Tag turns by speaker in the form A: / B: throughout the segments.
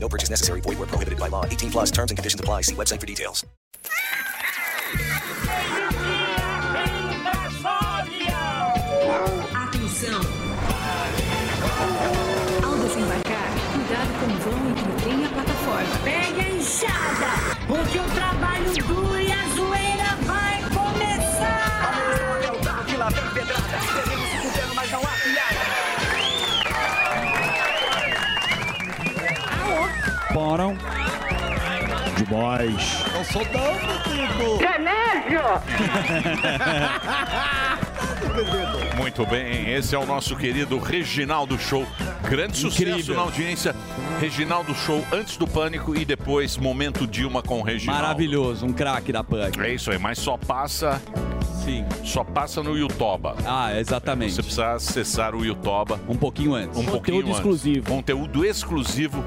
A: No purchase necessary. Void where prohibited by law. 18 plus terms and conditions apply. See website for details.
B: Atenção! Ao desembarcar, cuidado com o vão entre o trem e a plataforma.
C: Pega a enxada, porque o trabalho duro e a zoeira vai começar.
D: Param. Demais.
E: Eu sou doido,
F: Muito bem, esse é o nosso querido Reginaldo Show. Grande sucesso
D: Incrível.
F: na audiência. Reginaldo Show antes do pânico e depois Momento Dilma com o Reginaldo.
D: Maravilhoso, um craque da PUC.
F: É isso aí, mas só passa,
D: Sim.
F: só passa no Yutoba.
D: Ah, exatamente.
F: Você precisa acessar o Yutoba
D: Um pouquinho antes.
F: um pouquinho
G: Conteúdo
F: antes.
G: exclusivo.
F: Conteúdo exclusivo.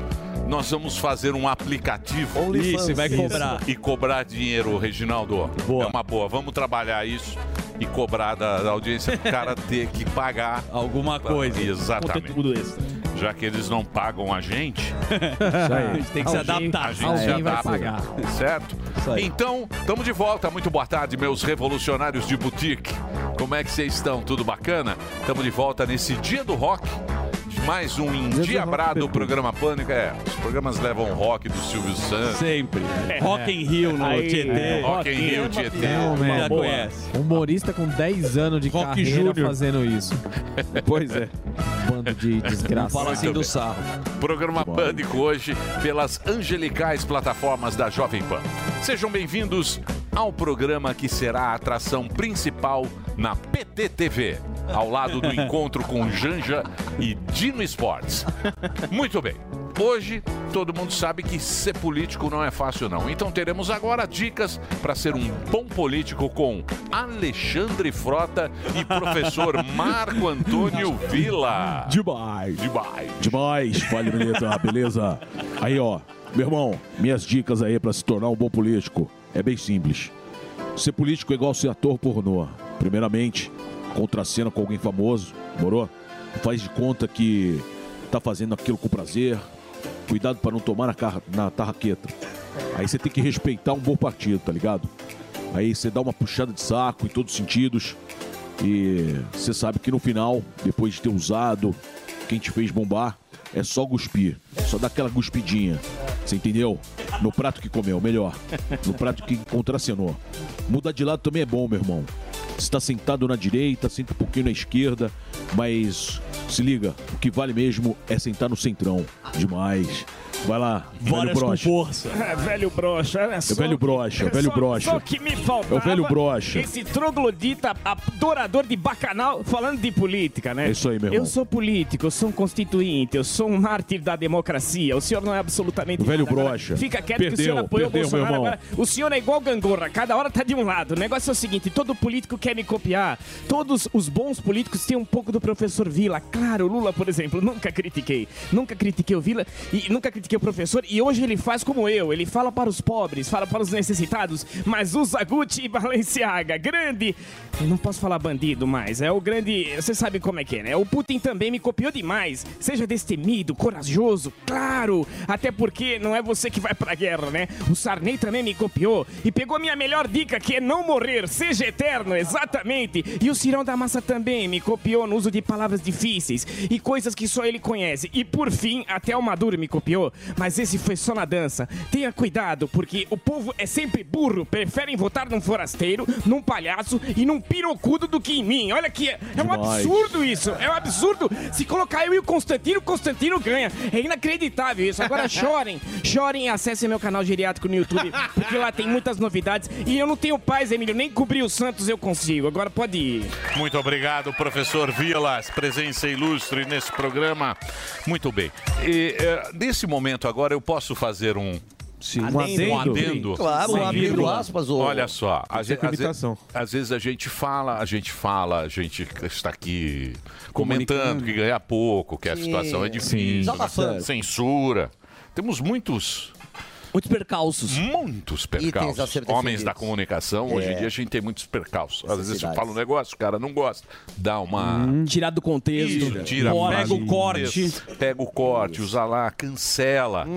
F: Nós vamos fazer um aplicativo
D: Isso, e vai cobrar.
F: e cobrar dinheiro, Reginaldo.
D: Boa.
F: É uma boa. Vamos trabalhar isso e cobrar da, da audiência pro cara ter que pagar.
D: Alguma coisa.
F: Exatamente.
G: Conteúdo extra.
F: Já que eles não pagam a gente,
D: A gente tem que se
F: a
D: adaptar.
F: gente se adapta. Certo?
D: Isso aí.
F: Então, estamos de volta. Muito boa tarde, meus revolucionários de boutique. Como é que vocês estão? Tudo bacana? Estamos de volta nesse Dia do Rock. de Mais um endiabrado programa Pânico. É, os programas levam rock do Silvio Santos.
D: Sempre. É,
H: É.
D: Rock in Rio no
G: Aí,
D: Tietê.
G: é.
F: Rock in Rio, Tietê.
D: Já
H: Uma boa.
D: conhece.
H: Humorista com 10 anos de
G: Rock
H: carreira
G: Júnior.
H: fazendo isso.
G: Pois é.
H: Bando de
D: Fala
H: desgraça.
D: assim
F: Muito
D: do
F: bem.
D: sarro.
F: Programa Pânico hoje pelas angelicais plataformas da Jovem Pan. Sejam bem-vindos ao programa que será a atração principal na PTTV, ao lado do encontro com Janja e Dino Esportes. Muito bem. Hoje, todo mundo sabe que ser político não é fácil, não. Então, teremos agora dicas para ser um bom político com Alexandre Frota e professor Marco Antônio Vila.
G: Demais.
F: Demais.
G: Demais. Vale, beleza, beleza. Aí, ó. Meu irmão, minhas dicas aí pra se tornar um bom político. É bem simples. Ser político é igual ser ator pornô. Primeiramente, contracena com alguém famoso, morou? Faz de conta que tá fazendo aquilo com prazer. Cuidado pra não tomar na, car- na tarraqueta. Aí você tem que respeitar um bom partido, tá ligado? Aí você dá uma puxada de saco em todos os sentidos. E você sabe que no final, depois de ter usado, quem te fez bombar, é só cuspir. Só dar aquela cuspidinha. Você entendeu? No prato que comeu, melhor. No prato que contracenou. Mudar de lado também é bom, meu irmão. Você tá sentado na direita, senta um pouquinho na esquerda, mas se liga, o que vale mesmo é sentar no centrão. Demais. Vai lá, velho
D: Várias com
G: brocha.
D: força.
E: É velho broxa, é só.
G: É velho brocha, é velho
E: só-
G: brocha.
E: Só que me faltava.
G: É o velho brocha.
E: Esse troglodita adorador de bacanal falando de política, né?
G: É isso aí, meu
E: Eu
G: irmão.
E: sou político, eu sou um constituinte, eu sou um mártir da democracia. O senhor não é absolutamente.
G: O velho
E: nada. Agora,
G: brocha.
E: Fica quieto que o
G: Perdeu,
E: senhor apoiou
G: perdeu,
E: o Bolsonaro
G: meu irmão.
E: agora. O senhor é igual gangorra, cada hora tá de um lado. O negócio é o seguinte: todo político quer me copiar. Todos os bons políticos têm um pouco do professor Vila. Claro, o Lula, por exemplo, nunca critiquei. Nunca critiquei o Vila e nunca critiquei o professor. E hoje ele faz como eu: ele fala para os pobres, fala para os necessitados, mas usa Gucci e Balenciaga. Grande. Eu Não posso falar bandido mais. É o grande. Você sabe como é que é, né? O Putin também me copiou demais. Seja destemido, corajoso, claro. Até porque não é você que vai pra guerra, né? O Sarney também me copiou e pegou minha melhor dica, que é não morrer, seja eterno, exatamente. E o Cirão da Massa também me copiou no uso de palavras difíceis e coisas que só ele conhece. E por fim, até o Maduro me copiou, mas esse foi só na dança. Tenha cuidado, porque o povo é sempre burro, preferem votar num forasteiro, num palhaço e num pirocudo do que em mim. Olha que é, é um
G: Demais.
E: absurdo absurdo isso. É um absurdo. Se colocar eu e o Constantino, o Constantino ganha. É inacreditável isso. Agora chorem. Chorem e acessem meu canal geriátrico no YouTube, porque lá tem muitas novidades. E eu não tenho paz, Emílio. Nem cobrir o Santos eu consigo. Agora pode ir.
F: Muito obrigado, professor Vilas, presença ilustre nesse programa. Muito bem. E, eh, nesse momento agora eu posso fazer um,
I: Sim.
F: Um adendo.
J: Claro, um abrindo aspas. Ou...
F: Olha só, a
J: ser
F: gente-
J: com
F: às, ve-
J: imitação.
F: às vezes a gente fala, a gente fala, a gente está aqui comentando que ganha pouco, que a
J: Sim.
F: situação é
J: Sim.
F: difícil, né?
J: Desabafando.
F: censura. Temos muitos...
J: Muitos percalços.
F: Muitos
J: Itens a
F: percalços.
J: ser
F: Homens
J: defendidos.
F: da comunicação, hoje em
J: É.
F: dia a gente tem muitos percalços. Às vezes você
J: Necessidades.
F: fala um negócio, o cara não gosta. Dá
K: Hum. Ah,
F: uma...
H: Tirado do contexto.
F: Isso, Uhum. tira
H: Corta.
F: faz
H: Pega o corte.
F: Pega o corte, usa lá, cancela.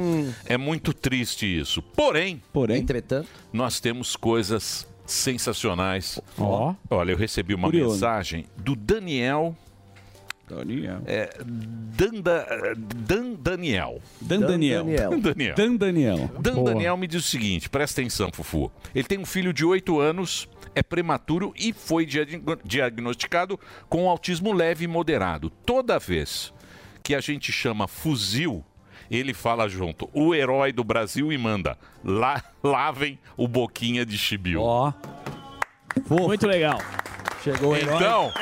F: É muito triste isso. Porém,
H: Porém,
J: entretanto,
F: nós temos coisas sensacionais.
G: Ó.
F: Olha, eu recebi uma
G: Curioso.
F: mensagem do Daniel.
G: Daniel.
F: É, Danda, Dan Daniel.
G: Dan Daniel.
F: Dan Daniel.
G: Dan Daniel.
F: Dan
G: Boa.
F: Daniel me diz o seguinte, presta atenção, Fufu. Ele tem um filho de 8 anos, é prematuro e foi dia- diagnosticado com autismo leve e moderado. Toda vez que a gente chama fuzil, ele fala junto, o herói do Brasil e manda, lá, lavem o boquinha de chibio. Ó.
E: Muito legal.
H: Chegou
E: o herói.
F: Então,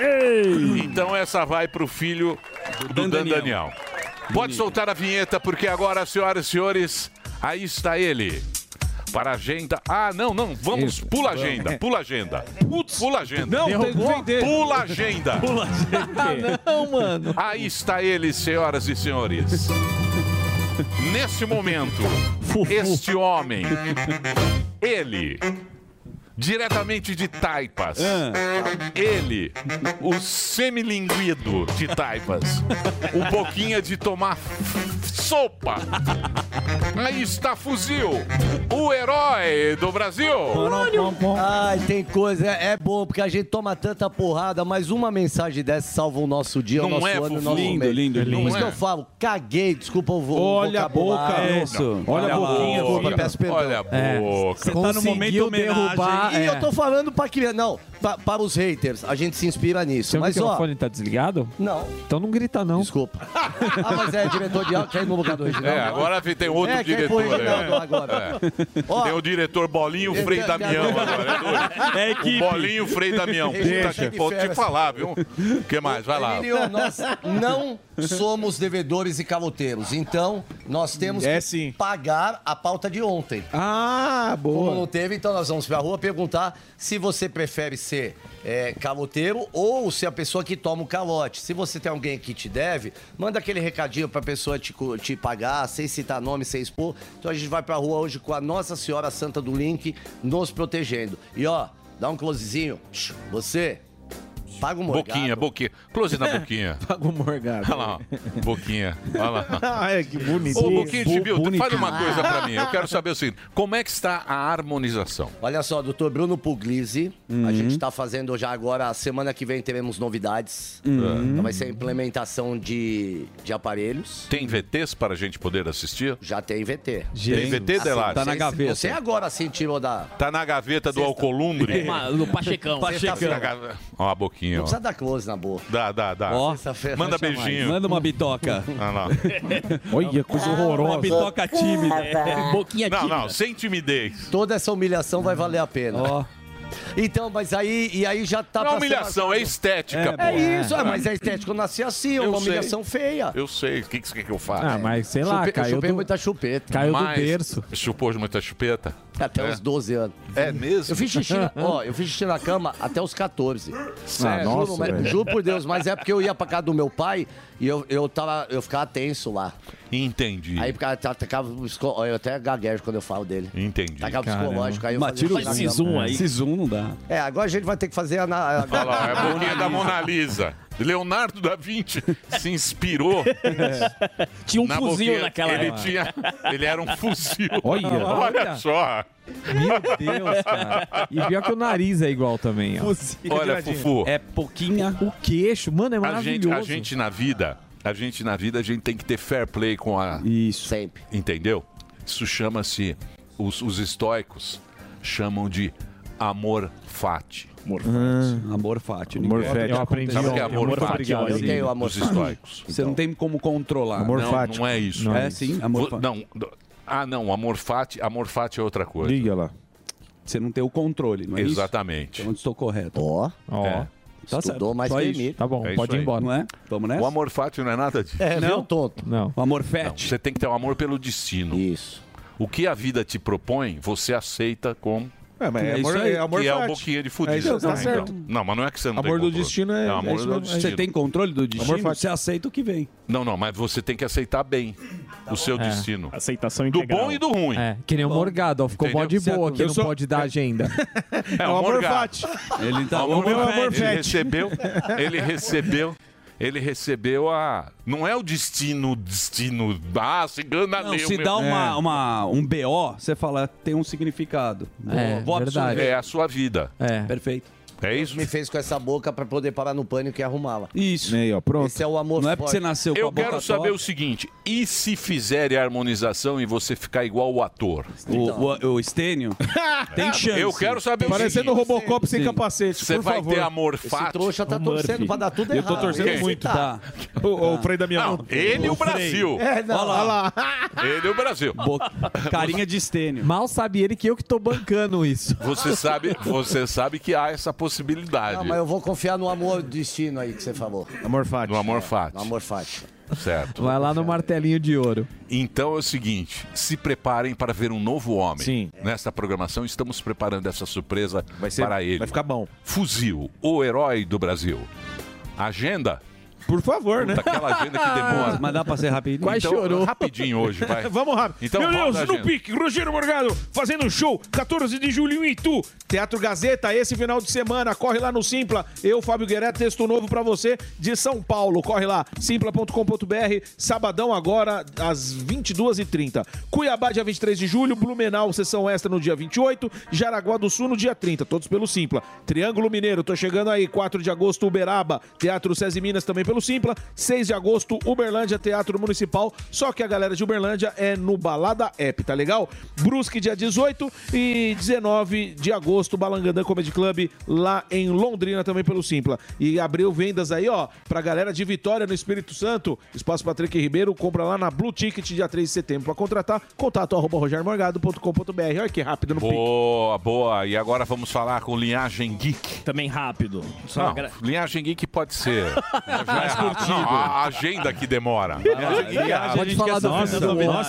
F: então essa vai pro filho do Dan, Daniel. Pode soltar a vinheta, porque agora, senhoras e senhores, aí está ele. Para a agenda. Ah, não, não. Vamos.
G: Isso.
F: Pula a agenda. Pula a agenda. pula a agenda.
G: Não, tem que Derrubou? vender.
F: Pula a agenda.
G: Pula a agenda.
F: Ah, não, mano. Aí está ele, senhoras e senhores. Nesse momento, este homem, ele, diretamente de Taipas, ele, o semilinguido de Taipas, o boquinha de tomar f- sopa. Aí está Fuzil, o herói do Brasil.
J: Ai, tem coisa. É, é bom, porque a gente toma tanta porrada, mas uma mensagem dessa salva o nosso dia, o
F: Não
J: nosso
F: é,
J: ano,
F: Fufu?
J: o nosso
F: Lindo,
J: mês.
F: lindo,
J: Por
F: lindo.
J: isso que
F: Não é.
J: eu falo, caguei, desculpa o vo- o
H: Olha a boca, é
J: vocabulário.
H: isso.
J: Olha a boquinha,
F: boca.
J: desculpa, peço perdão.
F: Olha a boca.
H: Você tá no momento homenagem.
J: E
H: É.
J: eu tô falando pra criança. Não, pra- para os haters, a gente se inspira nisso.
H: Seu
J: mas ó.
H: microfone tá desligado?
J: Não.
H: Então não grita, não.
J: Desculpa. Ah, mas é diretor de áudio, quer ir no lugar do original.
F: É, agora tem outro
J: É, quem
F: diretor.
J: foi?
F: né?
J: Não, agora.
F: É. Tem o diretor Bolinho Frei
J: É,
F: Damião agora. doido?
J: É equipe.
F: O Bolinho Frei Damião. Puta
J: Deixa.
F: que pode te falar, viu? O que mais? Vai lá.
J: Emílio, nós não somos devedores e caloteiros, então nós temos
F: É,
J: que
H: sim.
J: pagar a pauta de ontem.
H: Ah, boa.
J: Como não teve, então nós vamos pra rua perguntar se você prefere ser é, caloteiro ou se a pessoa que toma o calote. Se você tem alguém que te deve, manda aquele recadinho pra pessoa te, co- te pagar, sem citar nome, sem expor. Então a gente vai pra rua hoje com a Nossa Senhora Santa do Link nos protegendo. E ó, dá um closezinho. Você... Paga o morgado.
F: Boquinha, boquinha. Close na boquinha.
H: Paga o morgado.
F: Olha lá, ó. boquinha. Olha lá.
H: é, que bonito.
F: Ô, Boquinha de Bill, fale uma coisa pra mim. Eu quero saber o seguinte: como é que está a harmonização?
J: Olha só, doutor Bruno Puglisi, a gente está fazendo já agora, a semana que vem teremos novidades.
F: Uhum.
J: Então Vai ser a implementação de, de aparelhos.
F: Tem VTs para a gente poder assistir?
J: Já tem VT.
F: Tem VT, Delari?
H: tá
J: Você- Você é agora sim tirou da...
F: Tá na gaveta do Alcolumbre?
J: do Pachecão. assim
F: Tá na gaveta- Ó, a boquinha,
J: Não
F: ó.
J: precisa dar close na boca.
F: Dá, dá, dá.
J: Ó, Sexta-feira
F: Manda
J: chama mais.
F: beijinho.
J: Manda
H: uma bitoca.
F: Olha lá.
I: Olha, coisa
H: horrorosa. Uma bitoca tímida. né?
J: Boquinha
F: Não, não, sem timidez.
J: Toda essa humilhação vai valer a pena. Então, mas aí, e aí já tá...
F: não é
J: pra ser
F: humilhação, é
J: marcado.
F: estética, pô.
J: É, isso, ah, mas é estético. Eu nasci assim, é
F: Eu
J: uma
F: sei.
J: humilhação feia.
F: Eu sei, o que que você quer que eu faça?
H: Ah, mas sei lá,
J: Chupei-
H: caiu
J: chupei
H: do...
J: muita chupeta.
H: Caiu
F: Mas-
H: do berço.
F: Chupou de muita chupeta?
J: Até
F: É.
J: os 12 anos.
F: É mesmo?
J: Eu fiz xixi, na, ó, eu fiz xixi na cama até os 14.
H: Ah,
J: Sério,
F: nossa,
J: juro, mas-
F: velho.
J: juro por Deus, mas é porque eu ia pra casa do meu pai e eu, eu, tava, eu ficava tenso lá.
F: Entendi.
J: Aí porque eu tacava o psico- ó, eu até gaguejo quando eu falo dele.
F: Entendi.
J: Tacava psicológico, aí eu
H: Mas
J: fazia
H: tira
J: xixi na
H: o
J: cama.
H: zoom aí. Esse
D: um,
H: zoom não dá.
J: É, agora a gente vai ter que fazer a... na- a-
F: Olha lá, é a boquinha da Mona Lisa. Leonardo da Vinci se inspirou.
H: Tinha um
F: na
H: fuzil
F: boquinha.
H: naquela
F: ele
H: época.
F: tinha, Ele era um fuzil.
H: Olha.
F: Olha só.
H: Meu Deus, cara. E pior que o nariz é igual também, ó.
F: Olha, Fufu.
H: É pouquinha. O queixo, mano, é
F: A gente,
H: maravilhoso.
F: a gente na vida, a gente na vida, a gente tem que ter fair play com a.
H: Isso.
J: Sempre.
F: Entendeu? Isso chama-se. Os, os estoicos chamam de amor fati.
H: Ah, amor fátil.
F: Amor
H: ninguém-
F: fátil.
H: Eu aprendi
F: Sabe o que é
H: ontem,
F: amor fátil?
H: obrigado.
J: Eu tenho amor
F: Os
J: fátil.
F: estoicos.
H: Você não tem como controlar.
F: não, não é isso.
H: Não é É isso. sim, amor
F: Vo-
H: fati.
F: Não. do- Ah, não, amor fati, amor fati é outra coisa.
I: Liga lá.
H: Você não tem o controle, não é isso?
D: Então,
F: Exatamente.
H: Onde estou correto.
J: Ó,
H: Ó.
F: É.
H: Tá
J: estudou, mas
H: Só
J: tem
H: isso.
J: mito.
L: Tá bom,
F: É isso
L: pode ir
F: aí.
L: embora.
H: Não é? Vamos nessa?
F: O amor fati não é nada disso.
J: É,
H: Não.
J: viu, tonto?
L: Não.
H: O amor
F: Não,
H: fete.
F: você tem que ter um amor pelo destino.
J: Isso.
F: O que a vida te propõe, você aceita com.
G: É, mas é amor- é amor
F: que é o
G: fati.
F: boquinha
G: É
F: de
G: isso,
F: fudido.
G: tá
F: né, então.
G: certo.
F: Não, mas não é que você não tem
G: Amor do
F: controle.
G: destino é-
F: Não,
G: é
F: amor
G: isso
F: do
G: mesmo.
F: destino.
G: Você tem
D: controle do destino?
F: fati.
D: Você aceita o que vem.
F: Não, não, mas você tem que aceitar bem o seu
D: É.
F: destino.
M: Aceitação
F: Do
D: integral.
F: bom e do ruim.
H: É, que nem o
F: Bom.
H: Morgado, ó. Ficou
F: Entendeu?
H: mó de
F: Certo.
H: boa, que
F: Eu
H: não
F: sou-
H: pode dar agenda.
F: É,
H: o
F: o
H: amor
F: Morgado.
H: Ele tá-
F: O
H: o
D: né?
H: meu
F: Morgado,
H: amor
F: ele
H: fati.
F: recebeu, ele recebeu, ele recebeu a... Não é o destino, destino... Ah, se engana
D: Não, se dá uma, uma- um BO, você fala, tem um significado. Vou- vou absorver.
F: É a sua vida.
H: É.
D: Perfeito.
F: É isso?
J: Me fez com essa boca pra poder parar no pânico e arrumá-la.
D: Isso.
G: Aí, ó, pronto.
J: Esse é o amor forte.
F: Eu quero saber o seguinte: e se fizerem a harmonização e você ficar igual o ator?
D: O, o, o Estênio? Tem chance.
F: Eu quero saber
D: Parecendo
F: o seguinte.
D: Robocop sem capacete,
F: Você
D: por
F: vai
D: favor.
F: ter amor
D: Esse
F: fático.
D: trouxa tá O torcendo Murphy. pra dar tudo Eu tô errado. torcendo Esse muito. tá.
G: O, o Frei da minha
F: Ah. Não,
G: mão.
F: ele e o Brasil.
H: É, não. Olha lá.
F: Ele e o Brasil.
D: Carinha de estênio.
H: Mal sabe ele que eu que tô bancando isso.
F: Você sabe, você sabe que há essa possibilidade.
J: Não, mas eu vou confiar no amor destino aí que você falou.
G: Amor fático.
F: No amor fático.
J: No amor fático.
F: Certo.
H: Vai lá no martelinho de ouro.
F: Então é o seguinte, se preparem para ver um novo homem. Nesta programação estamos preparando essa surpresa
G: ser-
F: para ele.
G: vai ficar bom.
F: Fuzil, o herói do Brasil. Agenda?
G: Por favor,
F: né? Daquela agenda que demora.
D: Mas dá pra ser rapidinho.
F: então, Rapidinho hoje, vai.
G: Vamos rápido.
F: Então,
G: Meu
F: roda a
G: Deus, no
F: agenda.
G: pique, Rogério Morgado fazendo um show, 14 de julho em Itu. Teatro Gazeta, esse final de semana, corre lá no Simpla. Eu, Fábio Gueré, texto novo pra você de São Paulo. Corre lá, simpla.com.br, sabadão agora, às 22h30. Cuiabá, dia 23 de julho, Blumenau, sessão extra no dia 28, Jaraguá do Sul no dia 30, todos pelo Simpla. Triângulo Mineiro, tô chegando aí, 4 de agosto, Uberaba, Teatro SESI Minas também pelo Simpla, 6 de agosto, Uberlândia, Teatro Municipal, só que a galera de Uberlândia é no Balada App, tá legal? Brusque, dia 18 e 19 de agosto, Balangandã Comedy Club, lá em Londrina também pelo Simpla. E abriu vendas aí, ó, pra galera de Vitória no Espírito Santo, Espaço Patrick Ribeiro, compra lá na Blue Ticket, dia 3 de setembro, pra contratar, contato arroba rogermorgado.com.br, olha que rápido no pique.
F: Boa, boa. E agora vamos falar com Linhagem Geek.
M: Também rápido.
F: Não, Linhagem Geek pode ser. Mais
M: curtido.
F: a agenda que demora. Linhagem Geek é rápido.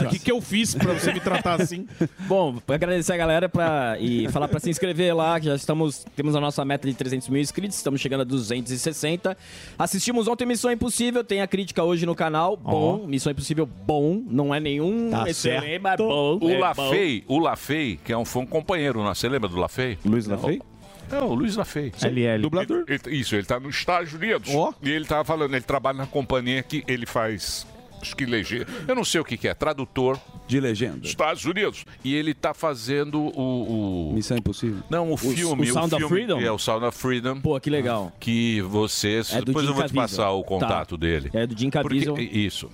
M: o que, que eu fiz pra você me tratar assim?
K: Bom, agradecer a galera pra, e falar pra se inscrever lá, que já estamos, temos a nossa meta de 300 mil inscritos, estamos chegando a 260. Assistimos ontem Missão Impossível, tem a crítica hoje no canal, bom, Missão Impossível bom, não é nenhum
F: Tá
K: excelente,
F: certo.
K: mas bom.
F: O
K: é
F: Lafei, o Lafei, que é um, foi um companheiro nosso, você lembra do Lafei?
G: Luiz
F: Lafei? É, o Luiz Lafei.
K: LL.
F: Dublador. isso, ele tá nos Estados Unidos. E ele tava falando, ele trabalha na companhia que ele faz. Acho que legenda. Eu não sei o que, que é, tradutor.
D: De legenda.
F: Estados Unidos. E ele tá fazendo o. o-
D: Missão Impossível.
F: Não, o filme.
K: o Sound of
F: filme-
K: Freedom?
F: É, o Sound of Freedom.
K: Pô, que legal.
F: Que você.
K: É do
F: depois
K: Jim
F: eu vou te
K: Caviezel.
F: passar o contato
K: Tá.
F: dele.
K: É do Jim
F: Porque-
K: Caviezel.
F: Isso.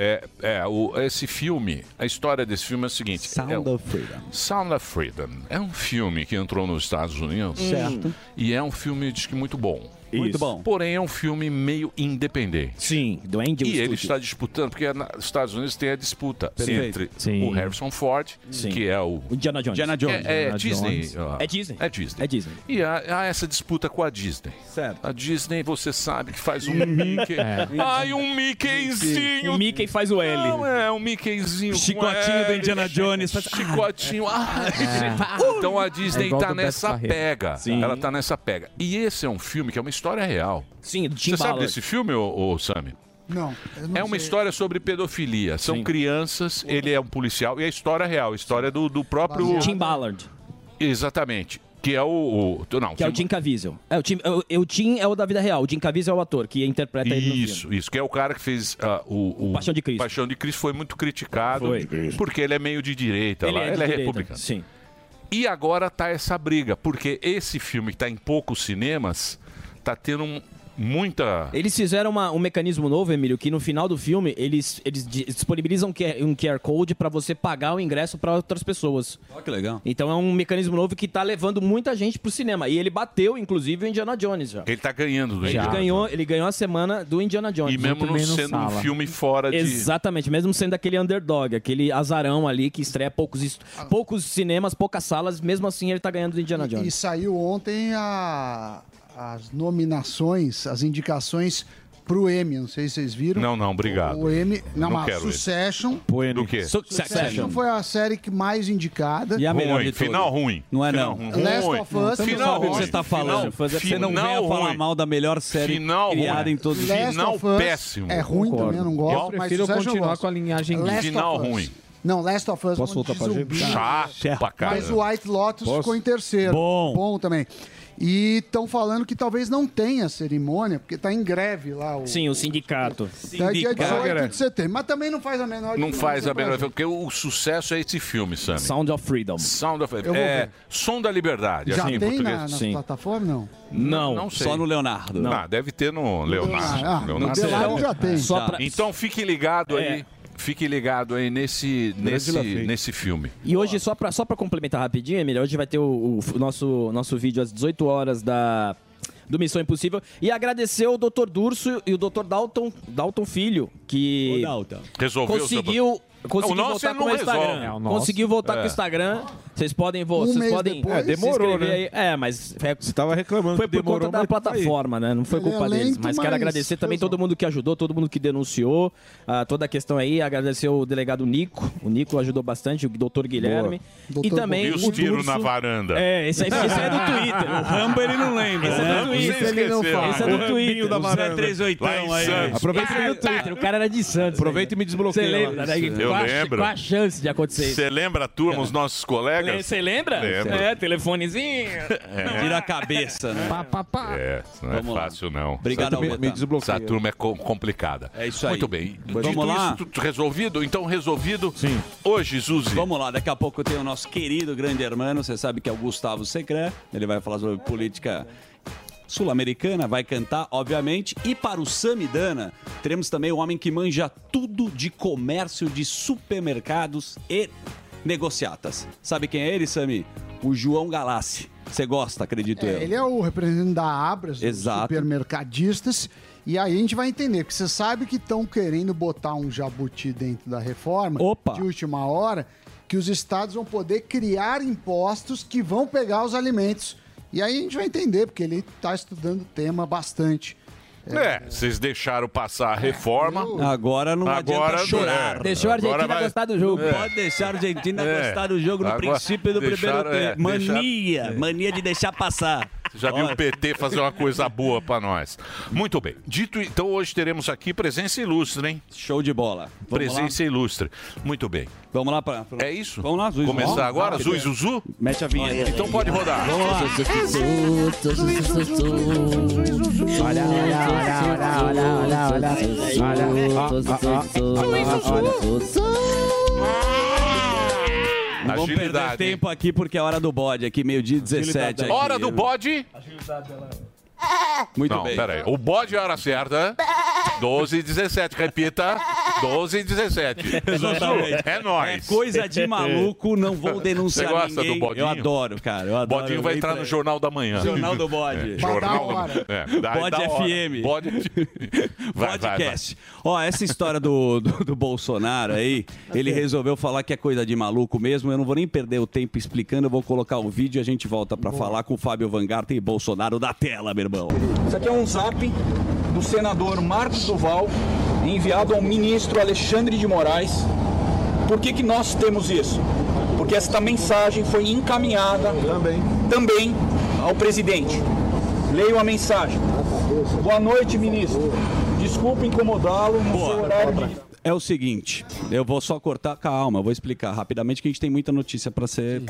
F: É, é o, esse filme, a história desse filme é a seguinte.
D: Sound
F: é, um-
D: of Freedom.
F: Sound of Freedom é um filme que entrou nos Estados Unidos.
K: Hum.
D: Certo.
F: E é um filme, diz que, muito bom.
D: Muito Isso. bom.
F: Porém, é um filme meio independente.
K: Sim, do Angel
F: E ele
K: Studio.
F: está disputando, porque é na- nos Estados Unidos tem a disputa
K: Perfeito.
F: entre
K: Sim.
F: o Harrison Ford,
K: Sim.
F: que é o...
K: O Indiana Jones.
F: Indiana Jones. É, é
K: Indiana
F: Disney.
K: Jones.
F: ó.
K: É Disney.
F: É Disney.
K: É Disney.
F: E há, há essa disputa com a Disney.
D: Certo.
F: A Disney, você sabe que faz um
K: Uhum.
F: Mickey.
K: É.
F: Ai, um Mickeyzinho.
K: O Mickey faz o L.
F: Não, é um Mickeyzinho. com
D: Chicotinho do
F: L.
D: Indiana Jones. Faz-
F: Chicotinho. Ah, Então a Disney tá nessa pega. Ela tá nessa pega. E esse é um filme que é uma história real.
K: Sim,
F: Você sabe desse filme, ô, ô Sammy?
N: Não, eu não
F: É uma
N: sei.
F: história sobre pedofilia. São crianças, ele é um policial. E a história real, a história do, do próprio.
K: Baseado. Tim Ballard.
F: Exatamente. Que é o. o- não,
K: Que é o Jim Caviezel. É, o Tim, o, o Tim é o da vida real, o Jim Caviezel é o ator que interpreta ele no filme.
F: Isso, isso. Que é o cara que fez ah, o, o- Paixão de Cristo. Paixão de Cristo foi muito criticado. Porque ele é meio de direita
K: Ele
F: lá.
K: é de
F: ele é
K: direita,
F: republicano.
K: Sim.
F: E agora tá essa briga, porque esse filme que tá em poucos cinemas, tá tendo um- muita.
K: Eles fizeram uma- um mecanismo novo, Emílio, que no final do filme eles, eles di- disponibilizam que- um QR Code pra você pagar o ingresso pra outras pessoas.
D: Olha que legal.
K: Então é um mecanismo novo que tá levando muita gente pro cinema. E ele bateu, inclusive, o Indiana Jones já.
F: Ele tá ganhando do
K: Ele
F: Indiana.
K: ganhou, ele ganhou a semana do Indiana Jones.
F: E mesmo não sendo um filme fora de.
K: Exatamente, mesmo sendo aquele underdog, aquele azarão ali que estreia poucos, est- poucos cinemas, poucas salas, mesmo assim ele tá ganhando do Indiana
N: E
K: Jones.
N: saiu ontem a- as nominações, as indicações pro M, não sei se vocês viram.
F: Não, não, obrigado.
N: O M, não,
F: Não
N: mas
F: quero esse.
N: Succession.
F: Bueno. Do quê?
N: Succession foi a série que mais indicada.
F: E a melhor Ruim, de todas. final ruim.
D: Não é
F: Final
D: não.
F: ruim. Last
D: Ruim.
N: of Us,
D: Você não
N: final
D: sabe o que
N: ruim.
D: você tá falando.
N: Final-
D: você não
N: final
D: venha falar
N: ruim.
D: mal da melhor série
F: Final
D: criada em todos os
N: Last of Us É ruim também, eu não gosto.
D: Eu
N: mas
D: prefiro
N: Succession eu
D: continuar
N: gosto.
D: com a linhagem
N: Last
D: Final
N: of Us.
D: ruim.
N: Não, Last of Us
D: Posso
N: um monte de
D: voltar pra
N: zumbi.
D: gente? Chato pra caramba.
N: Mas o White Lotus
D: Posso?
N: ficou em terceiro. Bom. Bom também. E estão falando que talvez não tenha cerimônia, porque tá em greve lá. O...
E: Sim, o sindicato.
N: Tá dia 18
F: Sindicato.
N: de setembro. Mas também não é. faz a menor
F: Não
N: diferença
F: faz a
N: pra
F: melhor.
N: gente.
F: Porque o sucesso é esse filme, Sammy.
K: Sound of Freedom.
F: Sound of
N: Eu vou
F: É,
N: ver.
F: Som da Liberdade.
N: Já
F: assim, em
N: tem na,
F: português.
N: na plataforma, não?
F: Não,
N: sei.
F: sei. Não, deve ter no Leonardo.
N: Ah, no
F: Leonardo.
N: Belardo já tem. Só pra-
F: Então fique ligado aí. Fique ligado aí nesse, nesse,
K: Lafayette.
F: nesse filme.
K: E hoje, só pra, só pra complementar rapidinho, Emília, hoje vai ter o, o nosso, nosso vídeo às 18 horas da. Do Missão Impossível. E agradecer o Dr. Durso e o Dr. Dalton, Dalton Filho, que.
F: Resolveu
K: conseguiu.
F: seu-
K: Conseguiu
F: O nosso
K: voltar
F: ele
K: com o
F: não
K: Instagram.
F: resolve. É, o nosso-
K: conseguiu voltar
F: É.
K: com o Instagram. Vocês podem
F: Um
K: voltar. Vocês
F: mês
K: podem.
F: depois? É,
K: se
F: demorou,
K: inscrever
F: né?
K: aí. É, mas. Você
I: tava reclamando.
K: Foi por
D: demorou,
K: conta da
D: mas tá aí.
K: plataforma, né? Não foi
D: Ele é
K: culpa deles.
D: lento,
K: Mas,
D: mas
K: quero agradecer também
D: resolve.
K: todo mundo que ajudou, todo mundo que denunciou. ah, toda a questão aí. Agradecer o delegado Nico. O Nico ajudou bastante, o doutor Guilherme. E também.
F: E
K: o
F: os tiros
K: Durso.
F: na varanda.
K: É, esse aí, esse aí é do Twitter. O Rambo ele não lembra. Esse é do Twitter. Esse é do Twitter. é
D: O Zé 381 aí.
K: Aproveita que é do Twitter. O cara era de Santos. Aproveita
I: e me desbloqueia.
K: Você lembra?
F: lá.
K: né?
F: Eu
K: Qual a-
F: lembro.
K: Qual a chance de acontecer isso?
F: Você lembra a turma, os nossos colegas?
K: Você lembra?
F: Lembro.
K: É, telefonezinho.
F: É.
D: Tira a cabeça, né?
K: Pá, pá, pá.
F: É, isso não
D: Vamos
F: é
D: lá.
F: fácil, não.
D: Obrigado,
F: Essa turma-
D: Alberto.
F: Essa turma é co- complicada. É
D: isso aí.
F: Muito bem.
D: Vamos
F: Dito
D: lá?
F: isso, tudo resolvido? Então, resolvido. Sim. Hoje, Zuzi.
D: Vamos lá, daqui a pouco tem o nosso querido grande hermano, você sabe que é o Gustavo Secré, ele vai falar sobre política sul-americana, vai cantar, obviamente. E para o Samidana, teremos também o homem que manja tudo de comércio de supermercados e negociatas. Sabe quem é ele, Sami? O João Galassi. Você gosta, acredito eu.
N: É, ele é o representante da Abras, dos
D: Então. Exato.
N: supermercadistas. E aí a gente vai entender, porque você sabe que estão querendo botar um jabuti dentro da reforma de última hora, que os estados vão poder criar impostos que vão pegar os alimentos. E aí a gente vai entender, porque ele está estudando o tema bastante.
F: É, vocês deixaram passar a reforma.
D: Agora não adianta
F: Agora,
D: chorar.
F: Deixou a Argentina Agora vai- gostar do jogo.
D: Não
F: É.
D: Pode deixar a Argentina
F: É.
D: gostar do jogo no
F: Agora-
D: princípio do
F: deixaram-
D: primeiro tempo.
F: é, deixaram-
D: mania,
F: é.
D: mania de deixar passar.
F: Você já viu
D: Olha.
F: o PT fazer uma coisa boa pra nós. Muito bem. Dito então, hoje teremos aqui presença ilustre, hein?
D: Show de bola. Vamos
F: presença ilustre. Muito bem.
D: Vamos lá para
F: É isso?
D: Vamos lá, Zuzu.
F: Começar agora,
D: Rápido.
F: Zuzu. Zuzu?
D: Mete a vinheta.
F: Então pode rodar.
D: Vamos lá.
C: Olha, olha, olha, olha, olha,
D: Não vamos perder tempo aqui porque é hora do bode aqui, meio-dia 17. aqui.
F: Hora do bode.
J: tá
D: Muito
F: Não,
D: bem.
F: peraí. O bode é a hora certa. 12 e 17. Repita. 12 e 17.
D: Exatamente.
F: É nóis.
D: É coisa de maluco, não vou denunciar
F: Você gosta
D: ninguém.
F: do bodinho?
D: Eu adoro, cara. Eu adoro.
F: Bodinho vai entrar no Jornal da Manhã.
D: Jornal do Bode.
F: É,
J: Tá
F: jornal
D: Vai dar
F: do...
D: hora.
F: É, dá-
D: Bode
F: dá hora.
D: FM.
F: Bode Vai, vai, vai.
D: Podcast. Ó, essa história do, do, do Bolsonaro aí, ele resolveu falar que é coisa de maluco mesmo. Eu não vou nem perder o tempo explicando, eu vou colocar o vídeo e a gente volta pra falar com o Fábio Van Garten e Bolsonaro da tela, meu irmão.
O: Isso aqui é um zap do senador Marcos Duval, enviado ao ministro Alexandre de Moraes. Por que, que nós temos isso? Porque esta mensagem foi encaminhada também, ao presidente. Leio a mensagem. Boa noite, ministro. Desculpa incomodá-lo no seu horário de
D: É o seguinte, eu vou só cortar. Calma, eu vou explicar rapidamente que a gente tem muita notícia pra ser.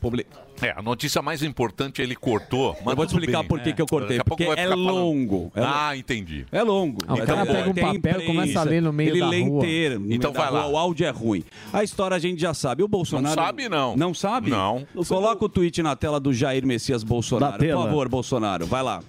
D: publi-
F: É, a notícia mais importante ele cortou. Mas
D: vou te
F: tudo
D: explicar
F: bem.
D: por que que eu cortei,
F: Daqui a pouco
D: porque
F: vai
D: é
F: ficar falando.
D: longo, é
F: Ah, entendi.
D: É longo.
F: Ah, o
D: Então,
F: cara pega um
D: tem
F: papel e começa a ler no meio
D: Ele
F: da
D: lê
F: rua.
D: inteiro. no
F: Então
D: meio da
F: vai lá.
D: rua, O áudio é ruim. A história a gente já sabe. O Bolsonaro...
F: Não sabe, não.
D: Não sabe?
F: Não.
D: Coloca o tweet na tela do Jair Messias Bolsonaro.
F: Da tela.
D: Por favor, Bolsonaro, vai lá.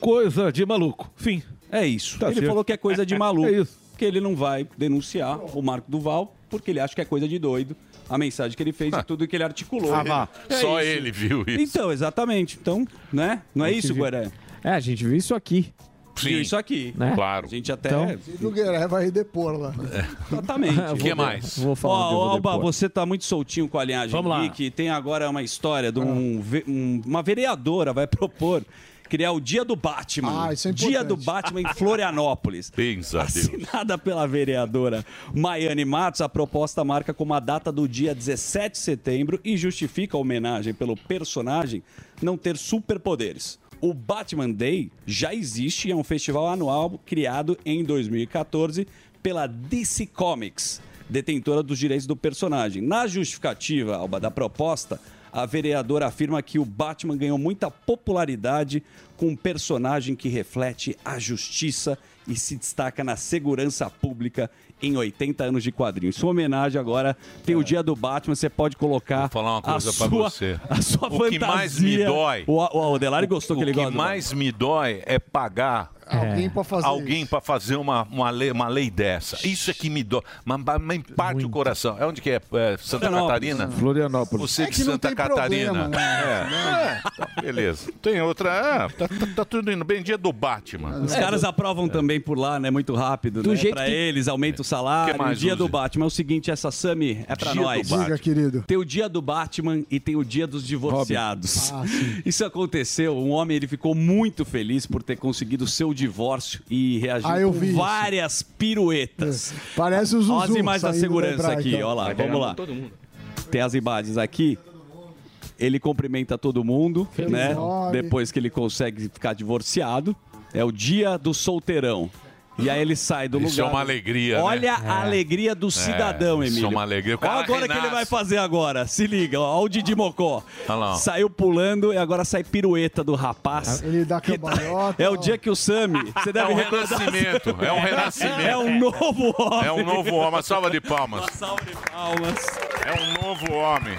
I: Coisa de maluco. Fim.
D: É isso.
I: Tá
D: ele
I: certo.
D: falou que é coisa de maluco.
I: É isso.
D: Que ele não vai denunciar o Marco Duval, porque ele acha que é coisa de doido. A mensagem que ele fez e tudo que ele articulou.
F: Ah, vá.
D: É
F: Só ele viu isso.
D: Então, exatamente. Então, né? Não é isso, Guaré?
H: É, a gente viu isso aqui.
D: viu isso aqui.
F: Né? Claro.
D: A gente até.
N: Então, o Guerreiro vai depor lá.
D: É, Exatamente.
N: Vou
F: Que mais?
D: Vou falar
F: onde eu vou
D: Alba,
F: depor.
D: você tá muito soltinho com a linhagem
F: Vamos lá.
D: geek. Tem agora uma história de um ve- um- uma vereadora vai propor criar o Dia do Batman.
N: Ah, isso é
D: Dia
N: importante.
D: do Batman em Florianópolis.
F: Pensa,
B: Assim,
D: Assinada pela vereadora Maiane Matos, a proposta marca como a data do dia 17 de setembro e justifica a homenagem pelo personagem não ter superpoderes. O Batman Day já existe e é um festival anual criado em 2014 pela DC Comics, detentora dos direitos do personagem. Na justificativa, Alba, da proposta, a vereadora afirma que o Batman ganhou muita popularidade com um personagem que reflete a justiça e se destaca na segurança pública em 80 anos de quadrinhos. Sua homenagem agora tem o dia do Batman, você pode colocar
F: É. falar uma coisa
D: a
F: pra
D: sua,
F: você.
D: A sua
F: O que mais me
D: fantasia.
F: dói-
D: O, o Adelari gostou que ele
F: O que
D: gosta. do
F: mais me dói é pagar
N: Alguém pra fazer
F: alguém para fazer uma, uma, lei, uma lei dessa. Isso é que me dói. Mas mas me parte o coração. É onde que é? É Santa
I: Florianópolis.
F: Catarina?
I: Florianópolis.
F: Você
I: É
F: de
I: que não
F: Santa
I: tem
F: Catarina.
I: problema, né?
F: É. É. Beleza. Tem outra. Ah, tá, tá- tá tudo indo bem. Dia do Batman.
D: Batman. Os caras aprovam também por lá, né? Muito rápido,
F: Do
D: né?
F: jeito
D: pra
F: que-
D: eles, aumenta o salário.
F: É. Que mais,
D: o dia do
F: Uzi?
D: Batman é o seguinte, essa Sami é pra
F: Dia do
D: nós.
F: Batman. Diga,
N: querido.
D: Tem o dia do Batman e tem o dia dos divorciados.
N: Ah,
D: Isso aconteceu, um homem ele ficou muito feliz por ter conseguido o seu divórcio e reagiu
N: Ah, eu
D: com
N: vi isso.
D: várias piruetas.
N: Parece os
D: Olha as
N: Zuzu
D: imagens da
N: saindo
D: segurança
N: hebraica.
D: aqui, olha lá,
N: Vai
D: vamos
N: pegar
D: lá.
N: todo mundo.
D: Tem as imagens aqui. Ele cumprimenta todo mundo,
N: Feliz
D: né?
N: nove.
D: Depois que ele consegue ficar divorciado. É o dia do solteirão. E aí ele sai do
F: Isso é
D: lugar.
F: uma alegria, né?
D: Olha a
F: É.
D: alegria do
F: É,
D: cidadão,
F: isso é
D: Emílio.
F: uma alegria. O
D: Olha
F: cara
D: agora que ele
F: renasce.
D: vai fazer agora. Se liga, ó. Olha o Didi Mocó.
F: Olha lá, ó.
D: Saiu pulando e agora sai pirueta do rapaz.
N: Ele
B: Tá
N: dá cambalhota.
D: É o dia que o Sami. Você deve
F: É um
D: recordar- assim.
F: renascimento, é um renascimento.
D: É um novo homem.
F: É um novo homem. Uma salva de palmas.
D: salva de palmas.
F: É um novo homem.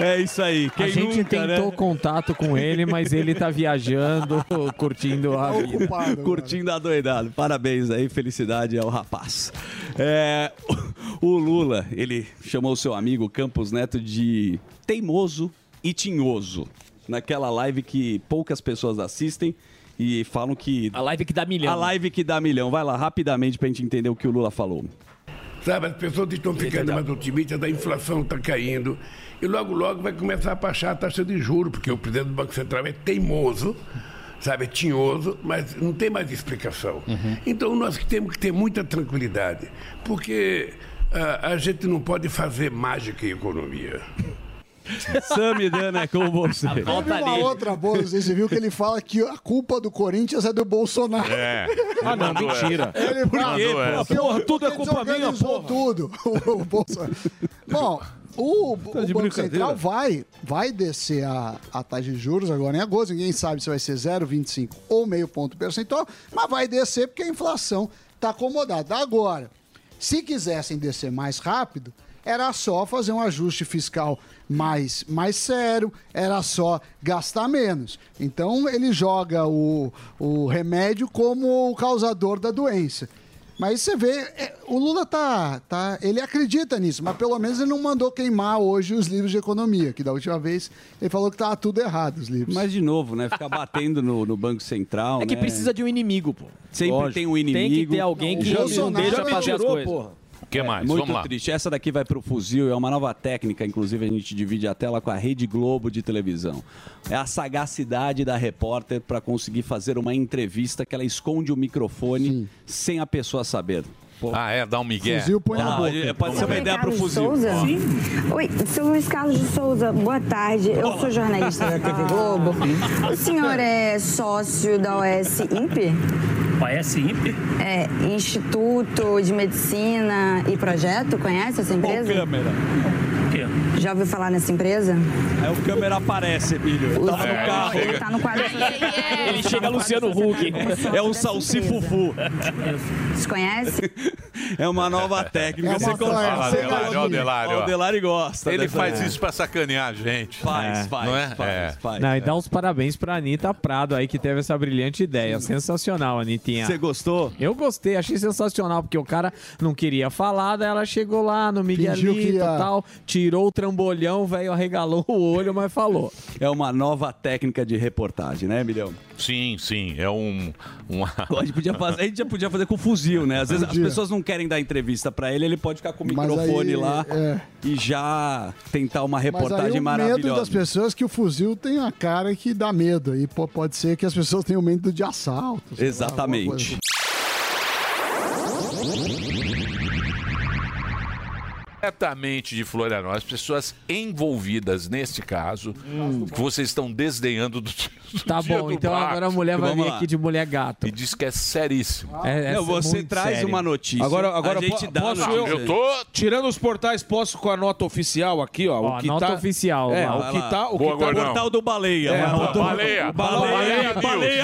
D: É isso aí. Quem
H: a gente
D: nunca, né?
H: tentou contato com ele, mas ele tá viajando, curtindo a vida.
D: Curtindo a doidada. Parabéns aí, felicidade ao rapaz. É, o Lula, ele chamou o seu amigo Campos Neto de teimoso e tinhoso. Naquela live que poucas pessoas assistem e falam que. A
K: live que dá milhão.
D: A live que dá milhão. Vai lá, rapidamente, pra gente entender o que o Lula falou.
P: Sabe, as pessoas estão ficando mais otimistas, a inflação está caindo. E logo, logo vai começar a baixar a taxa de juros, porque o presidente do Banco Central é teimoso, sabe, é tinhoso, mas não tem mais explicação. Então nós que temos que ter muita tranquilidade, porque ah, a gente não pode fazer mágica em economia.
D: Sami Dana é com você.
N: Teve uma outra boa, não sei se você viu que ele fala que a culpa do Corinthians é do Bolsonaro.
F: É.
N: Ah, não, mentira. Ele fala, porque o- porque desorganizou tudo. O Bolsonaro. Bom, o, o
B: Tá de
N: Banco
B: brincadeira.
N: Central vai, vai descer a, a taxa de juros agora em agosto. Ninguém sabe se vai ser 0,25 ou meio ponto percentual, mas vai descer porque a inflação está acomodada. Agora, se quisessem descer mais rápido, era só fazer um ajuste fiscal mais, mais sério, era só gastar menos. Então ele joga o, o remédio como o causador da doença. Mas você vê, é, o Lula tá, tá. Ele acredita nisso, mas pelo menos ele não mandou queimar hoje os livros de economia, que da última vez ele falou que tava tudo errado os livros.
D: Mas de novo, né? Ficar batendo no, no Banco Central.
N: É que
D: né?
N: precisa
K: de um inimigo, pô.
D: Sempre
K: Lógico.
D: tem um
K: Tem que
D: inimigo.
K: ter alguém que
D: Já
K: não
D: tirou,
K: deixa
D: já me
K: fazer as
D: tirou,
K: coisas.
D: porra.
F: O que mais?
D: É, Muito
F: Vamos lá.
D: triste. Essa daqui vai pro fuzil, é uma nova técnica, inclusive a gente divide a tela com a Rede Globo de televisão. É a sagacidade da repórter para conseguir fazer uma entrevista que ela esconde o microfone sem a pessoa saber.
F: Ah, é? Dá um migué.
D: Fuzil põe na
F: Ah,
D: boca. é, Pode ser uma ideia pro fuzil.
Q: Souza?
D: Ó.
Q: Oi, seu Luiz Carlos de Souza, boa tarde. Eu sou jornalista da TV Globo. O senhor é sócio da OS INPE?
R: OS INPE?
Q: É, Instituto de Medicina e Projeto, conhece essa empresa?
D: câmera.
Q: Já ouviu falar nessa empresa?
D: Aí o câmera aparece, Emílio. Ele
F: É,
D: tava no carro.
Q: Ele tá no quadro. tá
D: Ele chega Luciano Huck. É um salsifufu.
Q: Vocês conhecem?
D: É uma nova técnica.
Q: É uma
D: você
Q: forma.
F: Olha lá,
D: consegue.
F: Delário, olha o Delário,
D: Ó,
F: ó.
D: O Delari gosta.
F: Ele
D: dessa-
F: faz
D: É.
F: isso pra sacanear a gente.
D: Faz, faz,
F: Não é?
D: faz,
F: É.
D: faz.
H: Não, e dá uns parabéns pra Anitta Prado aí, que teve essa brilhante ideia. Sensacional, Anitinha.
D: Você gostou?
H: Eu gostei, achei sensacional, porque o cara não queria falar, daí ela chegou lá no
N: Fingiu
H: Miguelito
N: que
H: e
N: ia.
H: tal, tirou o trambolhão, velho, arregalou o olho. olho, mas falou.
D: É uma nova técnica de reportagem, né, Emilhão?
F: Sim, sim. É um. um...
D: A gente, podia fazer, a gente já podia fazer com fuzil, né? Às vezes as
F: Podia.
D: pessoas não querem dar entrevista pra ele, ele pode ficar com o
N: Mas
D: microfone
N: aí,
D: lá
N: é.
D: e já tentar uma
N: Mas aí
D: reportagem
N: o medo das
D: maravilhosa.
N: pessoas é que o fuzil tem a cara que dá medo. aí po- pode ser que as pessoas tenham medo de assalto. sei lá, alguma coisa.
D: Exatamente.
F: Diretamente de Florianópolis, pessoas envolvidas neste caso, que vocês estão desdenhando do. do
H: Hum. Tá
F: dia
H: bom,
F: do
H: então
F: bar.
H: agora a mulher vai
F: Vamos
H: vir
F: lá.
H: aqui de mulher gato.
F: E diz que é seríssimo.
H: É, é
F: Não,
G: você
H: muito
G: traz
H: sério.
G: uma notícia.
H: Agora, agora
G: a gente
H: po-
G: dá
H: posso eu?
G: tirando os portais, posso com a nota oficial aqui, ó.
H: Ó,
G: o que
H: nota
G: tá...
H: oficial,
G: É,
H: vai
G: o
H: lá.
G: que tá. O
H: Boa,
G: que tá...
H: Gordão. Portal do Baleia,
G: É,
H: vai lá.
G: o-
H: Baleia,
G: o Balão- Baleia,
H: Baleia,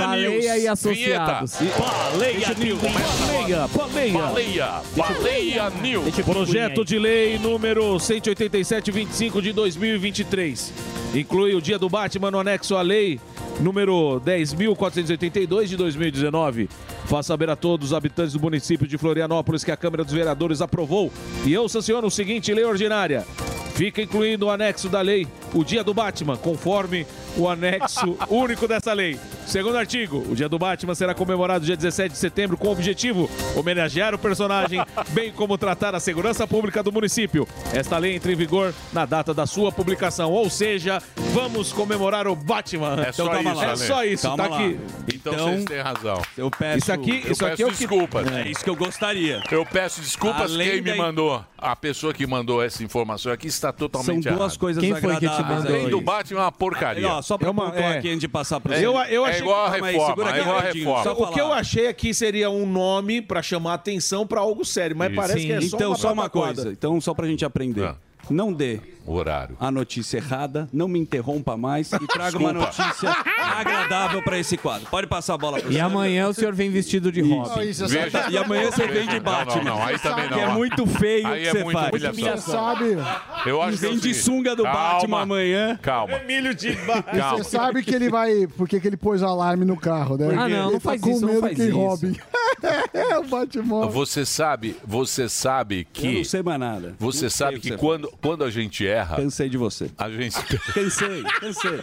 H: Baleia
G: News.
H: News. Baleia e associados.
G: Vinheta.
H: Baleia News.
G: Baleia,
H: Baleia.
F: Baleia, Baleia News.
G: Deixa eu pôr Projeto de lei número 18725 de 2023. Inclui o dia do Batman no anexo à lei número 10.482 de 2019. Faz saber a todos os habitantes do município de Florianópolis que a Câmara dos Vereadores aprovou. E eu sanciono o seguinte lei ordinária. Fica incluindo o anexo da lei o dia do Batman, conforme o anexo único dessa lei. Segundo artigo, o dia do Batman será comemorado dia 17 de setembro com o objetivo homenagear o personagem, bem como tratar a segurança pública do município. Esta lei entra em vigor na data da sua publicação, ou seja, vamos comemorar o
D: então
G: Batman.
F: É só
G: calma
F: isso,
G: lá. É
F: Ale.
G: só isso,
F: Calma
G: tá
F: lá.
G: aqui.
F: Então, vocês têm razão.
D: Eu peço,
G: Isso aqui-
F: eu
G: isso aqui
F: peço
G: é o que-
F: desculpas.
G: É.
D: Isso que eu gostaria.
F: Eu peço desculpas
D: Além
F: quem
D: da-
F: me mandou. A pessoa que mandou essa informação aqui está totalmente
D: São duas
F: errada.
D: coisas Quem foi que te agradáveis mandou aí.
F: Além do Batman é uma porcaria.
D: Ó, só pra
F: É uma-
D: pontuar
F: é.
D: aqui antes de passar pro
F: É, eu- eu achei- Calma aí, segura aqui rapidinho, só
G: O que um eu achei aqui seria um nome pra chamar atenção pra algo sério, mas parece que é só
D: então,
G: uma
D: só uma
G: pataquada.
D: coisa. Então, só pra gente aprender. Não dê
F: Ah. horário.
D: a notícia errada, não me interrompa mais e traga
H: Desculpa.
D: uma notícia agradável pra esse quadro. Pode passar a bola pro
H: E amanhã o senhor vem vestido de Robin.
N: Isso, é
D: Veja- Tá, E amanhã você vem de Batman.
F: Não, não, aí também não.
D: Que é muito feio
F: Aí
D: que
F: é
D: você
F: muita
D: faz.
F: humilhação.
N: Você sabe,
F: Eu acho que
D: Vem
F: é o
D: de
F: seguinte,
D: sunga do
F: calma,
D: Batman amanhã.
F: Calma.
G: Emílio de
F: Calma.
N: você sabe que ele vai. Por que que ele pôs o alarme no carro, né?
F: Ah, não,
N: Ele
F: não
N: tá
F: faz
N: com
F: isso, não
N: medo
F: faz
N: que
F: isso.
N: roubem. é o Batman.
F: Você sabe, você sabe que.
D: Eu não sei mais nada.
F: Você
D: Não sei
F: sabe
D: o que
F: que
D: você
F: quando, quando a gente erra.
D: Cansei de você.
F: A gente.
D: Cansei, cansei.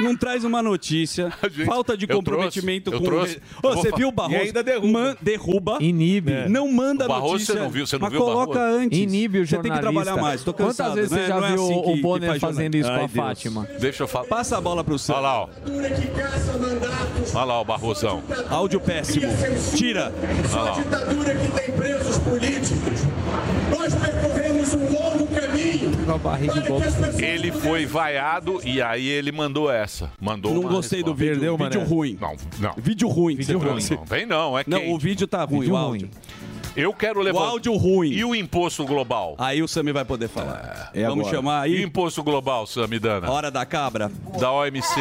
D: Não traz uma notícia. Falta de
F: eu
D: comprometimento
F: trouxe, eu
D: com
F: trouxe.
D: Ô,
F: Eu vou
D: você
F: fa-
D: viu o Barroso?
F: E ainda
D: derruba. derruba. Inibe. Não manda
F: O Barroso
D: notícia.
F: você não viu, você não
D: mas
F: viu o
D: coloca
F: Barroso?
D: antes.
H: Inibe o
D: Você tem que trabalhar
H: jornalista.
D: mais. Tô
H: Quantas
D: cansado,
H: vezes
D: né?
H: você já
D: Não é
H: viu
D: assim
H: o
D: que- que
H: Bonner
D: faz jornalista.
H: fazendo isso com a Fátima?
F: Deixa eu falar.
D: Passa a bola pro Sam.
F: Olha lá, ó. Olha lá, o Barrosão.
D: Áudio péssimo. Tira.
F: Olha lá, ó.
B: ditadura que tem presos políticos. Nós percorremos um longo caminho.
F: Ele foi vaiado e aí ele mandou essa. Mandou
D: Não
F: uma
D: gostei do
F: resposta.
D: vídeo. Perdeu, vídeo
F: mané.
D: ruim.
F: Não, não.
D: Vídeo ruim. que
F: Vídeo
D: você
F: ruim.
D: trouxe.
F: Não, tem não, é
D: Não,
F: quente.
D: o vídeo tá ruim,
F: Vídeo
D: o áudio.
F: Eu quero levantar.
D: áudio ruim.
F: E o imposto global?
D: Aí o Sami vai poder falar.
F: É
D: Vamos
F: agora.
D: chamar aí.
F: E o imposto global, Samidana?
D: Hora da cabra.
F: Da OMC.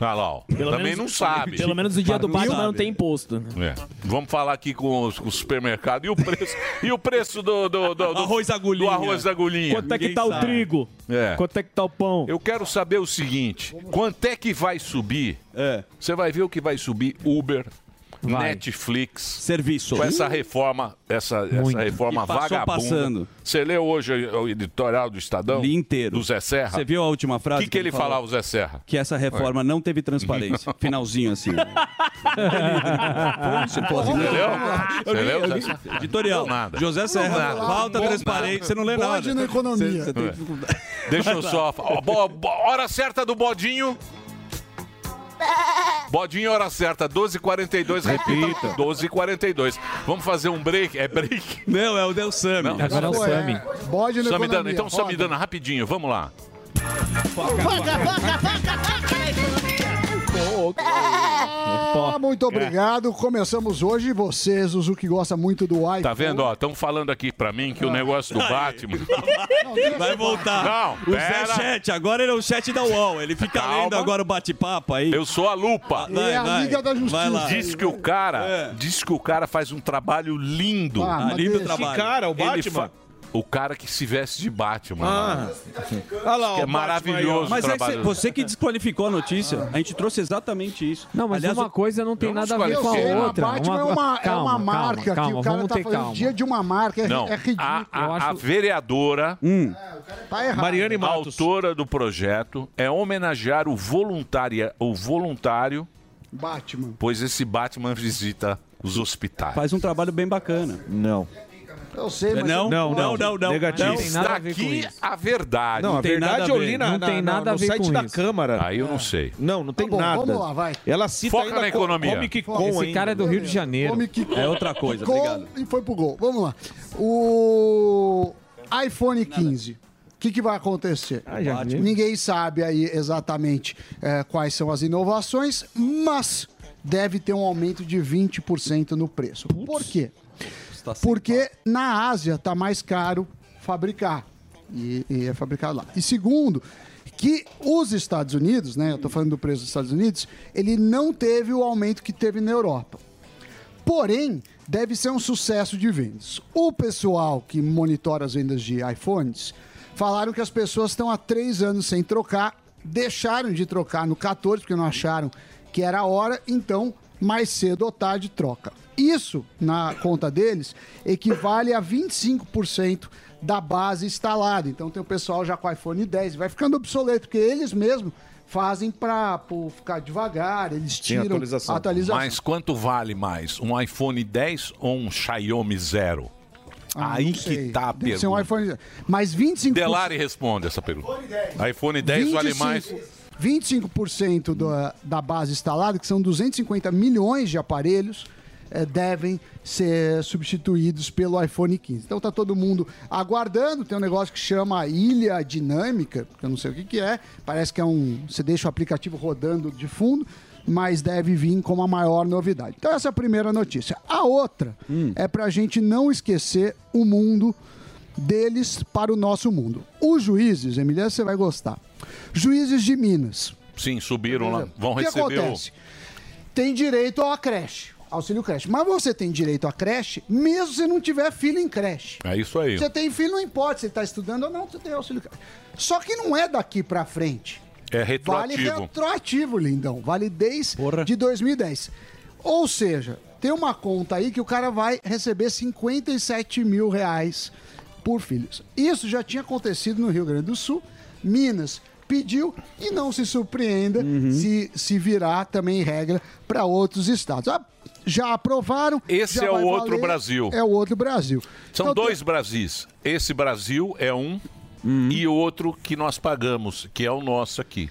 F: Olha lá, ó. Também não sabe.
K: Pelo menos o dia do Batman não
F: sabe.
K: tem imposto.
F: É.
D: né?
F: Vamos falar aqui com, os, com o supermercado. E o preço, e o preço do, do, do, do-
D: Arroz agulhinha.
F: do arroz agulhinha?
D: Quanto é que Ninguém tá o sabe. trigo?
F: É.
D: Quanto
F: é que tá o pão? Eu quero saber o seguinte: quanto é que vai subir?
D: É.
F: Você vai ver o que vai subir Uber.
D: Vai.
F: Netflix.
D: Serviço.
F: Com essa reforma, essa,
D: Muito.
F: essa reforma
D: E passou
F: vagabunda.
D: passando.
F: Você leu hoje o editorial do Estadão?
D: Li inteiro.
F: Do Zé Serra?
D: Você viu a última frase?
F: O que, que ele falava, o Zé Serra?
D: Que essa reforma não teve transparência. Finalzinho assim. Você pode
F: Você
D: ler.
F: leu?
D: Eu
F: Ah. Você
D: li,
F: leu,
D: eu
F: Zé
D: li.
F: Serra?
D: Editorial.
F: Não, nada.
D: José Serra.
F: Nada.
D: Falta
F: Bom,
D: transparência. Você não lê nada.
N: Bode na economia.
D: Você- você tem-
F: É. Deixa eu só. fa- ó, bo- bo- hora certa do bodinho. Bodinho, hora certa, 12h42, repita. 12h42. Vamos fazer um break? É break?
D: Não, é o Del Sami.
F: Agora
N: é o Sami. Bode na
F: Samidana,
N: economia,
F: então
N: roda.
F: Samidana, rapidinho, vamos lá.
N: Ah,
D: é.
N: muito obrigado. Começamos hoje. Você, Zuzu, que gosta muito do iPhone.
F: Tá vendo? Ó, estão falando aqui pra mim que o negócio do Batman.
D: Vai voltar.
F: Não,
D: o Zé
F: pera.
D: Chat, agora ele é o chat da UOL. Ele fica lendo agora o bate-papo aí.
F: Eu sou a lupa.
D: Vai, vai. Vai lá. É.
F: Diz que o cara, diz que o cara faz um trabalho lindo.
D: Ah, Ah, mas lindo deixa. trabalho.
F: Esse cara, o
D: Ele
F: Batman.
D: fa-
F: O cara que se veste de Batman.
D: Ah.
F: Olha lá, ó, é maravilhoso
D: Mas
F: o
D: é que
F: trabalho.
D: cê- você que desqualificou a notícia, a gente trouxe exatamente isso.
H: Não, mas uma coisa não tem
D: eu
H: nada a ver com a
D: desqualifiquei.
H: outra.
N: Batman é uma, é uma marca que o cara tá fazendo dia de uma marca. É,
F: Não,
N: é ridículo.
F: a, a- a vereadora,
N: Tá errado.
F: autora do projeto, é homenagear o, voluntaria, o voluntário,
N: Batman.
F: pois esse Batman visita os hospitais.
D: Faz um trabalho bem bacana.
F: Não.
N: Eu sei, mas...
D: Não, não, não, não, não.
G: Negativo.
D: Não tem nada
F: Está
D: a ver com
F: aqui
D: isso.
F: a verdade.
G: Não, a verdade eu li na, na- na- no site da Câmara. É.
F: Aí eu não sei.
G: Não, não
H: Tá
G: tem
F: bom,
G: nada.
F: vamos lá, vai.
G: Ela cita
F: Foca
G: ainda
F: na
G: co-
F: economia.
G: Comic
F: Foca.
G: Con
F: Esse
G: ainda.
F: cara é do Rio de Janeiro.
N: Comic Con.
D: É outra coisa,
N: Gol
D: obrigado.
N: E foi pro gol. Vamos lá. O iPhone 15. O que, que vai acontecer?
G: Ah, já vi.
N: Ninguém sabe aí exatamente eh, quais são as inovações, mas deve ter um aumento de 20% no preço. Por quê? Porque na Ásia tá mais caro fabricar. E, e é fabricado lá. E segundo, que os Estados Unidos, né? Eu tô falando do preço dos Estados Unidos, ele não teve o aumento que teve na Europa. Porém, deve ser um sucesso de vendas. O pessoal que monitora as vendas de iPhones falaram que as pessoas estão há três anos sem trocar, deixaram de trocar no 14 porque não acharam que era a hora, então mais cedo ou tarde troca. Isso, na conta deles, equivale a 25% da base instalada. Então tem o pessoal já com iPhone 10, vai ficando obsoleto, porque eles mesmos fazem para ficar devagar, eles
F: Tem
N: tiram atualização.
F: Mas quanto vale mais? Um iPhone 10 ou um Xiaomi Zero?
N: Ah,
F: Aí
N: não
F: que
N: sei.
F: tá a
N: Deve ser um
F: pergunta.
N: iPhone. Mas 25%.
F: Delari responde essa pergunta. iPhone 10 vale mais.
N: 25% da, da base instalada, que são 250 milhões de aparelhos, eh, devem ser substituídos pelo iPhone 15. Então tá todo mundo aguardando. Tem um negócio que chama Ilha Dinâmica, que eu não sei o que, que é. Parece que é um. Você deixa o aplicativo rodando de fundo. Mas deve vir como a maior novidade. Então, essa é a primeira notícia. A outra é para a gente não esquecer o mundo deles para o nosso mundo. Os juízes, Emiliano, você vai gostar. Juízes de Minas
F: Sim, subiram lá. Vão
N: O que
F: receber o.
N: acontece? têm direito à creche, auxílio creche. Mas você tem direito à creche mesmo se não tiver filho em creche.
F: É isso aí.
N: Você tem filho, não importa se ele está estudando ou não, você tem auxílio creche. Só que não é daqui para frente.
F: É
N: Vale
F: retroativo.
N: retroativo, lindão. Validez de 2010. Ou seja, tem uma conta aí que o cara vai receber 57 mil reais por filhos. Isso já tinha acontecido no Rio Grande do Sul. Minas pediu e não se surpreenda se, se virar também regra para outros estados. Ah, já aprovaram.
F: Esse
N: já
F: é o
N: vai
F: outro Brasil.
N: É o outro Brasil.
F: São
N: Então,
F: dois Brasis. Esse Brasil é um
N: Uhum.
F: e o outro que nós pagamos, que é o nosso aqui.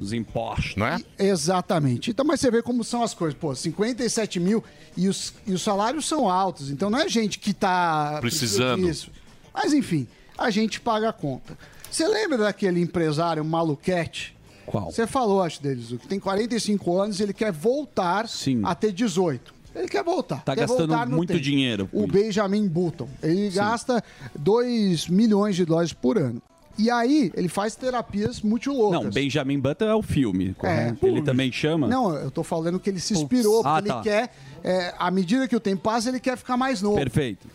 D: Os impostos,
F: né?
N: Exatamente. Então, mas você vê como são as coisas. Pô, 57 mil e os, e os salários são altos. Então não é gente que tá
F: Precisando.
N: disso. Mas enfim, a gente paga a conta. Você lembra daquele empresário maluquete?
D: Qual?
N: Você falou, acho, deles, que tem 45 anos e ele quer voltar a ter 18. Ele quer voltar.
D: Tá
N: quer
D: gastando
N: voltar no
D: muito
N: tempo.
D: dinheiro com
N: O
D: isso.
N: Benjamin Button. Ele gasta 2 milhões de dólares por ano. E aí, ele faz terapias muito loucas.
D: Não, Benjamin Button é o filme, correto?
F: É.
D: Ele também chama?
N: Não, eu tô falando que ele se inspirou,
D: Ah,
N: porque
D: tá.
N: ele quer, é, à medida que o tempo passa, ele quer ficar mais novo.
D: Perfeito.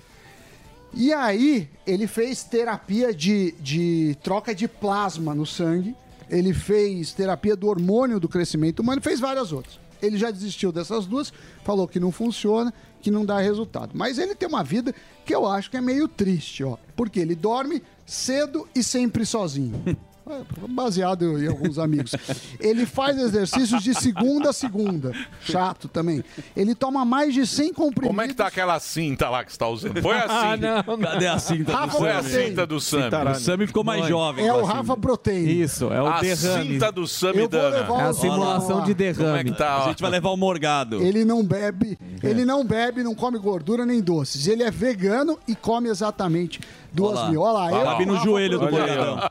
N: E aí, ele fez terapia de, de troca de plasma no sangue, ele fez terapia do hormônio do crescimento humano, fez várias outras. Ele já desistiu dessas duas, falou que não funciona, que não dá resultado. Mas ele tem uma vida que eu acho que é meio triste, ó. Porque ele dorme cedo e sempre sozinho. É, Baseado em alguns amigos. Ele faz exercícios de segunda a segunda. Chato também. Ele toma mais de 100 comprimidos.
F: Como é que tá aquela cinta lá que você tá usando? Põe a
N: Ah,
F: cinta.
N: não, não.
D: Cadê a cinta do
N: Rafa,
F: Põe a
N: Protein.
F: cinta do Sam.
H: Cintaralho. O Sami ficou mais Mãe. jovem
N: É
H: com
N: o
H: a cinta.
N: Rafa Protein.
H: Isso, é o
F: a
H: derrame.
F: cinta do Sam
N: Eu vou
F: Dana.
N: levar É a o- simulação de derrame.
D: Como é que tá?
F: A
D: A
F: gente
D: gente vai levar o morgado.
N: Ele não bebe, ele não bebe, não come gordura nem doces. Ele é vegano e come exatamente duas mil. Olha lá, eu,
D: Tava no
N: Rafa
D: joelho do
N: Protein.
D: morgadão.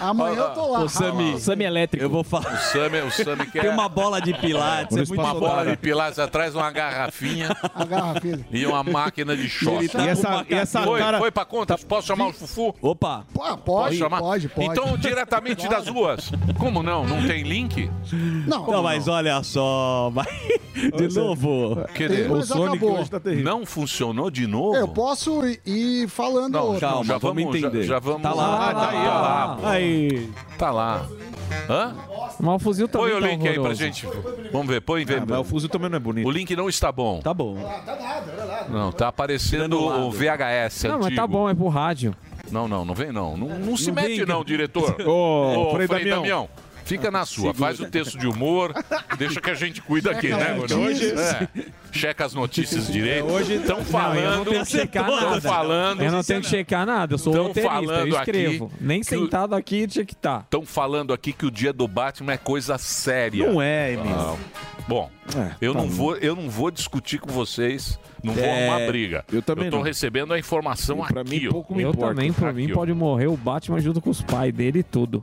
N: Amanhã eu tô lá.
D: O Sami.
K: Sami É elétrico.
D: Eu vou falar.
F: O Sam, o é Sam quer...
N: é
D: Tem uma bola de pilates, é muito
F: Uma bola
D: saudável.
F: de pilates atrás, uma garrafinha
N: A
S: Tá
N: garrafinha.
F: e uma máquina de choque.
N: E tá E essa- com uma e essa
F: foi,
N: cara-
F: foi pra conta? Posso chamar o Fufu?
D: Opa.
N: ah, Pode, pode, pode, pode.
F: Então, diretamente das ruas. Como não? Não tem link?
N: Não,
D: mas olha só. vai- De novo.
F: Quer
N: Tem,
F: dizer,
N: mas acabou.
F: não funcionou de novo?
N: Eu posso ir- ir falando
F: Não,
N: outra.
F: calma, já vamos entender. Já, vamos
N: Tá lá,
F: Ah,
N: tá
F: tá aí, ó.
N: lá.
F: lá, pô. Tá lá. Hã?
H: Mas o fuzil também
F: Põe o
H: tá
F: link aí pra
H: horroroso.
F: gente. Vamos ver, põe vendo. mas o fuzil também não é bonito. O link não está bom. Tá bom.
N: Ah,
F: Não, tá aparecendo o VHS
H: Não, mas
F: antigo.
H: tá bom, é pro rádio.
F: Não, não, não vem não. Não, não se
H: Não
F: mete
H: vem,
F: não,
H: cara.
F: diretor.
H: Ô, Frei
F: Frei
H: Damião.
F: Fica na sua, faz o texto de humor, deixa que a gente cuida aqui,
H: Checa
F: né,
H: as
F: Gordão?
H: notícias.
F: É, checa as notícias direito.
H: É, hoje-
F: estão
H: Não, eu não
F: falando,
H: tenho que checar
F: estão
H: nada.
F: falando,
H: Eu não tenho que checar nada, eu sou
F: Tão
H: roteirista, eu
F: falando aqui
H: escrevo. Nem
F: que o-
H: sentado aqui tinha que tá. estar.
F: estão falando aqui que o dia do Batman é coisa séria.
H: Não é, Emílio.
F: Não. É, tá Bom, eu não vou, eu não vou discutir com vocês, não vou
H: É,
F: arrumar briga.
H: eu também
F: Eu tô
H: não.
F: recebendo a informação aqui.
H: Pra mim,
F: ó.
H: pouco me importa. Eu também, pra mim,
F: Aqui, ó.
H: pode morrer o Batman junto com os pais dele e tudo.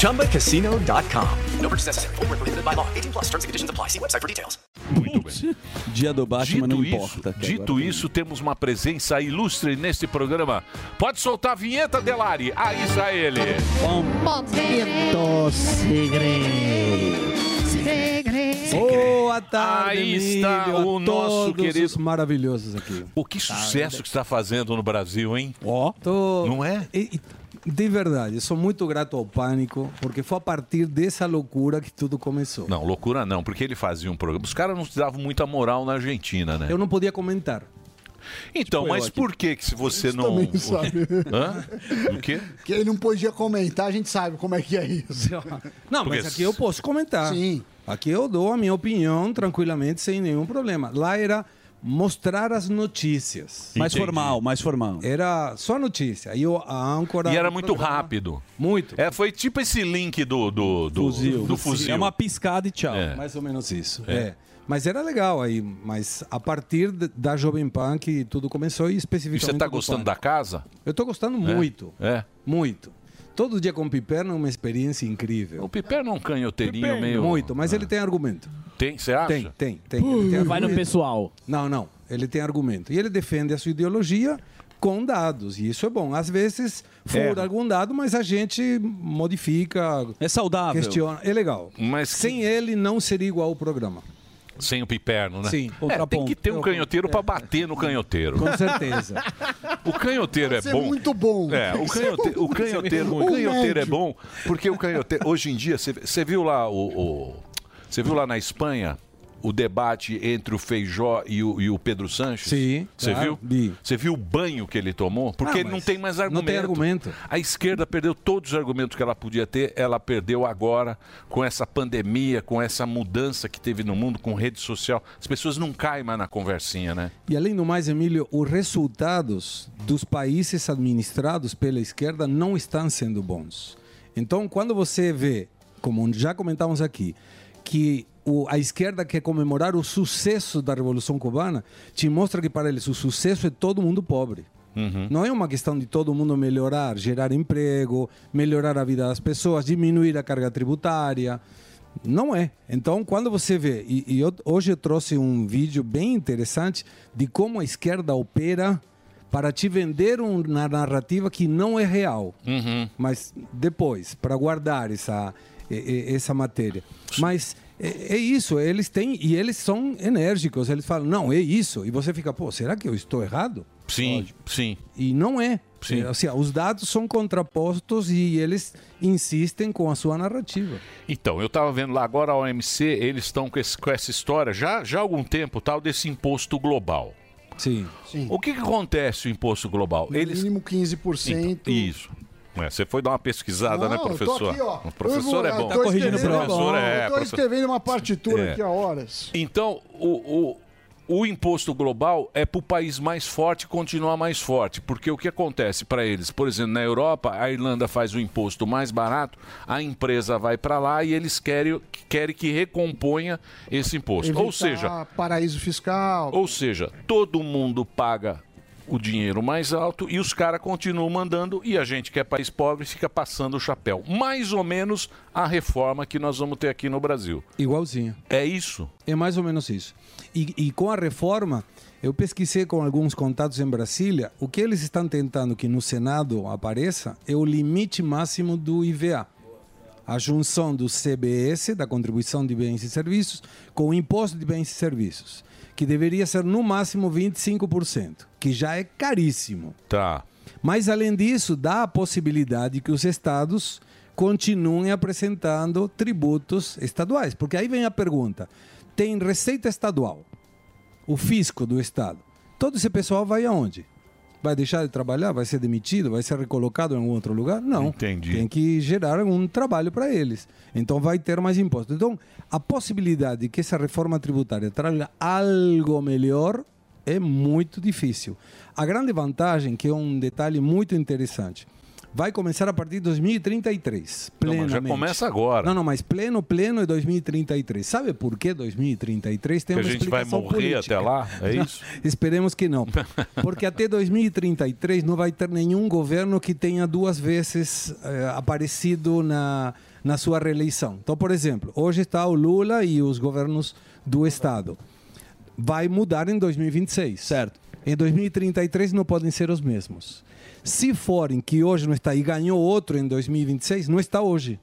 R: ChumbaCasino.com. No purchase necessary, forward, prohibited by law, 18 plus terms and conditions apply. See website for details.
D: Dia do Batman
F: Dito
D: não
F: isso,
D: importa. que
F: dito
D: agora tem-
F: isso, temos uma presença ilustre neste programa. Pode soltar a vinheta, Delari. Aí está ele.
C: Momento segredo.
S: Boa tarde,
F: Aí
S: Emílio,
F: está
S: a
F: o nosso
S: todos
F: querido-
S: os maravilhosos aqui.
F: O que sucesso que está fazendo no Brasil, hein?
S: Tá, Ó, não é? de verdade, eu sou muito grato ao Pânico, porque foi a partir dessa loucura que tudo começou.
F: Não, loucura não, porque ele fazia um programa. Os caras não davam muita moral na Argentina, né?
S: Eu não podia comentar.
F: Então,
S: Tipo eu
F: mas
S: aqui.
F: por que que se você não...
S: também sabe.
F: Hã? O quê?
N: Que ele não podia comentar, a gente sabe como é que é isso.
S: Não, mas aqui eu posso comentar. Sim. Aqui eu dou a minha opinião tranquilamente, sem nenhum problema. Lá era mostrar as notícias.
D: Mais Entendi. formal, mais formal.
S: Era só notícia. E eu, a âncora...
F: E era
S: do
F: muito
S: programa-
F: rápido.
S: Muito.
F: É, foi tipo esse link do, do, do
S: fuzil.
F: do fuzil.
S: É uma
D: piscada e tchau.
F: É.
S: Mais ou menos isso.
F: É.
S: É. Mas era legal aí. Mas a partir d- da Jovem Pan que tudo começou e
F: E
S: especificamente.
F: você tá
S: do
F: gostando da
S: Pan.
F: casa?
S: Eu tô gostando muito.
F: É.
S: Muito. Todo dia com o Piperno é uma experiência incrível.
F: O Piperno é um canhoteirinho meio... É.
S: Muito, mas ele tem argumento.
F: Tem, você acha?
S: Tem, tem, tem. Ele tem
F: Vai no
S: argumento. Não, não. Ele tem argumento. E ele defende a sua ideologia com dados. E isso é bom. Às vezes fura
F: Erra.
S: algum dado, mas a gente modifica.
D: É saudável.
S: Questiona. É legal.
F: Mas
S: Sem ele não seria igual o programa.
F: Sem o piperno, né?
S: Sim,
F: É, tem
S: contraponto. é.
F: que ter um canhoteiro pra bater no canhoteiro.
S: Com certeza.
F: O canhoteiro é
S: Isso é
F: bom.
S: muito bom.
F: É, o canhoteiro, o canhoteiro, o
S: Um
F: canhoteiro é
S: médio.
F: bom porque o canhoteiro hoje em dia você- você viu lá o, o- você viu lá na Espanha o debate entre o Feijó e o, e o Pedro Sanches? Sim. Você
S: claro,
F: viu? Você viu o banho que ele tomou? Porque
S: Ah,
F: ele não
S: mas
F: tem mais
S: não
F: argumento.
S: tem argumento.
F: A esquerda perdeu todos os argumentos que ela podia ter, ela perdeu agora com essa pandemia, com essa mudança que teve no mundo, com rede social. As pessoas não caem mais na conversinha, né?
S: E além do mais, Emílio, os resultados dos países administrados pela esquerda não estão sendo bons. Então, quando você vê, como já comentamos aqui, que o- a esquerda quer comemorar o sucesso da Revolução Cubana, te mostra que para eles o sucesso é todo mundo pobre.
D: Ah,
T: Uhum.
D: uhum.
S: Não é uma questão de todo mundo melhorar, gerar emprego, melhorar a vida das pessoas, diminuir a carga tributária. Não é. Então, quando você vê, e, e eu- hoje eu trouxe um vídeo bem interessante de como a esquerda opera para te vender uma narrativa que não é real. Mas depois, para guardar essa, e- e- essa matéria. Mas é, é isso, eles têm, e eles são enérgicos, eles falam, não, é isso. E você fica, pô, será que eu estou errado?
F: Sim, sim.
S: E não é.
F: Sim.
S: É, assim, os dados são contrapostos e eles insistem com a sua narrativa.
F: Então, eu estava vendo lá agora a OMC, eles estão com, esse- com essa história já, já há algum tempo tal desse imposto global.
S: Sim.
F: O que, que acontece o imposto global?
N: No mínimo 15%.
F: Então, isso. É, você foi dar uma pesquisada,
N: Não,
F: né,
N: eu tô
F: professor?
N: aqui, ó.
F: O professor
N: Eu
F: é
N: vou-
F: bom.
S: Tá
N: eu tô escrevendo-
F: professor é.
N: Eu tô
F: professor-
N: escrevendo uma partitura
F: É.
N: aqui há horas.
F: Então, o, o, o imposto global é para o país mais forte continuar mais forte. Porque o que acontece para eles? Por exemplo, na Europa, a Irlanda faz o imposto mais barato, a empresa vai para lá e eles querem, querem que recomponha esse imposto. Ou
N: Evitar
F: seja,
N: Paraíso fiscal.
F: ou seja, todo mundo paga o dinheiro mais alto e os caras continuam mandando e a gente que é país pobre fica passando o chapéu. Mais ou menos a reforma que nós vamos ter aqui no Brasil.
S: Igualzinho.
F: É isso?
S: É mais ou menos isso. E, e com a reforma, eu pesquisei com alguns contatos em Brasília, o que eles estão tentando que no Senado apareça é o limite máximo do IVA. A junção do CBS, da Contribuição de Bens e Serviços, com o Imposto de Bens e Serviços, que deveria ser no máximo 25%, que já é caríssimo.
F: Tá.
S: Mas, além disso, dá a possibilidade que os estados continuem apresentando tributos estaduais. Porque aí vem a pergunta: tem receita estadual, o fisco do estado. Todo esse pessoal vai aonde? Vai deixar de trabalhar? Vai ser demitido? Vai ser recolocado em algum outro lugar? Não. Entendi. Tem que gerar um trabalho para eles. Então vai ter mais impostos. Então, a possibilidade de que essa reforma tributária traga algo melhor é muito difícil. A grande vantagem, que é um detalhe muito interessante, vai começar a partir de 2033.
F: Não, mas
S: Plenamente.
F: já começa agora.
S: Não, não, mas pleno, pleno é 2033. Sabe por que 2033? Tem
F: Que a
S: uma
F: gente vai
S: explicação
F: morrer
S: política.
F: até lá? É
S: Não,
F: isso?
S: Esperemos que não. Porque até 2033 não vai ter nenhum governo que tenha duas vezes eh, aparecido na, na sua reeleição. Então, por exemplo, hoje está o Lula e os governos do Estado. Vai mudar em 2026. Certo. Em 2033 não podem ser os mesmos. Se forem que hoje não está e ganhou outro em 2026, não está hoje.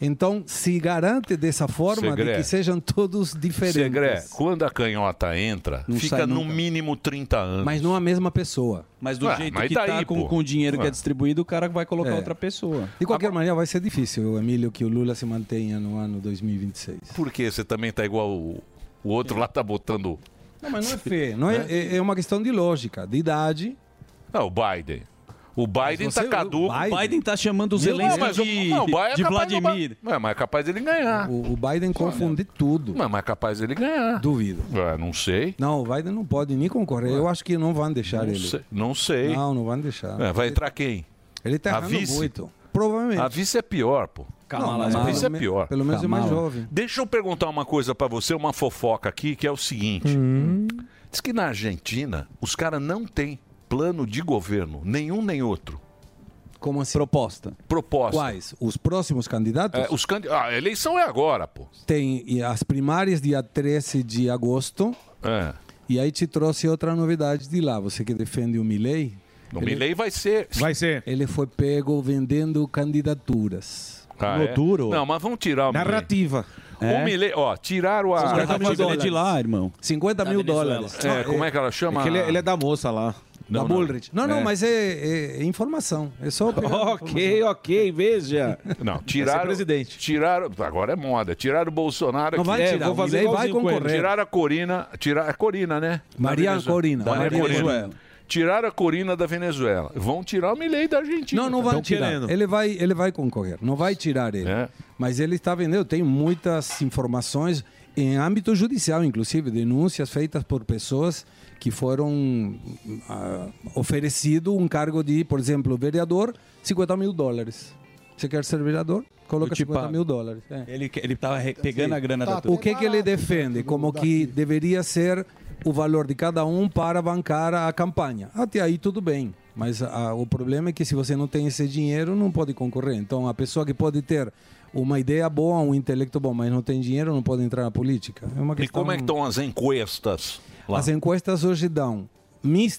S: Então, se garante dessa forma
F: Segre.
S: de que sejam todos diferentes.
F: Segré, quando a canhota entra,
S: Não
F: fica
S: sai
F: no
S: nunca.
F: mínimo 30 anos.
S: Mas não a mesma pessoa.
F: Mas
D: do jeito que tá com, com o dinheiro que é distribuído, o cara vai colocar
S: É.
D: outra pessoa.
S: De qualquer maneira, vai ser difícil, Emílio, que o Lula se mantenha no ano 2026.
F: Por quê? Você também tá igual o, o outro lá tá botando.
S: Não, mas não é fé. Não é, é- é uma questão de lógica, de idade.
F: Não, Ah, o Biden. O Biden
S: Mas você-
F: tá caduco.
S: o Biden- Biden tá chamando o
F: Não,
S: Zelensky
F: mas o-
S: de-
F: não, o Biden é
S: de
F: capaz do Ba-
S: Vladimir.
F: Não, mas é capaz dele ganhar.
S: O, Biden confunde tudo.
F: né? Mas é capaz dele ganhar.
S: Duvido.
F: não sei.
S: Não, o Biden não pode nem concorrer. Eu acho que não vão deixar
F: Não
S: ele.
F: sei. Não sei.
S: Não, não vão deixar.
F: É, vai entrar quem?
S: Tá. Ele tá
F: A
S: errando
F: vice?
S: muito. Provavelmente.
F: A vice é pior, pô.
S: Kamala
F: Não, mas a
S: Harris.
F: vice é
S: Pelo me-
F: pior.
S: pelo menos é mais Kamala. jovem.
F: Deixa eu perguntar uma coisa pra você, uma fofoca aqui, que é o seguinte. Diz que na Argentina, os caras não têm plano de governo, nenhum nem outro.
S: Como assim? Proposta.
F: Proposta.
S: Quais? Os próximos candidatos?
F: É, os candi- ah, a eleição é agora, pô.
S: Tem e as primárias dia 13 de agosto.
F: É.
S: E aí te trouxe outra novidade de lá. Você que defende o Milley.
F: O
S: ele-
F: Milley vai ser.
S: Vai ser. Ele foi pego vendendo candidaturas. É?
F: Ah, é? Não, mas vamos tirar o Milley.
S: Narrativa.
F: O Milley, ó, tiraram a.
S: é 50 mil dólares.
F: É, como é que ela chama?
U: É que ele, é- ele é da moça lá.
S: Da Bullrich. Não, não,
U: É.
S: mas é, é- é informação. É só
F: Ok,
S: ok, veja.
F: Não, tiraram. presidente. Tiraram. Agora é moda. Tiraram o Bolsonaro.
S: Não
F: aqui.
S: vai É, tirar, vou o fazer Milley vai igualzinho com ele. concorrer.
F: Tiraram a Corina. Tiraram a Corina, né?
S: Maria
F: Da Venezuela.
S: Corina, da
F: Maria
S: Maria
F: Corina.
S: Venezuela.
F: Tiraram a Corina da Venezuela. Vão tirar o Milei da Argentina.
S: Não, não vai tirar. Ele vai, ele vai concorrer. Não vai tirar ele. Mas ele está vendendo. Tem muitas informações em âmbito judicial, inclusive denúncias feitas por pessoas que foram ah, oferecido um cargo de, por exemplo, vereador, 50 mil dólares. Você quer ser vereador? Coloca 50 mil dólares. É.
D: Ele, ele tava re- pegando a grana da
S: O que, que ele defende? Como que deveria ser o valor de cada um para bancar a campanha. Até aí tudo bem. Mas ah, o problema é que se você não tem esse dinheiro, não pode concorrer. Então, a pessoa que pode ter uma ideia boa, um intelecto bom, mas não tem dinheiro, não pode entrar na política. É uma
F: E
S: questão...
F: como é que estão as encuestas? Lá?
S: As encuestas hoje dão,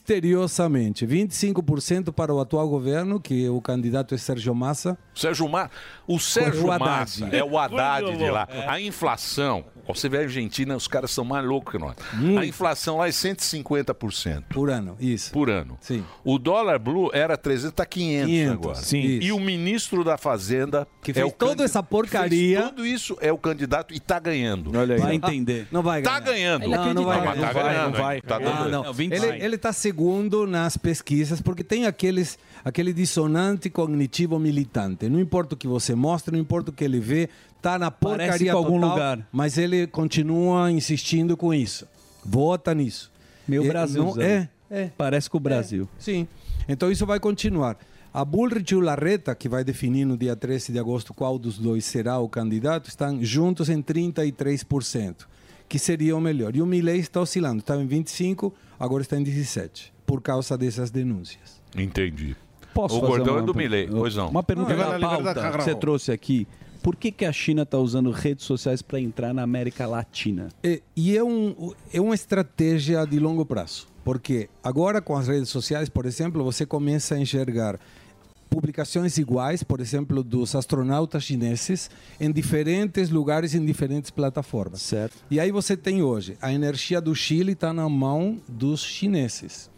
S: misteriosamente, 25% para o atual governo, que o candidato é Sérgio Massa.
F: Sérgio Mar... O Sérgio
S: o Haddad.
F: Massa é o Haddad de lá.
S: É.
F: A inflação, ó, você vê a Argentina, os caras são mais loucos que nós. A inflação lá é 150%.
S: Por ano, isso.
F: Por ano.
S: Sim.
F: O dólar blue era 300, tá 500,
S: 500,
F: agora.
S: sim.
F: E o ministro da Fazenda... é
S: Que fez
F: o
S: toda
F: candi-
S: essa
F: que
S: porcaria.
F: fez tudo isso é o candidato e tá ganhando.
S: aí. Vai entender. Não vai
F: Tá
S: ganhar.
F: ganhando.
S: Ele Não, não vai
F: mas
S: ganhar.
F: tá
S: Não vai,
F: ganhando,
S: não vai.
F: hein? Tá
S: Ah,
F: dando...
S: não. Ele, ele tá segundo nas pesquisas, porque tem aqueles, aquele dissonante cognitivo militante. Não importa o que você mostra, não importa o que ele vê, tá na
D: Parece
S: porcaria
D: com algum
S: total,
D: lugar.
S: mas ele continua insistindo com isso. Vota nisso. Meu
D: Brasilzão.
S: é, é. Parece com o Brasil. sim. Então isso vai continuar. A Bullrich e o Larreta, que vai definir no dia 13 de agosto qual dos dois será o candidato, estão juntos em 33%, que seria o melhor. E o Milley está oscilando, estava em 25%, agora está em 17%. por causa dessas denúncias.
F: Entendi.
D: Posso
F: o
D: fazer
F: gordão
D: uma
F: é do
D: per-
F: Milley, pois não.
D: Uma pergunta
S: é
F: Não,
D: da
F: ele vai liberar
D: pauta
F: da
D: que você
F: Carol.
D: trouxe aqui. Por que, que a China está usando redes sociais para entrar na América Latina?
S: É, e é, um, é uma estratégia de longo prazo, porque agora com as redes sociais, por exemplo, você começa a enxergar publicações iguais, por exemplo, dos astronautas chineses em diferentes lugares, em diferentes plataformas.
D: Certo.
S: E aí você tem hoje a energia do Chile está na mão dos chineses.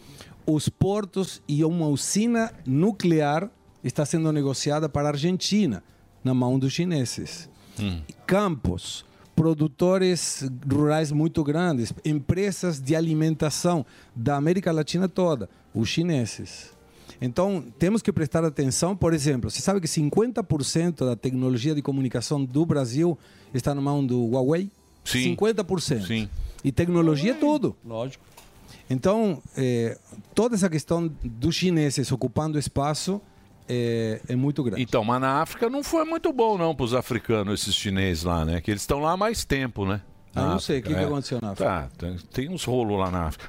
S: Os portos e uma usina nuclear está sendo negociada para a Argentina na mão dos chineses
F: Hum.
S: campos, produtores rurais muito grandes, empresas de alimentação da América Latina toda, os chineses. Então, temos que prestar atenção, por exemplo, você sabe que 50% da tecnologia de comunicação do Brasil está na mão do Huawei?
F: Sim.
S: 50%. Sim. E tecnologia é tudo.
D: Lógico.
S: Então, eh, toda essa questão dos chineses ocupando espaço eh, é muito grande.
F: Então, mas na África não foi muito bom não para os africanos, esses chineses lá, né? Que eles estão lá há mais tempo, né?
S: Ah,
F: Na
S: não sei, o que
F: África,
S: que
F: é.
S: aconteceu na África?
F: Tá, tem, tem uns rolos lá na África.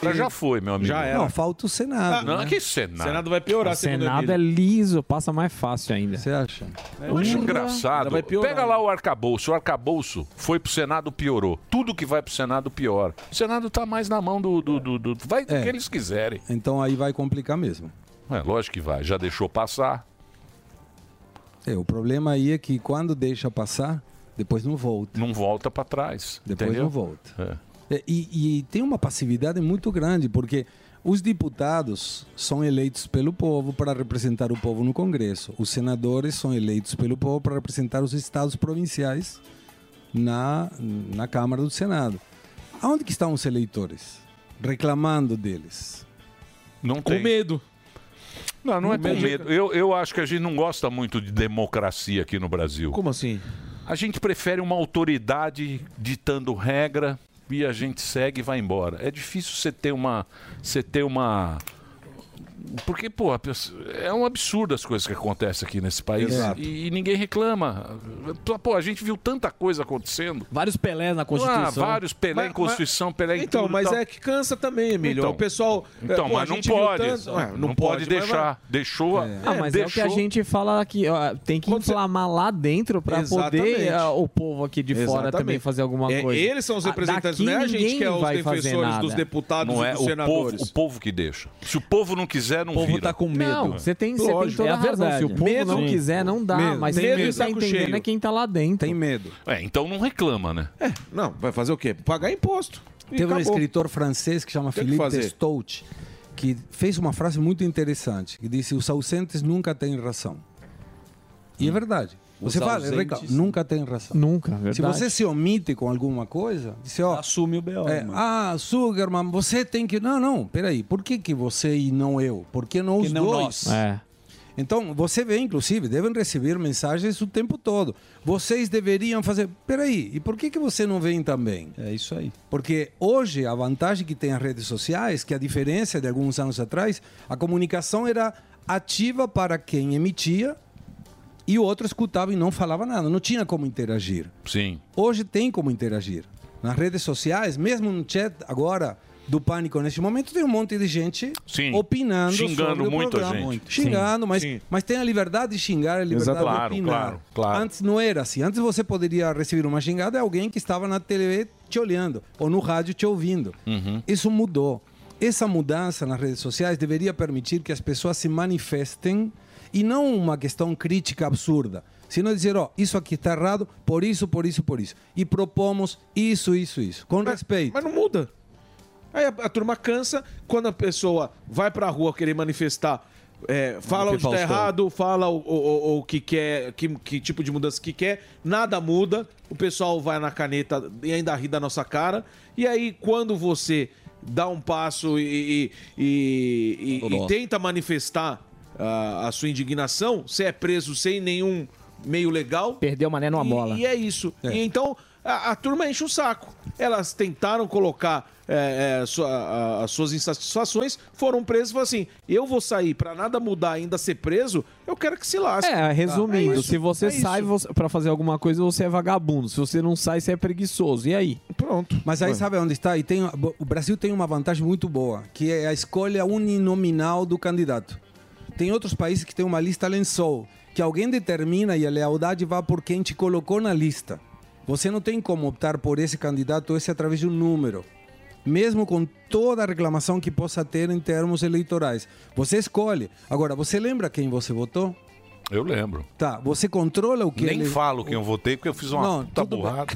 F: Agora já foi, meu amigo.
S: Já
F: era.
S: Não, falta o Senado.
F: Não,
S: né?
F: que Senado?
H: O Senado é liso, passa mais fácil ainda. Você
S: acha?
F: Eu acho engraçado. Pega lá o arcabouço. O arcabouço foi pro Senado, piorou. Tudo que vai pro Senado, pior. O Senado tá mais na mão do. do, do, do- vai o que eles quiserem.
S: Então aí vai complicar mesmo.
F: É, lógico que vai. Já deixou passar.
S: É, o problema aí é que quando deixa passar, depois não volta.
F: Não volta para trás.
S: Depois
F: entendeu?
S: não volta. É, e, e tem uma passividade muito grande, porque os deputados são eleitos pelo povo para representar o povo no Congresso. Os senadores são eleitos pelo povo para representar os estados provinciais na, na Câmara do Senado. Aonde que estão os eleitores? Reclamando deles.
F: Não
S: Com
F: tem.
S: medo.
F: Não, não é
S: Com
F: com
S: medo.
F: medo. Eu, eu acho que a gente não gosta muito de democracia aqui no Brasil. Como
S: assim?
F: A gente prefere uma autoridade ditando regra e a gente segue e vai embora. É difícil você ter uma. Você ter uma. Porque, pô, a pessoa- é um absurdo as coisas que acontecem aqui nesse país.
D: Exato.
F: E, e ninguém reclama. Pô, a gente viu tanta coisa acontecendo.
K: Vários Pelé na
F: Ah, vários Pelé em Constituição, Pelé em
G: Então,
F: tudo,
G: mas
F: tal.
G: é que cansa também, Emílio.
F: Então.
G: o pessoal. é,
F: Então, mas não pode.
G: Ah,
F: Ué, não, pode, deixar. Deixou.
H: Ah, mas é o que a gente fala aqui, ó, tem que inflamar lá dentro pra
G: Exatamente.
H: poder
K: ah,
H: ó, o povo aqui de fora
G: Exatamente.
H: também fazer alguma
G: É,
H: coisa.
G: eles são os
H: Ah,
G: representantes,
H: daqui
G: não é a gente
H: ninguém
G: que é os
H: vai fazer
G: defensores
H: nada.
G: dos deputados
F: Não
G: e
F: é
G: dos
F: o povo,
G: senadores.
F: o povo que deixa. Se o povo não
S: É,
F: quiser, não
H: O povo
F: vira.
H: tá com medo. Não, você tem- você tem Lógico, toda é a a razão. verdade. Se o povo não Medo. quiser, não dá, Medo. mas Tem quem medo. tá Saco entendendo cheio. é quem tá lá dentro.
S: Tem medo.
F: É, então não reclama, né?
G: É, Não, vai fazer o quê? Pagar imposto. E
S: Teve um
G: acabou.
S: escritor francês que chama
G: Tem que
S: Philippe
G: fazer.
S: Testout que fez uma frase muito interessante, que disse os ausentes nunca têm razão. E
G: Hum.
S: é verdade.
H: Os
S: Você fala,
H: ausentes-
S: reclama, nunca tem razão.
H: Nunca,
T: É
S: Se
H: verdade.
S: você se omite com alguma coisa, disse, ó,
D: assume o BO.
S: é, ah, Sugarman, você tem que. Não, não, peraí. Por que, que você e não eu? Por que não
D: Que
S: os
D: não
S: dois?
D: nós. É.
S: Então, você vê, inclusive, devem receber mensagens o tempo todo. Vocês deveriam fazer. Peraí, e por que, que você não vem também?
D: É isso aí.
S: Porque hoje a vantagem que tem as redes sociais, que a diferença de alguns anos atrás, a comunicação era ativa para quem emitia e o outro escutava e não falava nada. Não tinha como interagir.
F: Sim.
S: Hoje tem como interagir. Nas redes sociais, mesmo no chat agora do Pânico, neste momento, tem um monte de gente
F: Sim.
S: opinando.
F: Xingando
S: sobre o
F: muita
S: programa.
F: gente. Muito.
S: Xingando,
F: Sim,
S: mas,
F: sim.
S: mas tem a liberdade de xingar, a liberdade
F: Exato. Claro,
S: de opinar.
F: claro, claro.
S: Antes não era assim. Antes você poderia receber uma xingada de alguém que estava na TV te olhando ou no rádio te ouvindo.
F: Uhum.
S: Isso mudou. Essa mudança nas redes sociais deveria permitir que as pessoas se manifestem e não uma questão crítica absurda, sino dizer, ó, isso aqui está errado, por isso, por isso, por isso. E propomos isso, isso, isso. Com respeito.
G: Mas não muda. Aí a, a turma cansa quando a pessoa vai pra rua querer manifestar. é, fala
D: Pepe
G: onde tá
D: Faustão.
G: errado, fala o, o- o- o que quer, que, que tipo de mudança que quer, nada muda, o pessoal vai na caneta e ainda ri da nossa cara. E aí, quando você dá um passo e, e- e- e- e
D: Nossa.
G: tenta manifestar ah, a sua indignação, você é preso sem nenhum meio legal.
E: Perdeu mané numa bola.
G: E é isso. E então a, a turma enche o saco. Elas tentaram colocar é, é, sua- a- as suas insatisfações, foram presas e falaram assim: eu vou sair pra nada mudar, ainda ser preso, eu quero que se lasque.
L: É, resumindo,
G: Ah, é isso,
L: se você
G: é
L: sai
G: isso.
L: você, pra fazer alguma coisa, você é vagabundo. Se você não sai, você é preguiçoso. E aí?
G: Pronto.
S: Mas aí sabe onde está? E tem, o Brasil tem uma vantagem muito boa, que é a escolha uninominal do candidato. Tem outros países que tem uma lista lençol, que alguém determina e a lealdade vai por quem te colocou na lista. Você não tem como optar por esse candidato ou esse através de um número. Mesmo com toda a reclamação que possa ter em termos eleitorais. Você escolhe. Agora, você lembra quem você votou?
F: Eu lembro.
S: Tá, você controla o que
F: Nem
S: ele...
F: falo quem eu votei, porque eu fiz uma
S: Não,
F: puta burrada.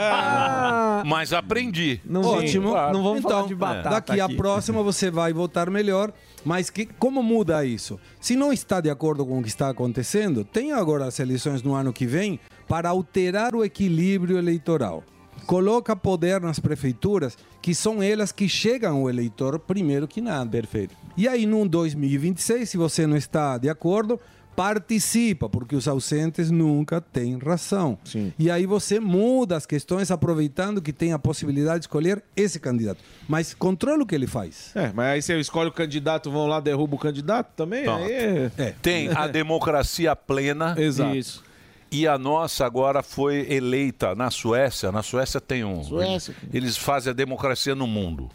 H: Ah.
F: Mas aprendi.
S: Ótimo. Não vamos
F: então,
S: falar de batata. Daqui a
F: aqui.
S: próxima você vai votar melhor. Mas que, como muda isso? Se não está de acordo com o que está acontecendo, tem agora as eleições no ano que vem para alterar o equilíbrio eleitoral. Coloca poder nas prefeituras, que são elas que chegam ao eleitor primeiro que nada. Perfeito. E aí, no 2026, se você não está de acordo, participa, porque os ausentes nunca têm razão. E aí você muda as questões aproveitando que tem a possibilidade de escolher esse candidato. Mas controla o que ele faz.
G: É, mas aí você escolhe o candidato, vão lá, derruba o candidato também?
F: Pronto.
G: Aí é...
F: Tem a democracia plena.
G: Exato.
F: E a nossa agora foi eleita na Suécia. Na Suécia tem um.
U: Suécia.
F: Eles fazem a democracia no mundo.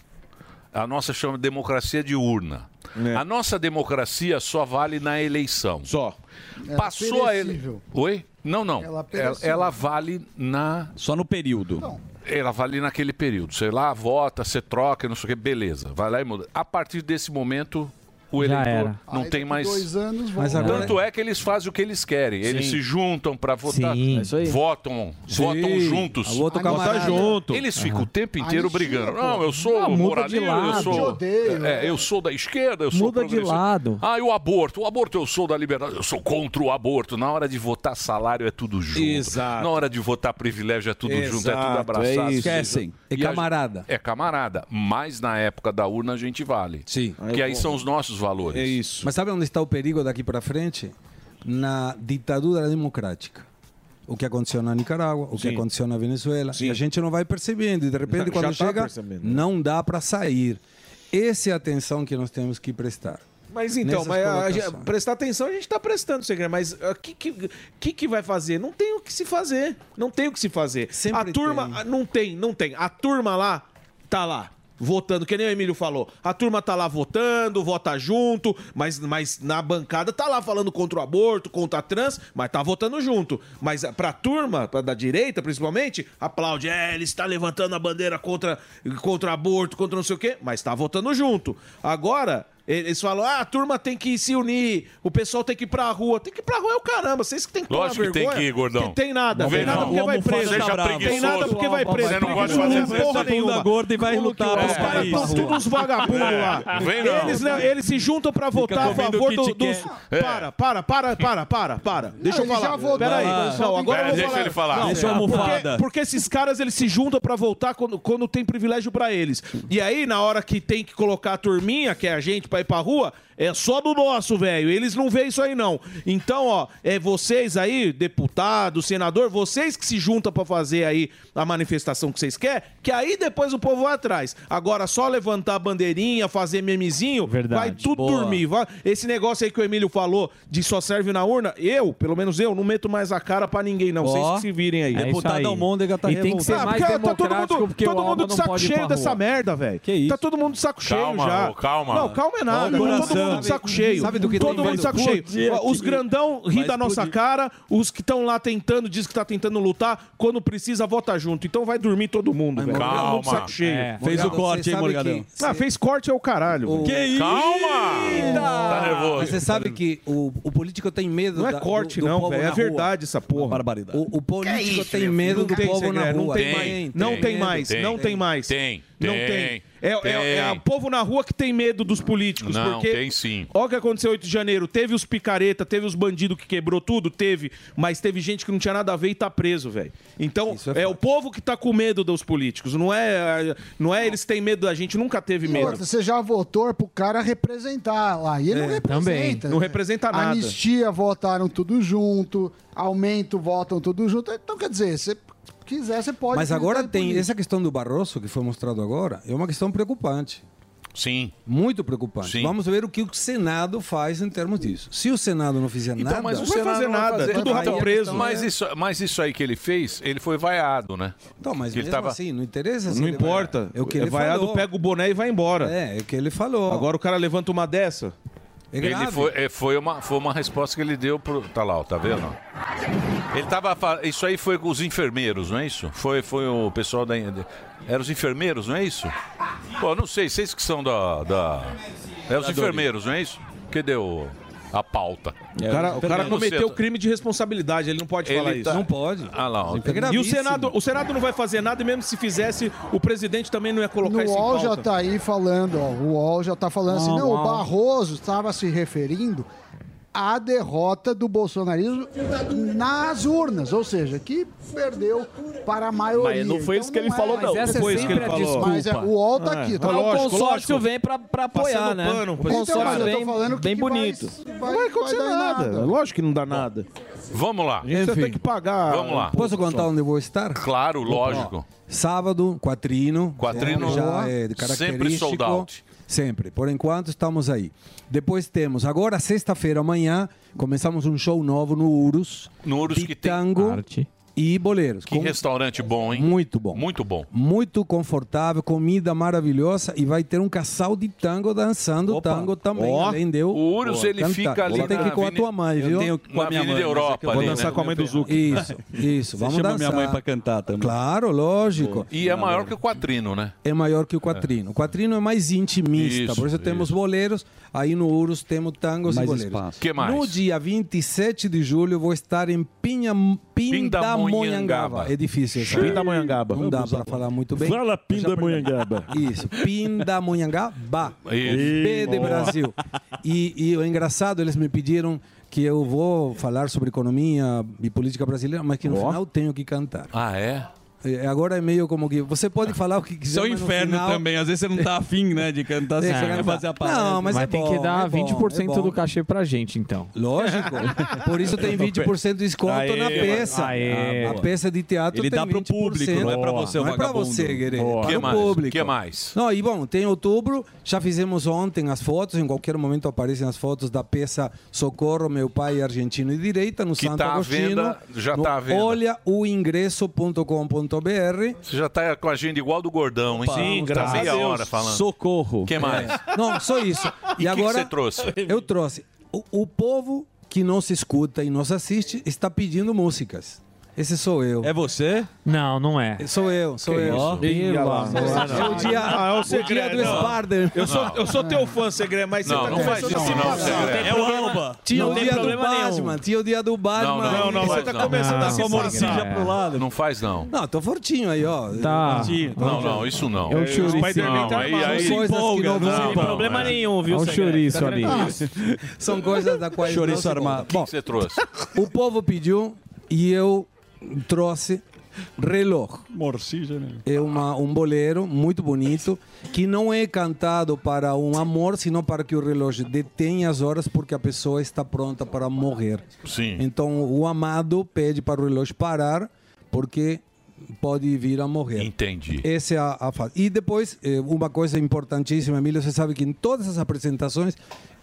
F: A nossa chama democracia de urna.
D: É.
F: A nossa democracia só vale na eleição.
G: Só.
F: Passou a ele.
N: É perecível.
F: Oi? Não, não.
N: Ela é
F: Ela,
N: perecível.
F: ela vale na.
D: Só no período.
F: Ela vale naquele período. Você lá vota, você troca, não sei o que, beleza. Vai lá e muda. A partir desse momento, o
S: Já
F: eleitor
S: era.
F: não
S: Aí
F: tem
S: daqui
F: mais.
S: dois anos vão- Mas agora-
F: Tanto é que eles fazem o que eles querem. Eles
S: Sim.
F: se juntam pra votar.
S: Sim. É isso aí.
F: Votam.
S: Sim.
F: Votam juntos.
S: O outro Votar camarada. junto.
F: Eles
S: Aham.
F: ficam o tempo inteiro
S: Anistia,
F: brigando.
S: pô.
F: Não, eu sou
S: Ah, muda de
F: moralista, eu
S: lado.
F: sou.
S: Te odeio.
F: é, eu sou da esquerda, eu sou
S: Muda de
F: progressista.
S: lado.
F: Ah, e o aborto? O aborto eu sou da liberdade, eu sou contra o aborto. Na hora de votar salário é tudo junto.
G: Exato.
F: Na hora de votar privilégio é tudo junto, é tudo
G: Exato,
F: abraçado.
G: é isso. Esquecem.
F: E
G: É
F: a-
G: camarada.
F: É camarada. Mas na época da urna a gente vale.
S: Sim.
F: Que aí são os nossos valores. É
G: isso.
S: Mas sabe onde está o perigo daqui para frente? Na ditadura democrática. O que aconteceu na Nicarágua, o que aconteceu na Venezuela. E a gente não vai percebendo. E de repente,
G: Já
S: quando
G: tá
S: chega,
G: percebendo.
S: não dá para sair. Essa é a atenção que nós temos que prestar.
G: Mas então,
S: Nessas
G: mas a- a
S: colocações.
G: gente- prestar atenção a gente tá prestando, segredo, mas o que, que, que que vai fazer? Não tem o que se fazer. Não tem o que se fazer. a turma ah, não tem, não tem. A turma lá tá lá. Votando, que nem o Emílio falou. A turma tá lá votando, vota junto, mas, mas na bancada tá lá falando contra o aborto, contra a trans, mas tá votando junto. Mas ah, pra turma, pra da direita principalmente, aplaude. É, ele está levantando a bandeira contra, contra aborto, contra não sei o quê, mas tá votando junto. Agora, eles falam, ah, a turma tem que se unir, o pessoal tem que ir pra rua. Tem que ir pra rua é o caramba, vocês que tem que
F: Lógico
G: tomar
F: que tem
G: vergonha,
F: que ir, gordão.
G: Que tem nada,
F: Não
G: tem
F: vem
G: nada
F: não.
G: porque vai
F: O almofada
G: preso.
F: seja
G: Tem
F: preguiçoso.
G: nada porque vai
F: Você
G: preso.
F: não gosta de fazer
G: Preguiçoso
F: essa bunda gorda e vai lutar
G: Os
F: pelo
G: caras
F: país.
G: estão todos vagabundos
F: É,
G: lá.
F: não vem não.
G: Eles, né, eles se juntam pra
F: Fica
G: votar a
F: comendo
G: favor do,
F: Kit
G: dos...
F: Kat. É.
G: Para, para, para, para, para, para. Deixa eu
N: ele já
G: falar.
N: votou,
G: Peraí.
N: então só
G: Não,
N: tem
G: agora eu
N: que-
G: vou
N: Deixa
G: falar.
N: ele falar.
G: Não,
N: Deixa eu almofada.
G: porque- porque esses caras eles se juntam pra voltar quando, quando tem privilégio pra eles. E aí, na hora que tem que colocar a turminha, que é a gente, pra ir pra rua, é só do nosso, velho. Eles não veem isso aí, não. Então, ó, é vocês aí, deputado, senador, vocês que se juntam pra fazer aí a manifestação que vocês querem, que aí depois o povo vai atrás. Agora, só levantar a bandeirinha, fazer memezinho, vai tudo
V: Boa.
G: dormir. Vai- Esse negócio aí que o Emílio falou de só serve na urna, eu, pelo menos eu, não meto mais a cara pra ninguém, não. Vocês
V: Ó,
G: que se virem aí.
V: é Deputado isso aí. Almôndega tá
G: E tem que ser
V: revoltado.
G: mais
V: Ah, porque tá todo
G: democrático,
V: mundo-
G: porque
V: todo
G: o
V: mundo
G: Alba
V: de
G: não
V: saco
G: pode ir
V: cheio
G: pra
V: dessa
G: rua.
V: merda,
G: velô. Que isso? Tá todo mundo de saco
V: Calma,
G: cheio já.
V: ô, calma.
G: Não, calma é
V: Olha
G: nada.
V: o
G: Tá todo
V: coração.
G: mundo de saco cheio.
V: Sabe do que
G: todo
V: tem
G: mundo de
V: medo?
G: saco
V: Bom
G: cheio.
V: dia,
G: Os
V: Tigre.
G: grandão ri
V: Vai
G: da nossa
V: explodir.
G: cara, os que estão lá tentando, diz que tá tentando lutar, quando precisa vota junto. Então vai dormir todo mundo, velho.
V: Morgadão.
G: Todo mundo de saco cheio.
V: É. Fez o corte, hein, Morgadão?
G: Ah, fez corte é o caralho. velho.
F: Tá nervoso.
S: Mas você sabe que o, o político tem medo
G: Não é
S: da- do-
G: corte,
S: do
G: não,
S: povo
G: velho.
S: na
G: É
S: rua.
G: verdade essa porra.
V: Barbaridade.
S: O, o político
G: Que é isso,
S: tem
G: meu
S: medo
G: filho?
S: do
G: Não tem,
S: povo na
G: segredo,
S: rua.
G: Não tem, mais. Não tem mais. não tem mais.
F: Tem,
G: Não
F: tem,
G: tem. É, é-
F: tem.
G: é o povo na rua que tem medo dos políticos.
F: Não,
G: porque
F: tem sim.
G: Olha o que aconteceu 8 de janeiro. Teve os picareta, teve os bandidos que quebrou tudo, teve. Mas teve gente que não tinha nada a ver e tá preso, velho. Então, é, o povo que tá com medo dos políticos. Não é, não é eles têm medo da gente, nunca teve
N: E
G: medo.
N: outra, Você já votou pro cara representar lá. E ele
G: É,
N: não
G: também.
N: representa.
G: Não representa nada.
N: Anistia, votaram tudo junto. aumento, votam tudo junto. Então, quer dizer, se quiser, você pode.
S: Mas agora
N: acreditar em
S: tem
N: política.
S: essa questão do Barroso que foi mostrado agora, é uma questão preocupante.
F: Sim.
S: Muito preocupante.
F: Sim.
S: Vamos ver o que o Senado faz em termos disso. Se o Senado não fizer nada,
F: Então, mas o Senado não vai fazer-
S: Aí a questão é-
F: Mas isso, mas isso aí que ele fez, ele foi vaiado, né?
S: Então, mas
F: ele
S: mesmo assim, não interessa se
G: Não
S: ele
G: importa.
S: vai- É o que
G: é
S: ele
G: vaiado,
S: falou.
G: pega o boné e vai embora.
S: É, é o que ele falou.
G: Agora o cara levanta uma dessa.
F: Ele foi, é, foi, uma, foi uma resposta que ele deu pro. Tá lá, ó, tá vendo? Ele tava. fa- Isso aí foi com os enfermeiros, não é isso? Foi, foi o pessoal da. de- Era os enfermeiros, não é isso? Pô, não sei, vocês que são da. da... É os enfermeiros, não é isso? Que deu a pauta.
S: É
F: tá-
G: O cara, o cara cometeu crime de responsabilidade, ele não pode falar
F: Ele
G: isso.
F: tá- Não pode. Ah lá, ó.
G: e o Senado, o Senado não vai fazer nada, e mesmo se fizesse, o presidente também não ia colocar
N: No
G: isso em
N: UOL
G: pauta.
N: já tá aí falando, ó, o UOL já tá falando assim,
G: Ah,
N: não,
G: uau.
N: o Barroso estava se referindo à derrota do bolsonarismo nas urnas, ou seja, que perdeu para a maioria. Então
K: Mas não foi isso que ele falou, não.
N: Mas
K: Não foi isso que ele falou.
N: Mas é, o UOL tá aqui. Tá? Então,
K: Mas o consórcio vem pra, pra apoiar,
G: Passando
K: né?
G: pano
K: o
G: pra esses
K: consórcio
G: caras. Então,
K: vem
G: Eu tô falando que
K: bem
G: que
K: bonito.
N: Não vai acontecer
G: nada. Lógico que não dá nada.
F: Vamos lá.
G: Você tem que pagar.
F: Vamos lá.
S: Posso contar onde eu vou estar?
F: Claro, lógico.
S: Sábado, Quatrino.
F: Quatrino,
S: É, já é de
F: sempre sold
S: característico.
F: out.
S: Sempre. Por enquanto, estamos aí. Depois temos, agora, sexta-feira, amanhã, começamos um show novo no Urus.
F: No Urus
S: de que tango e boleiros.
F: Que
S: com
F: restaurante bom, hein? Muito
S: bom.
F: Muito bom.
S: muito confortável, comida maravilhosa e vai ter um casal de tango dançando tango também.
F: Ó.
S: além de eu
F: O Urus, ele fica ali
S: Você tem
F: na
S: que ir com a
F: Avenida-
S: tua mãe,
F: Eu
S: viu?
F: tenho com a Na minha Avenida mãe, mas é Europa que eu
S: Vou
F: vou ali,
S: dançar
F: dançar né?
S: com a mãe do Zuki. Isso, isso.
D: Você
S: Vamos
D: chama
S: dançar.
D: minha mãe pra cantar também.
S: Claro, lógico.
F: E é maior que o quatrino, né?
S: É maior que o quatrino. O quatrino é mais intimista,
F: Isso,
S: por isso, temos boleiros, aí no Urus temos tangos
F: Mais
S: e boleiros.
F: espaço. Que mais?
S: No dia 27 de julho eu vou estar em Pinha, Pindamonhangaba.
G: Pindamonhangaba.
S: É difícil. essa.
G: Pindamonhangaba.
S: Não dá para falar muito bem.
G: Fala Pindamonhangaba.
S: Isso, Pindamonhangaba.
G: Isso.
S: B de
G: Boa.
S: Brasil. E, e o engraçado, eles me pediram que eu vou falar sobre economia e política brasileira, mas que no
F: Ó.
S: final tenho que cantar.
F: Ah, é?
S: É, Agora é meio como que você pode falar o que quiser.
V: Isso
D: um
V: é o
S: mas no
V: inferno
S: final-
V: também. Às vezes você não tá afim, né, de cantar, você
S: Deixa eu
V: quer
S: cantar.
V: fazer a parada.
S: Não, mas, é
V: tem
S: bom,
V: que
S: é bom, é bom.
L: do cachê pra gente, então.
S: Lógico. Por isso tem 20% de desconto
L: Aê,
S: na peça. Ah,
L: aê.
S: a peça de teatro
L: Ele
S: tem
L: dá pro
S: 20%.
L: público, não é pra você,
S: Não é pra
V: vagabundo.
S: você, querido.
V: Boa.
S: Para
F: Que
S: o
F: mais?
S: público.
F: Que mais?
S: Não, e bom, tem outubro, já fizemos ontem as fotos, em qualquer momento aparecem as fotos da peça Socorro, Meu Pai é Argentino e Direita, no Santo
F: tá à
S: Agostinho.
F: venda, já
S: no
F: tá à venda.
S: Olha o ingresso.com.br.
F: Você já tá com a agenda igual do gordão, hein?
S: Opa, Sim,
F: tá
S: graças
F: meia
S: a Deus.
F: hora falando.
S: Socorro.
F: que mais?
S: É. Não, só isso. E,
F: E que
S: agora
F: que você trouxe?
S: Eu trouxe o, o povo que nos escuta e nos assiste está pedindo músicas. Esse sou eu. É
V: você?
L: Não, não é.
S: Sou eu, sou
L: Que
S: eu.
L: isso? Ih,
S: Pelo
L: lá,
S: amor.
L: lá, lá.
S: É o dia,
L: Ah, é o
S: o dia
L: segredo,
S: do
L: não.
S: Sparder.
G: Eu sou, eu sou teu fã, Segre, mas você
S: Não,
G: tá
S: não
G: começando
S: faz
G: a
S: isso
G: se
S: não,
G: passar.
S: Segre.
G: É o Alba.
S: Tinha o
G: Não tem
S: dia do
G: problema nenhum.
S: Batman, tinha o dia do Batman.
F: Não, não,
S: Você
F: faz
S: tá
F: não.
S: começando a
F: Não,
S: se
F: faz
S: morcilha
F: não.
S: pro lado.
F: Não faz não.
S: Não, tô fortinho aí, ó.
L: Tá.
S: Fortinho, tô
F: Não,
S: fortinho.
F: não, isso não.
S: É o churice.
F: Não, aí,
S: São
F: aí,
S: coisas que não vão-
L: problema nenhum, viu,
S: É um
L: Segre?
S: chouriço
L: Fica
S: ali.
L: tranquilo.
S: São coisas da qual
L: Chouriço
S: armado. Bom,
F: você trouxe?
S: o povo pediu e eu trouxe relógio.
V: Morcija, né?
S: É uma, um boleiro muito bonito que não é cantado para um amor, senão para que o relógio detenha as horas porque a pessoa está pronta para morrer.
F: Sim.
S: Então o amado pede para o relógio parar porque pode vir a morrer.
F: Entendi.
S: Essa é a, a fase. E depois, eh, uma coisa importantíssima, Emílio, você sabe que em todas as apresentações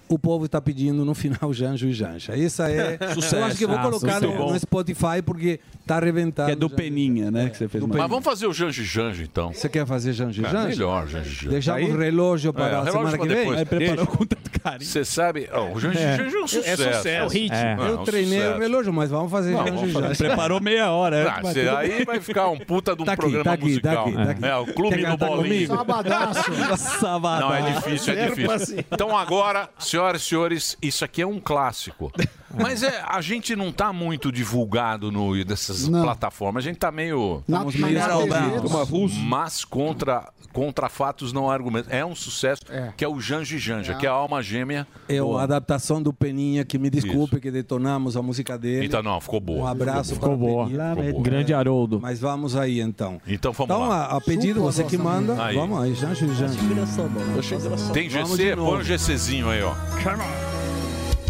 S: o povo está pedindo no final Janjo e Janja. Essa é.
D: Sucesso.
S: Eu acho que eu vou
D: Ah,
S: colocar
D: muito
S: no,
D: bom.
S: no Spotify porque está arrebentado.
D: Que é do Peninha, né? Que você fez mais.
F: Mas vamos fazer o Janji Janji, então.
S: Você quer fazer Janji
F: É
S: Janji?
F: melhor, Janji Janji. É,
S: Deixar o relógio para a semana que vem?
F: Aí preparou com tanto carinho. Você sabe, ó, o Janji
S: É.
F: Janji é um
S: É
F: sucesso. um
S: sucesso. É o hit. Eu treinei o relógio, mas vamos fazer
F: Não,
S: Janjo
F: vamos
S: e
F: fazer.
S: Janja.
F: Preparou
S: meia hora.
F: Ah, cê- aí vai ficar um puta de um
S: Tá aqui,
F: programa
S: tá aqui,
F: musical.
S: tá aqui, tá aqui.
F: É, o Clube
S: Quer
F: do
S: cantar
F: Bolinho.
S: comigo? Sabadaço. Sabadaço.
F: Não, é difícil, é
S: Zero
F: difícil.
S: paciência.
F: Então agora, senhoras e senhores, isso aqui é um clássico. Mas é, a gente não tá muito divulgado no, nessas plataformas. A gente tá meio...
N: Na-
F: Estamos
N: na-
F: meio
N: na-
F: escondido.
N: na-
F: Mas contra, contra fatos não há argumento. É um sucesso, que é o Janji Janja, que é a alma gêmea.
S: É
F: do-
S: a adaptação do Peninha, que me desculpe que detonamos a música dele.
F: Então não, ficou boa.
S: Um abraço
F: Ficou
S: para o
F: boa.
S: Peninha.
F: Ficou boa.
S: Grande
L: Haroldo.
S: Mas vamos aí então.
F: Então vamos
S: então,
F: lá.
S: a, a pedido,
F: Chupa a
S: você que
F: nossa
S: manda.
F: mão. Aí.
S: Vamos aí, Janjo e
F: Engraçado. Tem
S: Vamos de
F: GC?
S: novo.
F: Põe um o GCzinho aí, ó.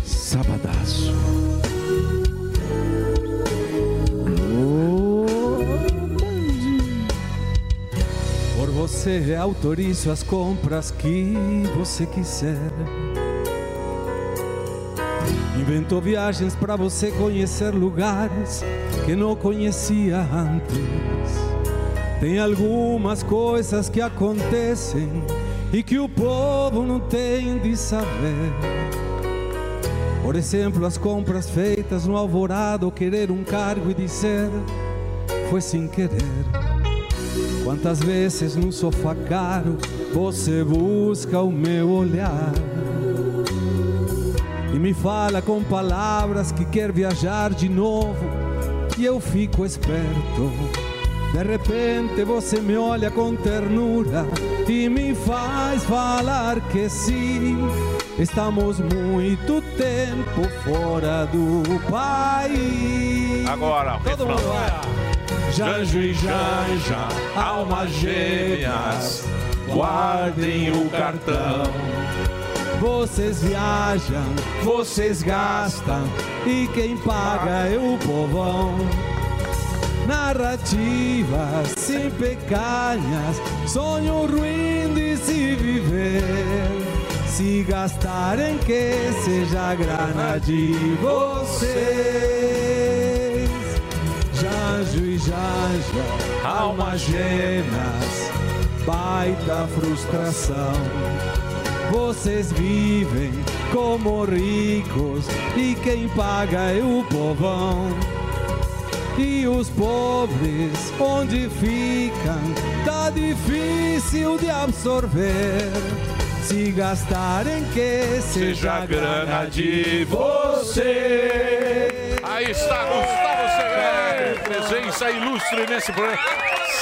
S: Sabadaço.
T: Você autoriza as compras que você quiser. Inventou viagens para você conhecer lugares que não conhecia antes. Tem algumas coisas que acontecem e que o povo não tem de saber. Por exemplo, as compras feitas no alvorado, querer um cargo e dizer foi sem querer. Quantas vezes no sofá caro você busca o meu olhar e me fala com palavras que quer viajar de novo e eu fico esperto. De repente você me olha com ternura e me faz falar que sim. Estamos muito tempo fora do país.
F: Agora, o
T: Todo mundo
F: refrão.
T: vai.
F: Janjo e Janja, almas gêmeas, guardem o cartão.
T: um Vocês viajam, vocês gastam e quem paga é o povão. Narrativas sem pecanhas, sonho ruim de se viver. Se gastarem, que seja a grana de vocês. Janjo e Janja, almas gêmeas, baita frustração. Vocês vivem como ricos e quem paga é o povão. E os pobres, onde ficam, tá difícil de absorver. Se gastarem, que seja a grana de vocês.
F: Aí está Gustavo Segre, presença ilustre nesse programa.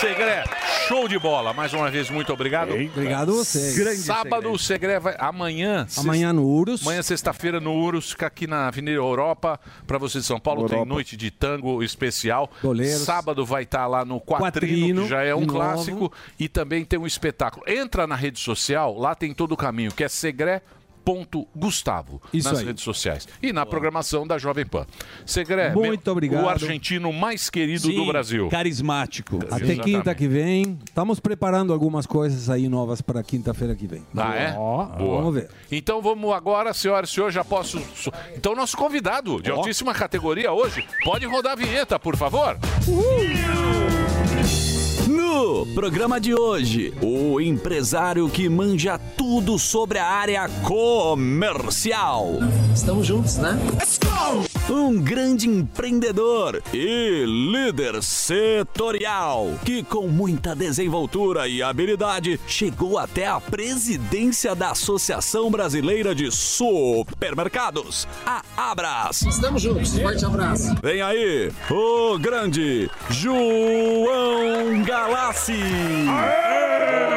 F: Segre, show de bola. Mais uma vez, muito obrigado.
T: Obrigado a vocês.
F: Grande Sábado, o Segre vai. Amanhã.
T: Amanhã no Urus.
F: Amanhã, sexta-feira, no Urus, fica aqui na Avenida Europa. Pra você de São Paulo, tem
T: Europa.
F: noite de tango especial.
T: Boleiros.
F: Sábado vai estar lá no Quatrino,
T: Quatrino,
F: que já é um
T: de novo.
F: clássico. E também tem um espetáculo. Entra na rede social, lá tem todo o caminho, que é Segre.
T: Isso
F: nas
T: aí.
F: redes sociais e na programação da Jovem Pan. Segre,
T: Muito
F: meu-
T: obrigado.
F: o argentino mais querido do
T: Sim,
F: Brasil.
D: Carismático.
T: Até quinta que vem. Estamos preparando algumas coisas aí novas para quinta-feira que vem.
F: Ah, é? Boa.
T: Vamos ver.
F: Então vamos agora, senhoras e senhores, já posso. so- Então, nosso convidado de altíssima categoria hoje, pode rodar a vinheta, por favor.
U: No programa de hoje, o empresário que manja tudo sobre a área comercial. Estamos juntos, né? Um grande empreendedor e líder setorial que, com muita desenvoltura e habilidade, chegou até a presidência da Associação Brasileira de Supermercados, a Abras.
B: Estamos juntos. Forte abraço.
U: Vem aí, o grande João Galassi.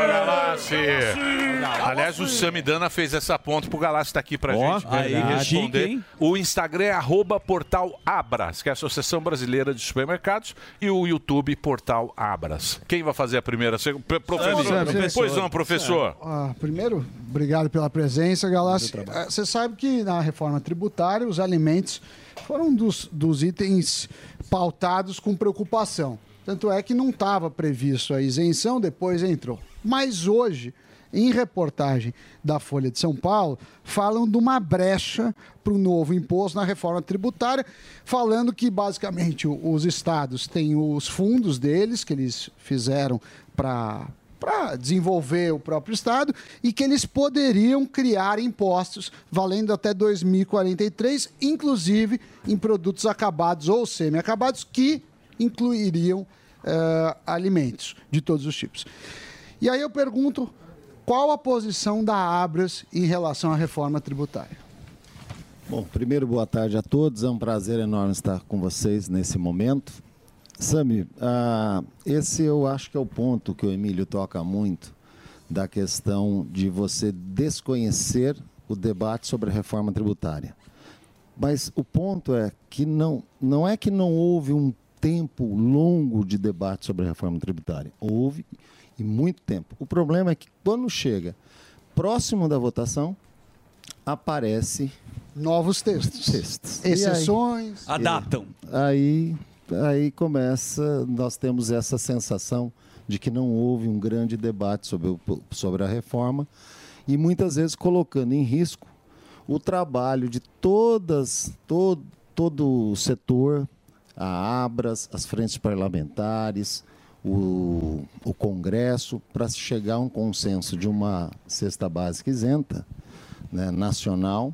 F: Galassi. Aliás, o Samidana fez essa ponta pro Galassi estar aqui pra gente
U: aí,
F: e
G: é
U: verdade.
F: responder.
U: Chique, hein?
F: o Instagram é arroba portal Abras, que é a Associação Brasileira de Supermercados, e o YouTube Portal Abras. Quem vai fazer a primeira? Você- Pre- Professor, pois não, professor.
N: Ah, primeiro, obrigado pela presença, Galassi. Ah, Você sabe que na reforma tributária, os alimentos foram um dos, dos itens pautados com preocupação. Tanto é que não estava previsto a isenção, depois entrou. Mas hoje, em reportagem da Folha de São Paulo, falam de uma brecha para o novo imposto na reforma tributária, falando que basicamente o- os estados têm os fundos deles, que eles fizeram para para desenvolver o próprio Estado e que eles poderiam criar impostos valendo até 2043, inclusive em produtos acabados ou semi-acabados, que incluiriam eh, alimentos de todos os tipos. E aí eu pergunto, qual a posição da Abras em relação à reforma tributária?
W: Bom, primeiro, boa tarde a todos. É um prazer enorme estar com vocês nesse momento. Sami, ah, esse eu acho que é o ponto que o Emílio toca muito, da questão de você desconhecer o debate sobre a reforma tributária. Mas o ponto é que não, não é que não houve um tempo longo de debate sobre a reforma tributária. Houve e muito tempo. O problema é que quando chega próximo da votação, aparece
N: novos textos,
W: textos.
N: Exceções.
W: E aí, aí aí começa, nós temos essa sensação de que não houve um grande debate sobre, o- sobre a reforma e muitas vezes colocando em risco o trabalho de todas, todo, todo o setor, a Abras, as frentes parlamentares, o, o Congresso, para se chegar a um consenso de uma cesta básica isenta né, nacional.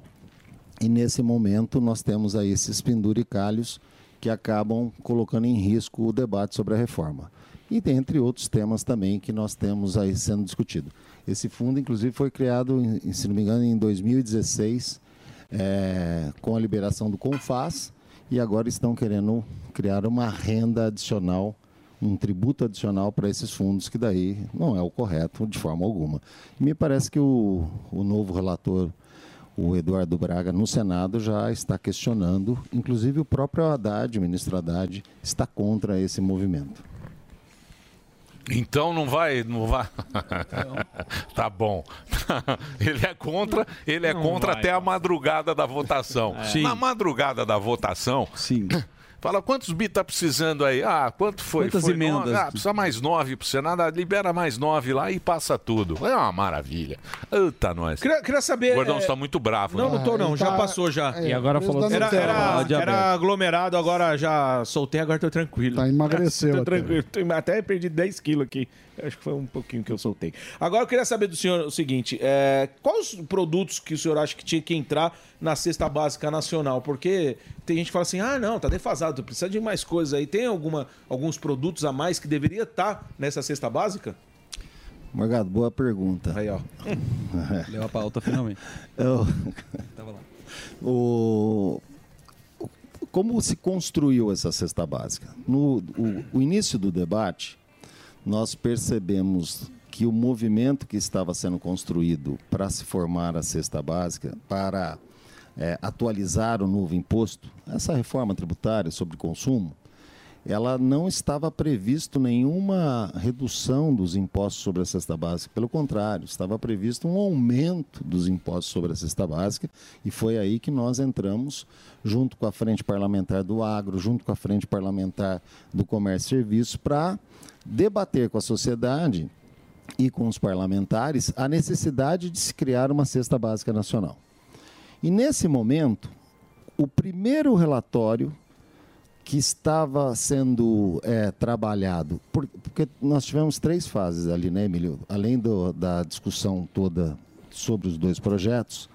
W: E nesse momento nós temos aí esses penduricalhos que acabam colocando em risco o debate sobre a reforma. E dentre outros temas também que nós temos aí sendo discutido. Esse fundo, inclusive, foi criado, em- em- se não me engano, em 2016, eh, com a liberação do CONFAS, e agora estão querendo criar uma renda adicional, um tributo adicional para esses fundos, que daí não é o correto de forma alguma. Me parece que o, o novo relator o Eduardo Braga, no Senado, já está questionando. Inclusive, o próprio Haddad, o ministro Haddad, está contra esse movimento.
F: Então não vai, não vai. tá bom. ele é contra, ele é
X: Não
F: contra
X: vai.
F: até a madrugada da votação.
X: É. Sim.
F: Na madrugada da votação.
D: Sim.
F: Fala quantos bi tá precisando aí? Ah, quanto foi?
D: Quantas
F: Foi
D: emendas?
F: nove? Ah, precisa mais nove pro Senado, ah, libera mais nove lá e passa tudo. É uma maravilha. Eita, nós.
G: Queria, queria saber.
F: O Gordão
G: é,
F: está muito bravo. né?
G: Não, não tô não,
F: Tá,
G: já passou já.
F: é,
G: tá era, era, era aglomerado, agora já soltei, agora tô tranquilo. Tá,
N: emagreceu
G: tô
N: até.
G: tranquilo. Tô- Até perdi 10 quilos aqui. Acho que foi um pouquinho que eu soltei. Agora eu queria saber do senhor o seguinte: é, quais os produtos que o senhor acha que tinha que entrar na cesta básica nacional? Porque tem gente que fala assim: ah, não, tá defasado, precisa de mais coisas aí. Tem alguma, alguns produtos a mais que deveria estar nessa cesta básica?
W: Morgado, boa pergunta.
G: Aí, ó.
W: Leu
D: a pauta finalmente.
W: Tava lá. O... Como se construiu essa cesta básica? No o, o início do debate, nós percebemos que o movimento que estava sendo construído para se formar a cesta básica, para eh, atualizar o novo imposto, essa reforma tributária sobre consumo, ela não estava previsto nenhuma redução dos impostos sobre a cesta básica. Pelo contrário, estava previsto um aumento dos impostos sobre a cesta básica e foi aí que nós entramos, junto com a Frente Parlamentar do Agro, junto com a Frente Parlamentar do Comércio e Serviços, para debater com a sociedade e com os parlamentares a necessidade de se criar uma cesta básica nacional. E nesse momento, o primeiro relatório que estava sendo eh, trabalhado, por- porque nós tivemos três fases ali, né, Emílio? Além do- da discussão toda sobre os dois projetos,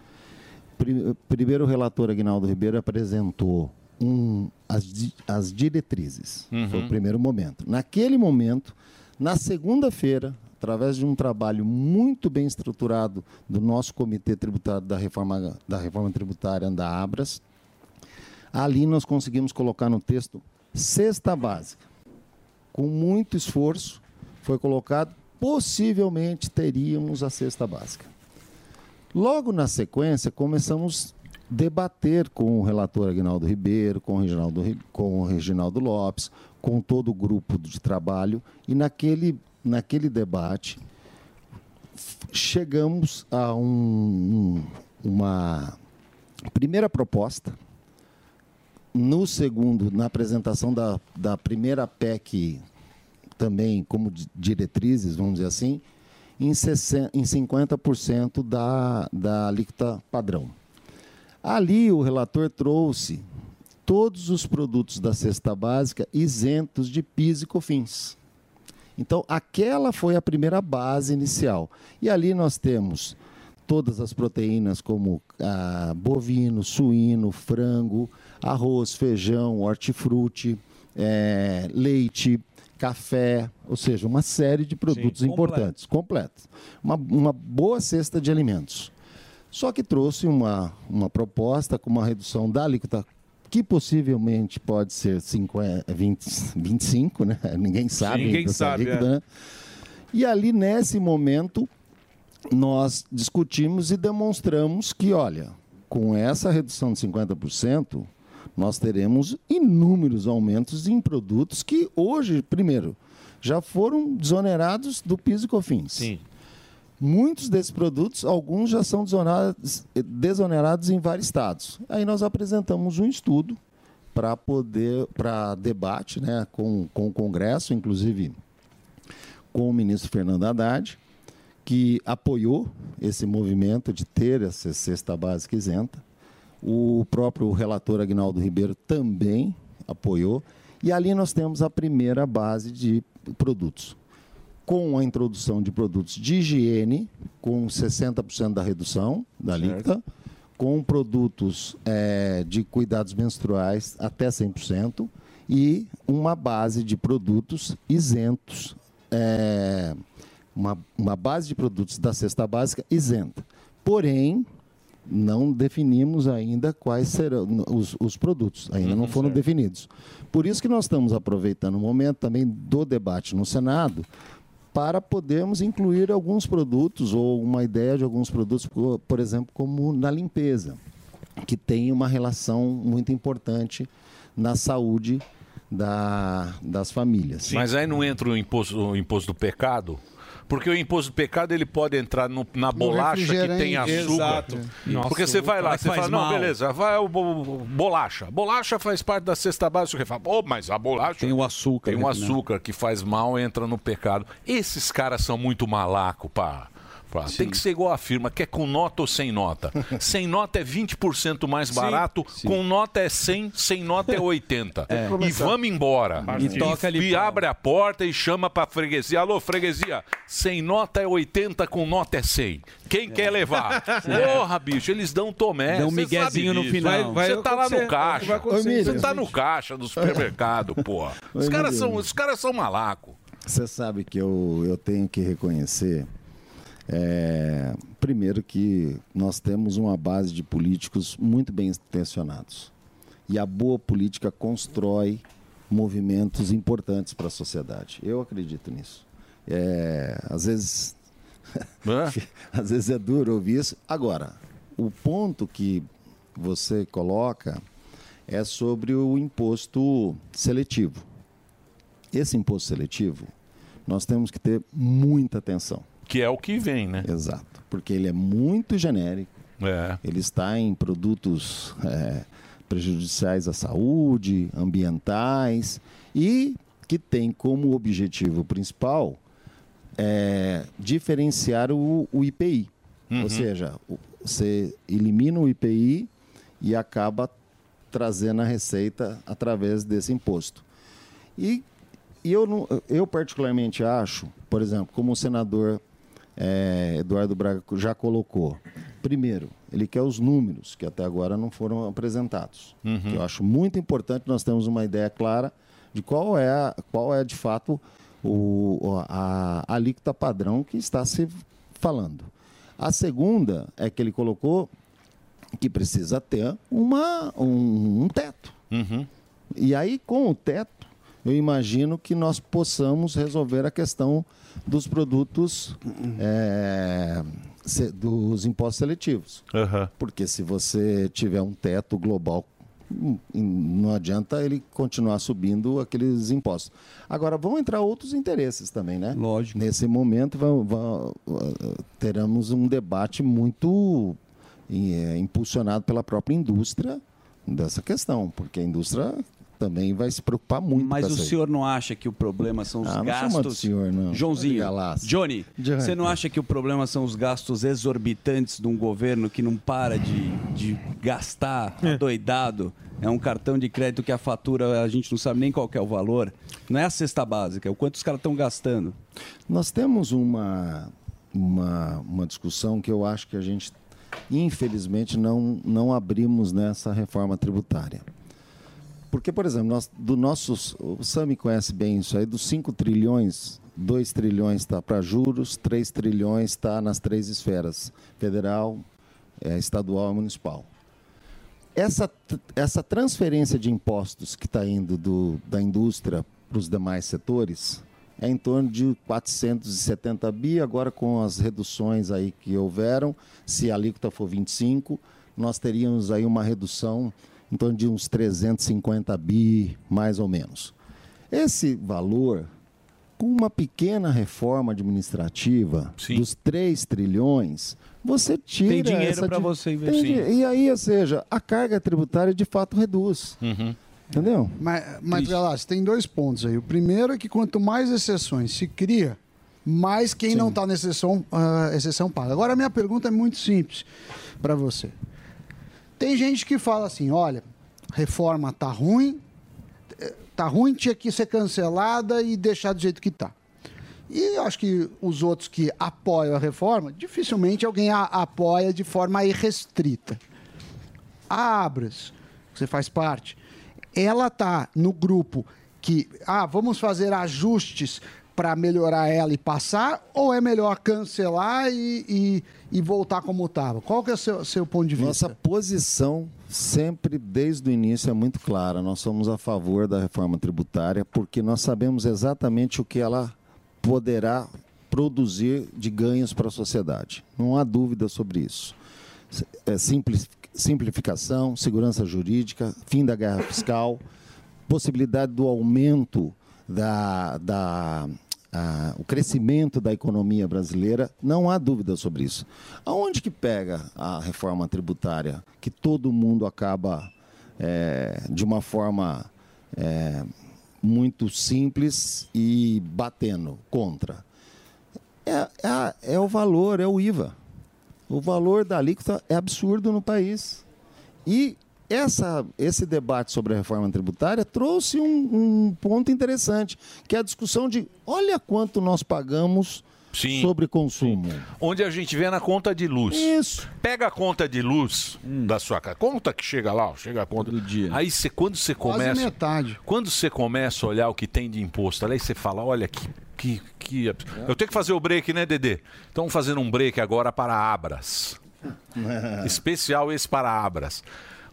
W: pri- primeiro o relator Agnaldo Ribeiro apresentou um- as, di- as diretrizes.
X: Uhum.
W: Foi o primeiro momento. Naquele momento, na segunda-feira, através de um trabalho muito bem estruturado do nosso Comitê Tributário da Reforma, da Reforma Tributária da Abras, ali nós conseguimos colocar no texto cesta básica. Com muito esforço foi colocado, possivelmente teríamos a cesta básica. Logo na sequência, começamos a debater com o relator Agnaldo Ribeiro, com o, Reginaldo, Ri- com o Reginaldo Lopes, com todo o grupo de trabalho, e naquele, naquele debate f- chegamos a um- um- uma primeira proposta no segundo, na apresentação da, da primeira PEC, também como di- diretrizes, vamos dizer assim, em, 60 em 50% da, da alíquota padrão. Ali o relator trouxe todos os produtos da cesta básica isentos de PIS e COFINS. Então, aquela foi a primeira base inicial. E ali nós temos todas as proteínas, como ah, bovino, suíno, frango, arroz, feijão, hortifruti, eh, leite, café, ou seja, uma série de produtos
X: completo.
W: importantes, completos. Uma, uma boa cesta de alimentos. Só que trouxe uma, uma proposta com uma redução da alíquota que possivelmente pode ser 50, 20, 25, né? Ninguém sabe.
G: ninguém
W: essa
G: sabe, é.
W: né? E ali, nesse momento, nós discutimos e demonstramos que, olha, com essa redução de 50%, nós teremos inúmeros aumentos em produtos que hoje, primeiro, já foram desonerados do PIS e COFINS. Sim. Muitos desses produtos, alguns já são desonerados, desonerados em vários estados. Aí nós apresentamos um estudo para poder para debate, né, com, com o Congresso, inclusive com o ministro Fernando Haddad, que apoiou esse movimento de ter essa cesta básica isenta. O próprio relator Agnaldo Ribeiro também apoiou. E ali nós temos a primeira base de produtos. Com a introdução de produtos de higiene, com 60% da redução da alíquota, com produtos eh, de cuidados menstruais até 100%, e uma base de produtos isentos, eh, uma, uma base de produtos da cesta básica isenta. Porém, não definimos ainda quais serão os, os produtos, ainda não foram definidos. Por isso que nós estamos aproveitando o momento também do debate no Senado para podermos incluir alguns produtos ou uma ideia de alguns produtos, por- por exemplo, como na limpeza, que tem uma relação muito importante na saúde da- das famílias.
F: Mas aí não entra o imposto, o imposto do pecado? Porque o imposto do pecado ele pode entrar no- na bolacha que
W: refrigerante.
F: tem açúcar.
W: Exato.
F: Nossa, é Porque você vai lá,
V: mas
F: você
V: faz
F: fala, não,
V: mal.
F: beleza, vai o bo- bolacha. Bolacha faz parte da cesta básica. Você fala, oh, mas a bolacha. Tem
V: o açúcar.
F: Tem o
V: né?
F: açúcar que faz mal, entra no pecado. Esses caras são muito malaco, pá. pá. Tem que ser igual a firma, que é com nota ou sem nota. sem nota é 20% mais barato, com nota é 100, sem nota é 80.
V: É.
F: E vamos embora.
V: E toca ali,
F: E abre a porta e chama pra freguesia. Alô, freguesia, sem nota é 80, com nota é 100. Quem quer levar? Porra, bicho, eles dão tomé.
V: Dá um
F: Cê sabe
V: miguezinho no
F: disso.
V: final. Vai- vai
F: Você tá lá
V: acontecer,
F: no
V: vai
F: caixa.
V: acontecer,
F: Você
V: infelizmente.
F: tá no caixa do supermercado, porra.
W: Ô,
F: Os caras são,
W: Emílio.
F: os caras são malacos.
W: Você sabe que eu, eu tenho que reconhecer, é, primeiro, que nós temos uma base de políticos muito bem intencionados. E a boa política constrói movimentos importantes para a sociedade. Eu acredito nisso. É, às vezes. às vezes é duro ouvir isso. Agora, o ponto que você coloca é sobre o imposto seletivo esse imposto seletivo, nós temos que ter muita atenção.
F: Que é o que vem, né? É.
W: Exato. Porque ele é muito genérico. Ele está em produtos é, prejudiciais à saúde, ambientais e que tem como objetivo principal é, diferenciar o, o IPI.
F: Uhum.
W: Ou seja, o- você elimina o IPI e acaba trazendo a receita através desse imposto. E, e eu, não, eu particularmente acho, por exemplo, como o senador eh, Eduardo Braga já colocou, primeiro, ele quer os números, que até agora não foram apresentados. que eu acho muito importante nós termos uma ideia clara de qual é, a- qual é de fato o, a, a alíquota padrão que está se falando. A segunda é que ele colocou que precisa ter uma, um, um teto. E aí, com o teto, eu imagino que nós possamos resolver a questão dos produtos eh, se- dos impostos seletivos. Porque se você tiver um teto global, hum, não adianta ele continuar subindo aqueles impostos. Agora, vão entrar outros interesses também, né? Lógico. Nesse momento, vão- vão- teremos um debate muito e é impulsionado pela própria indústria dessa questão, porque a indústria também vai se preocupar muito
D: Mas
W: com
D: o
W: essa aí.
D: senhor não acha que o problema são os
W: Ah, não chama de
D: gastos?
W: senhor, não.
D: Joãozinho, Johnny,
W: Johnny.
D: você não acha que o problema são os gastos exorbitantes de um governo que não para de, de gastar doidado? É um cartão de crédito que a fatura, a gente não sabe nem qual que é o valor. Não é a cesta básica, é o quanto os caras estão gastando.
W: Nós temos uma, uma, uma discussão que eu acho que a gente, infelizmente, não, não abrimos nessa reforma tributária. Porque, por exemplo, nós, do nosso, o Sami conhece bem isso aí, dos 5 trilhões, 2 trilhões está para juros, 3 trilhões está nas três esferas, federal, eh, estadual e municipal. essa, t- essa transferência de impostos que está indo do, da indústria para os demais setores é em torno de 470 bi, agora com as reduções aí que houveram, se a alíquota for 25, nós teríamos aí uma redução em torno de uns 350 bi, mais ou menos. Esse valor, com uma pequena reforma administrativa dos 3 trilhões, você tira
D: Tem dinheiro
W: essa
D: pra
W: di-
D: você
W: assim, Tem
D: investir.
W: dinhe- e aí, ou seja, a carga tributária de fato reduz. Entendeu?
N: Mas, mas Velasco, tem dois pontos aí. O primeiro é que quanto mais exceções se cria, mais quem não está na exceção, ah, exceção paga. Agora, a minha pergunta é muito simples para você. Tem gente que fala assim, olha, reforma tá ruim, eh, tá ruim, tinha que ser cancelada e deixar do jeito que tá. E eu acho que os outros que apoiam a reforma, dificilmente alguém a apoia de forma irrestrita. A Abras, que você faz parte, ela tá no grupo que, ah, vamos fazer ajustes para melhorar ela e passar, ou é melhor cancelar e, e, e voltar como estava? Qual que é o seu, seu ponto de vista?
W: Nossa posição sempre, desde o início, é muito clara. Nós somos a favor da reforma tributária porque nós sabemos exatamente o que ela poderá produzir de ganhos para a sociedade. Não há dúvida sobre isso. S- é simplis- simplificação, segurança jurídica, fim da guerra fiscal, possibilidade do aumento da, da ah, o crescimento da economia brasileira, não há dúvida sobre isso. Aonde que pega a reforma tributária que todo mundo acaba eh, de uma forma eh, muito simples e batendo contra? É, é a- é o valor, é o IVA. O valor da alíquota é absurdo no país. E essa, esse debate sobre a reforma tributária trouxe um, um ponto interessante, que é a discussão de olha quanto nós pagamos sobre consumo.
F: Onde a gente vê na conta de luz.
W: Isso.
F: Pega a conta de luz da sua casa. Conta que chega lá, ó, chega a conta. do dia. Aí você, quando você
N: Quase
F: começa.
N: metade.
F: Quando você começa a olhar o que tem de imposto, aí você fala, olha que. que, que abs- Eu tenho que fazer o break, né, Dedê? Estamos fazendo um break agora para Abras. É. Especial esse para Abras.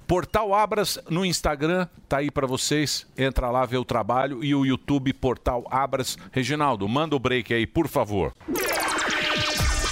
F: Portal Abras no Instagram, tá aí para vocês. Entra lá, vê o trabalho. E o YouTube Portal Abras. Reginaldo, manda o break aí, por favor.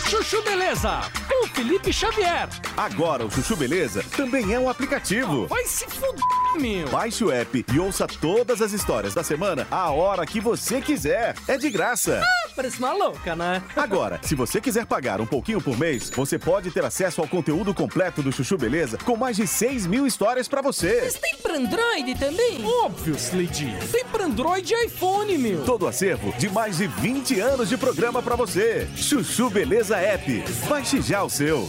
X: Chuchu Beleza, com Felipe Xavier.
J: Agora o Chuchu Beleza também é um aplicativo.
X: Vai se fuder, meu.
J: Baixe o app e ouça todas as histórias da semana a hora que você quiser. É de graça.
X: Ah, Parece uma louca, né?
J: Agora, se você quiser pagar um pouquinho por mês, você pode ter acesso ao conteúdo completo do Chuchu Beleza com mais de 6 mil histórias pra você.
X: Tem pra Android também? Óbvio, Slade. Tem pra Android e iPhone, meu.
J: Todo o acervo de mais de 20 anos de programa pra você. Chuchu Beleza App. Baixe já o seu.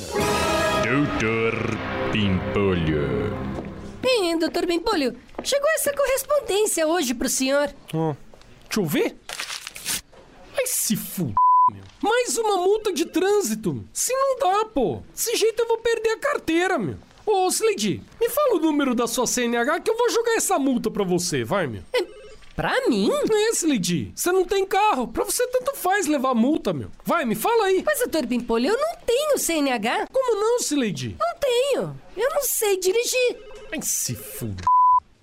J: Doutor Pimpolho.
Y: Hein, doutor Bempolho, chegou essa correspondência hoje pro senhor.
X: Ó, Deixa eu ver. Vai se fuder, meu. Mais uma multa de trânsito. meu. Se não dá, pô. Desse jeito eu vou perder a carteira, meu. Ô, Slade, me fala o número da sua CNH que eu vou jogar essa multa pra você, vai, meu.
Y: É
X: Pra mim? É, Slade. Você não tem carro. Pra você tanto faz levar multa, meu. Vai, me fala aí.
Y: Mas, doutor Bempolho, eu não tenho CNH.
X: Como não, Slade?
Y: Não tenho. Eu não sei dirigir.
X: Ai, se fuder.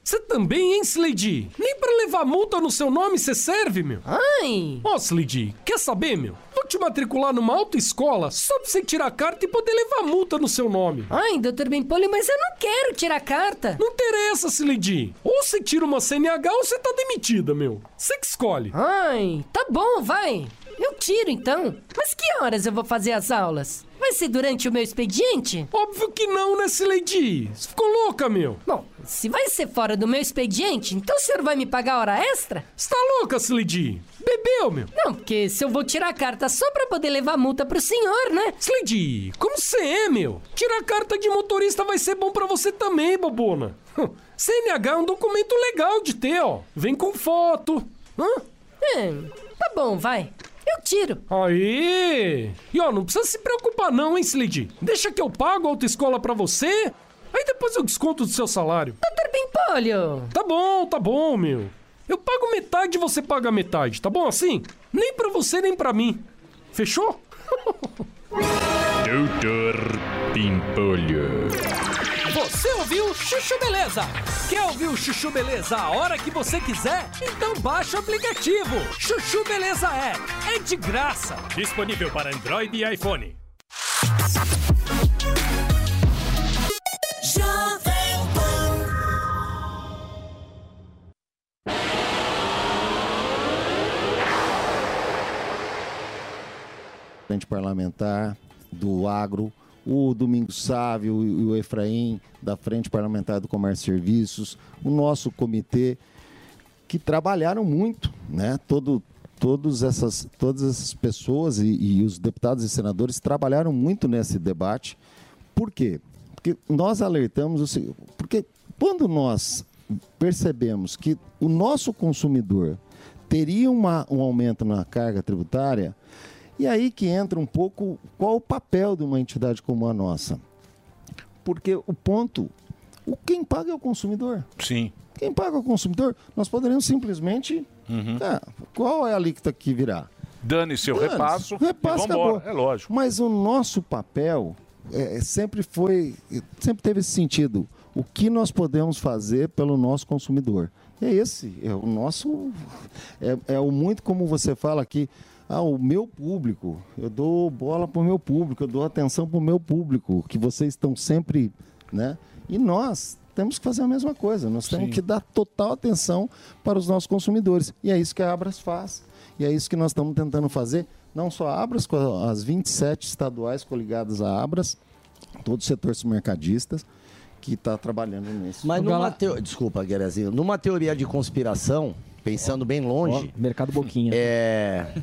X: Você também, hein, Slade? Nem pra levar multa no seu nome você serve, meu.
Y: Ai.
X: Ó, Slade, quer saber, meu? Vou te matricular numa autoescola só pra você tirar a carta e poder levar multa no seu nome.
Y: Ai, doutor Bempolho, mas eu não quero tirar carta.
X: Não interessa, Slade. Ou você tira uma CNH ou você tá demitida, meu. Você que escolhe.
Y: Ai, tá bom, vai. Eu tiro então. Mas que horas eu vou fazer as aulas? Vai ser durante o meu expediente?
X: Óbvio que não, né, Slade? Você ficou louca, meu.
Y: Bom, se vai ser fora do meu expediente, então o senhor vai me pagar hora extra?
X: Você tá louca, Slade? Bebeu, meu.
Y: Não, porque se eu vou tirar a carta só pra poder levar multa pro senhor, né?
X: Slade, como você é, meu? Tirar a carta de motorista vai ser bom pra você também, bobona. CNH é um documento legal de ter, ó. Vem com foto. Hã?
Y: É, tá bom, vai. Eu tiro.
X: Aí! E ó, não precisa se preocupar não, hein, Slade? Deixa que eu pago a autoescola pra você, aí depois eu desconto do seu salário.
Y: Doutor Pimpolho!
X: Tá bom, tá bom, meu. Eu pago metade e você paga metade, tá bom assim? Nem pra você, nem pra mim. Fechou?
J: Doutor Pimpolho.
X: Você ouviu Chuchu Beleza? Quer ouvir o Chuchu Beleza a hora que você quiser? Então baixa o aplicativo. Chuchu Beleza é. É de graça. Disponível para Android e iPhone.
W: frente parlamentar, do agro, o Domingos Sávio e o Efraim, da Frente Parlamentar do Comércio e Serviços, o nosso comitê, que trabalharam muito, né? Todo, todos essas, todas essas pessoas e, e os deputados e senadores trabalharam muito nesse debate. Por quê? Porque nós alertamos o seguinte, porque quando nós percebemos que o nosso consumidor teria uma, um aumento na carga tributária, e aí que entra um pouco qual o papel de uma entidade como a nossa. Porque o ponto, o quem paga é o consumidor.
F: Sim.
W: Quem paga é o consumidor, nós poderíamos simplesmente. Ah, qual é a alíquota que virá?
F: Dane-se, eu
W: Dane-se,
F: repasso.
W: repasso,
F: e vambora.
W: acabou.
F: É lógico.
W: Mas o nosso papel é, sempre foi, sempre teve esse sentido. O que nós podemos fazer pelo nosso consumidor? É esse, é o nosso, é, é o muito como você fala aqui, ah, o meu público, eu dou bola para o meu público, eu dou atenção para o meu público, que vocês estão sempre, né? E nós temos que fazer a mesma coisa, nós temos
F: Sim.
W: que dar total atenção para os nossos consumidores. E é isso que a Abras faz, e é isso que nós estamos tentando fazer, não só a Abras, com a- as 27 estaduais coligadas à Abras, todo o setor mercadistas que está trabalhando nisso.
I: Mas numa teo... Desculpa, Guerezinho. Numa teoria de conspiração, pensando bem longe.
K: mercado Boquinha.
I: É.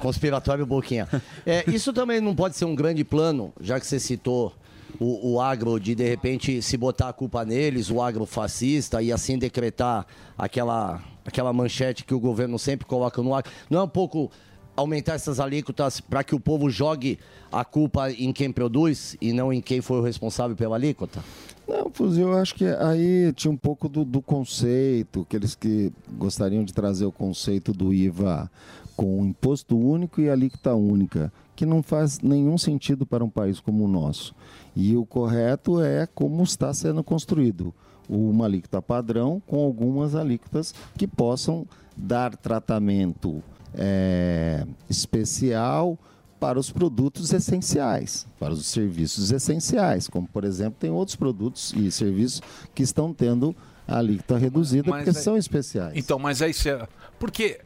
I: Conspiratório Boquinha. É, isso também não pode ser um grande plano, já que você citou. O, o agro de de repente se botar a culpa neles, o agro fascista e assim decretar aquela, aquela manchete que o governo sempre coloca no agro. Não é um pouco aumentar essas alíquotas para que o povo jogue a culpa em quem produz e não em quem foi o responsável pela alíquota?
W: Não, Fuzil, eu acho que aí tinha um pouco do, do conceito, aqueles que gostariam de trazer o conceito do IVA com um imposto único e alíquota única, que não faz nenhum sentido para um país como o nosso. E o correto é como está sendo construído uma alíquota padrão com algumas alíquotas que possam dar tratamento eh, especial para os produtos essenciais, para os serviços essenciais, como por exemplo tem outros produtos e serviços que estão tendo a alíquota reduzida
F: Mas
W: porque
F: aí-
W: são especiais.
F: Então, mas aí você. Porque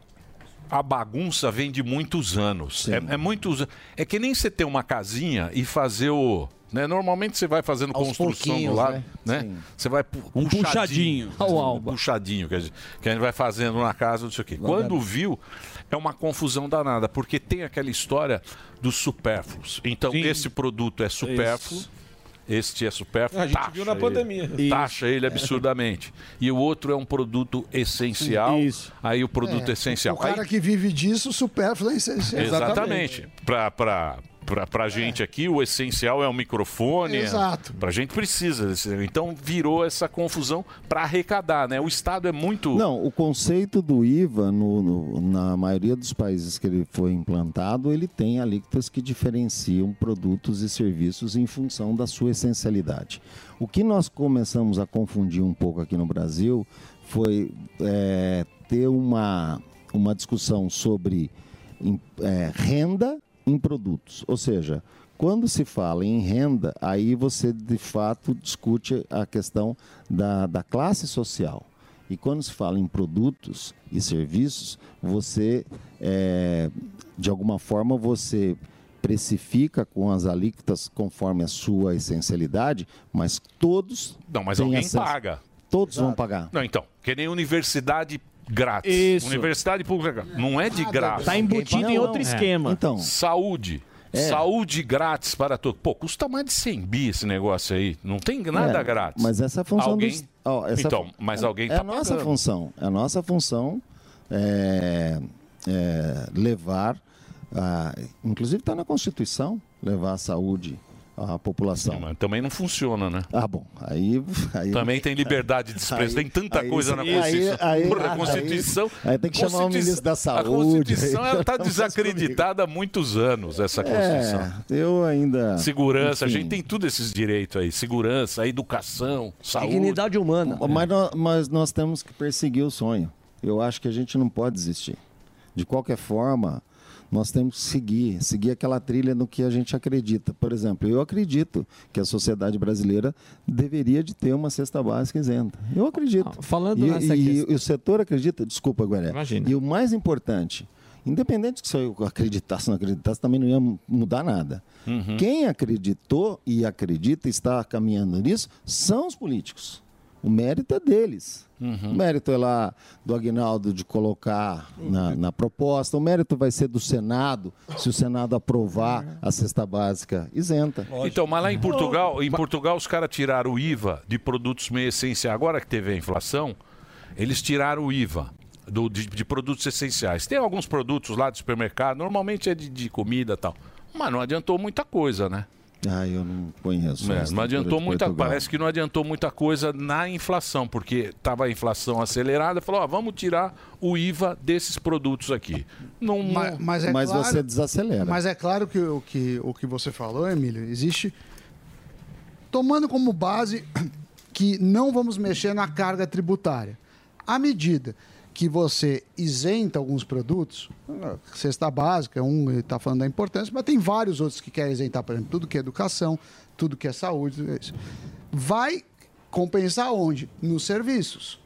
F: a bagunça vem de muitos anos. É, é muitos É que nem você ter uma casinha e fazer o. né, Normalmente você vai fazendo
V: Aos
F: construção do
V: pouquinhos,
F: lado,
V: né?
F: né? Você vai pu-
V: Um puxadinho. Ao
F: Um puxadinho que a, gente, que a gente vai fazendo na casa, não sei o quê. Quando viu, é uma confusão danada, porque tem aquela história dos supérfluos. Então, esse produto é supérfluo. Este é supérfluo.
G: A gente
F: taxa
G: viu na
F: ele.
G: pandemia.
F: Taxa ele absurdamente. E o outro é um produto essencial. Aí o produto
N: É,
F: essencial.
N: O cara
F: Aí-
N: que vive disso, supérfluo é essencial.
F: exatamente. Pra, pra, pra, pra gente aqui, o essencial é o microfone. é-
N: Exato.
F: Pra gente precisa. desse- Então virou essa confusão pra arrecadar, né? O Estado é muito.
W: Não, o conceito do IVA, no- no- na maioria dos países que ele foi implantado, ele tem alíquotas que diferenciam produtos e serviços em função da sua essencialidade. O que nós começamos a confundir um pouco aqui no Brasil foi é, ter uma, uma discussão sobre em- é, renda em produtos. Ou seja, quando se fala em renda, aí você de fato discute a questão da, da classe social. E quando se fala em produtos e serviços, você, é, de alguma forma, você precifica com as alíquotas conforme a sua essencialidade, mas todos.
F: Não, mas
W: têm
F: alguém
W: acesso-
F: paga.
W: Todos vão pagar.
F: Não, então. Que nem universidade grátis.
W: Isso.
F: Universidade pública. Não é de graça.
W: Tá embutido em Não, outro não. esquema. É. Então.
F: Saúde.
W: É.
F: Saúde grátis para todos. Pô, custa mais de 100 bi esse negócio aí. Não tem nada
W: É,
F: grátis.
W: Mas essa é a função
F: alguém...
W: dos- ó, essa
F: Então,
W: fu-
F: mas
W: é-
F: alguém
W: é
F: tá
W: a nossa
F: pagando.
W: função. É a nossa função é, é, levar, a- inclusive está na Constituição, levar a saúde à população.
F: Mas também não funciona, né?
W: Ah, bom. Aí, aí
F: Também tem liberdade de expressão, tem
W: Aí-
F: tanta
W: aí-
F: coisa na
W: aí-
F: Constituição.
W: aí-
F: Porra, a
W: aí-
F: Constituição.
W: aí tem que chamar o
F: Constituição-
W: ministro da Saúde,
F: A Constituição tá
W: aí-
F: está desacreditada há muitos anos, essa Constituição.
W: É, eu ainda.
F: Segurança, a
W: enfim.
F: gente tem tudo esses direitos aí. Segurança, educação, saúde.
W: humana. Mas nó- mas nós, temos que perseguir o sonho. Eu acho que a gente não pode desistir. De qualquer forma, nós temos que seguir, seguir aquela trilha no que a gente acredita. Por exemplo, eu acredito que a sociedade brasileira deveria de ter uma cesta básica isenta. Eu acredito.
H: Ah, falando
W: e,
H: nessa
W: e-
H: questão-
W: e o setor acredita. Desculpa, Guaré.
H: Imagina.
W: E o mais importante, Independente que só eu acreditasse ou não acreditasse, também não ia mu- mudar nada.
O: Uhum.
W: Quem acreditou e acredita e está caminhando nisso são os políticos. O mérito é deles.
F: Uhum.
W: O mérito é lá do Agnaldo de colocar na, na proposta. O mérito vai ser do Senado, se o Senado aprovar a cesta básica isenta.
F: Então, mas lá em Portugal, em Portugal os caras tiraram o IVA de produtos meio essenciais. Agora que teve a inflação, eles tiraram o IVA do- de, de produtos essenciais. Tem alguns produtos lá de supermercado, normalmente é de, de comida e tal. Mas não adiantou muita coisa, né?
W: Ah, eu não conheço. a
F: É, não
W: estrutura
F: adiantou
W: de
F: muita,
W: Portugal.
F: parece que não adiantou muita coisa na inflação, porque estava a inflação acelerada, falou, ó, vamos tirar o IVA desses produtos aqui. Não,
N: Mas, mas é claro- Mas é claro que o que, o que você falou, Emílio, existe. Tomando como base que não vamos mexer na carga tributária. À medida que você isenta alguns produtos, ah, cesta básica, um está falando da importância, mas tem vários outros que querem isentar, por exemplo, tudo que é educação, tudo que é saúde, tudo isso. Vai compensar onde? Nos serviços.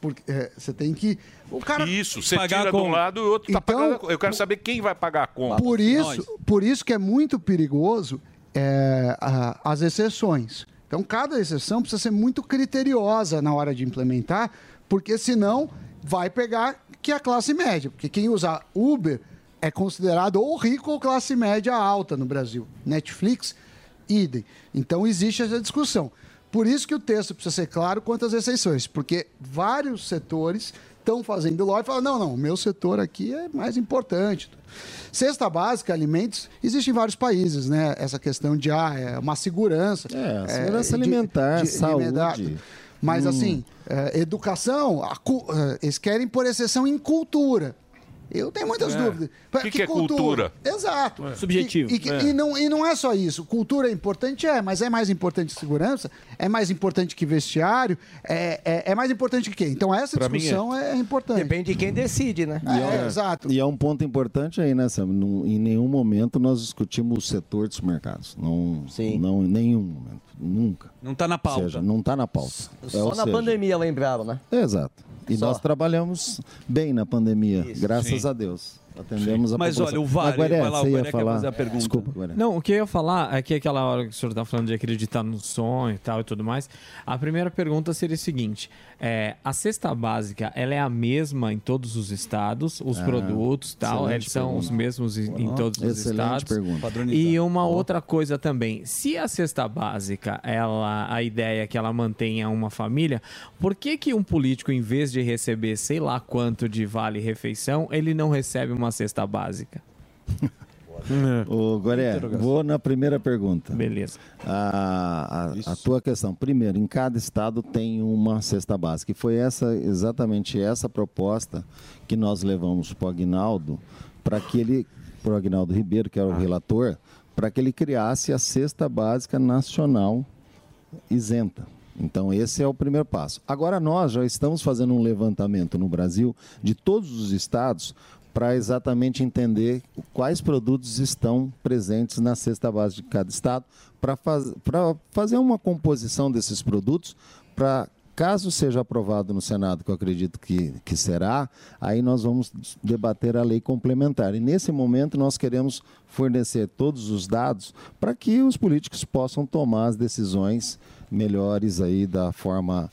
N: Porque é, você tem que. O cara
F: Isso, você tira de um lado e o
W: Então,
F: outro está pagando. a conta. Eu quero saber quem vai pagar a conta.
N: por isso, por isso que é muito perigoso é, a- as exceções. Então, cada exceção precisa ser muito criteriosa na hora de implementar, porque senão vai pegar que é a classe média. Porque quem usa Uber é considerado ou rico ou classe média alta no Brasil. Netflix, idem. Então, existe essa discussão. Por isso que o texto precisa ser claro quanto às exceções, porque vários setores estão fazendo lobby e falam, não, não, o meu setor aqui é mais importante. Cesta básica, alimentos, existe em vários países, né? Essa questão de, ah, é uma segurança.
W: É, segurança alimentar, saúde.
N: Mas,
W: Hum.
N: assim, é, educação, a cu- é, eles querem por exceção em cultura. Eu tenho muitas
F: É.
N: dúvidas.
F: O que que é cultura?
N: Exato.
F: É. Subjetivo.
N: E, e que-
F: É.
N: e não, e não é só isso. Cultura é importante? É, mas é mais importante que segurança? É mais importante que vestiário? É, é, é mais importante que quê? Então, essa
W: Pra mim,
N: discussão é. importante. Depende de quem decide, né?
W: E é, E é um ponto importante aí, né, Sam? Não- em nenhum momento nós discutimos o setor dos mercados. Não, não em nenhum momento. Nunca.
D: Não
I: Tá
D: está na
W: Ou
D: pauta.
W: seja, não está na pauta. É,
I: Só
W: ou
I: na
W: seja,
I: pandemia lembraram, né?
W: é, Exato. E
I: Só.
W: nós trabalhamos bem na pandemia, graças
I: Sim.
W: a Deus. Atendemos a
I: Mas
W: população.
I: olha, o Varé-
W: Mas, Guaré,
I: vai lá, o
W: você ia
I: Guaré quer
W: falar...
I: fazer a pergunta.
W: Desculpa, é. Guaré.
L: Não, o que eu ia falar é que aquela hora que o senhor está falando de acreditar no sonho e tal e tudo mais. A primeira pergunta seria o seguinte: é, a cesta básica ela é a mesma em todos os estados, os
W: Ah,
L: produtos tal,
W: excelente
L: eles são os
W: pergunta.
L: mesmos em, em
W: Ó,
L: todos os
W: excelente
L: estados.
W: pergunta.
L: E uma outra coisa também, se a cesta básica, ela, a ideia é que ela mantenha uma família, por que que um político, em vez de receber sei lá quanto de vale refeição, ele não recebe uma cesta básica?
W: É. Ô, Goré, vou na primeira pergunta.
L: Beleza.
W: A, a- a tua questão. Primeiro, em cada estado tem uma cesta básica. E foi essa, exatamente essa proposta que nós levamos para o Agnaldo, para que ele, para o Agnaldo Ribeiro, que era o relator, para que ele criasse a cesta básica nacional isenta. Então, esse é o primeiro passo. Agora, nós já estamos fazendo um levantamento no Brasil de todos os estados para exatamente entender quais produtos estão presentes na cesta base de cada estado, para faz, pra fazer uma composição desses produtos, para caso seja aprovado no Senado, que eu acredito que, que será, aí nós vamos debater a lei complementar. E nesse momento nós queremos fornecer todos os dados para que os políticos possam tomar as decisões melhores aí da forma.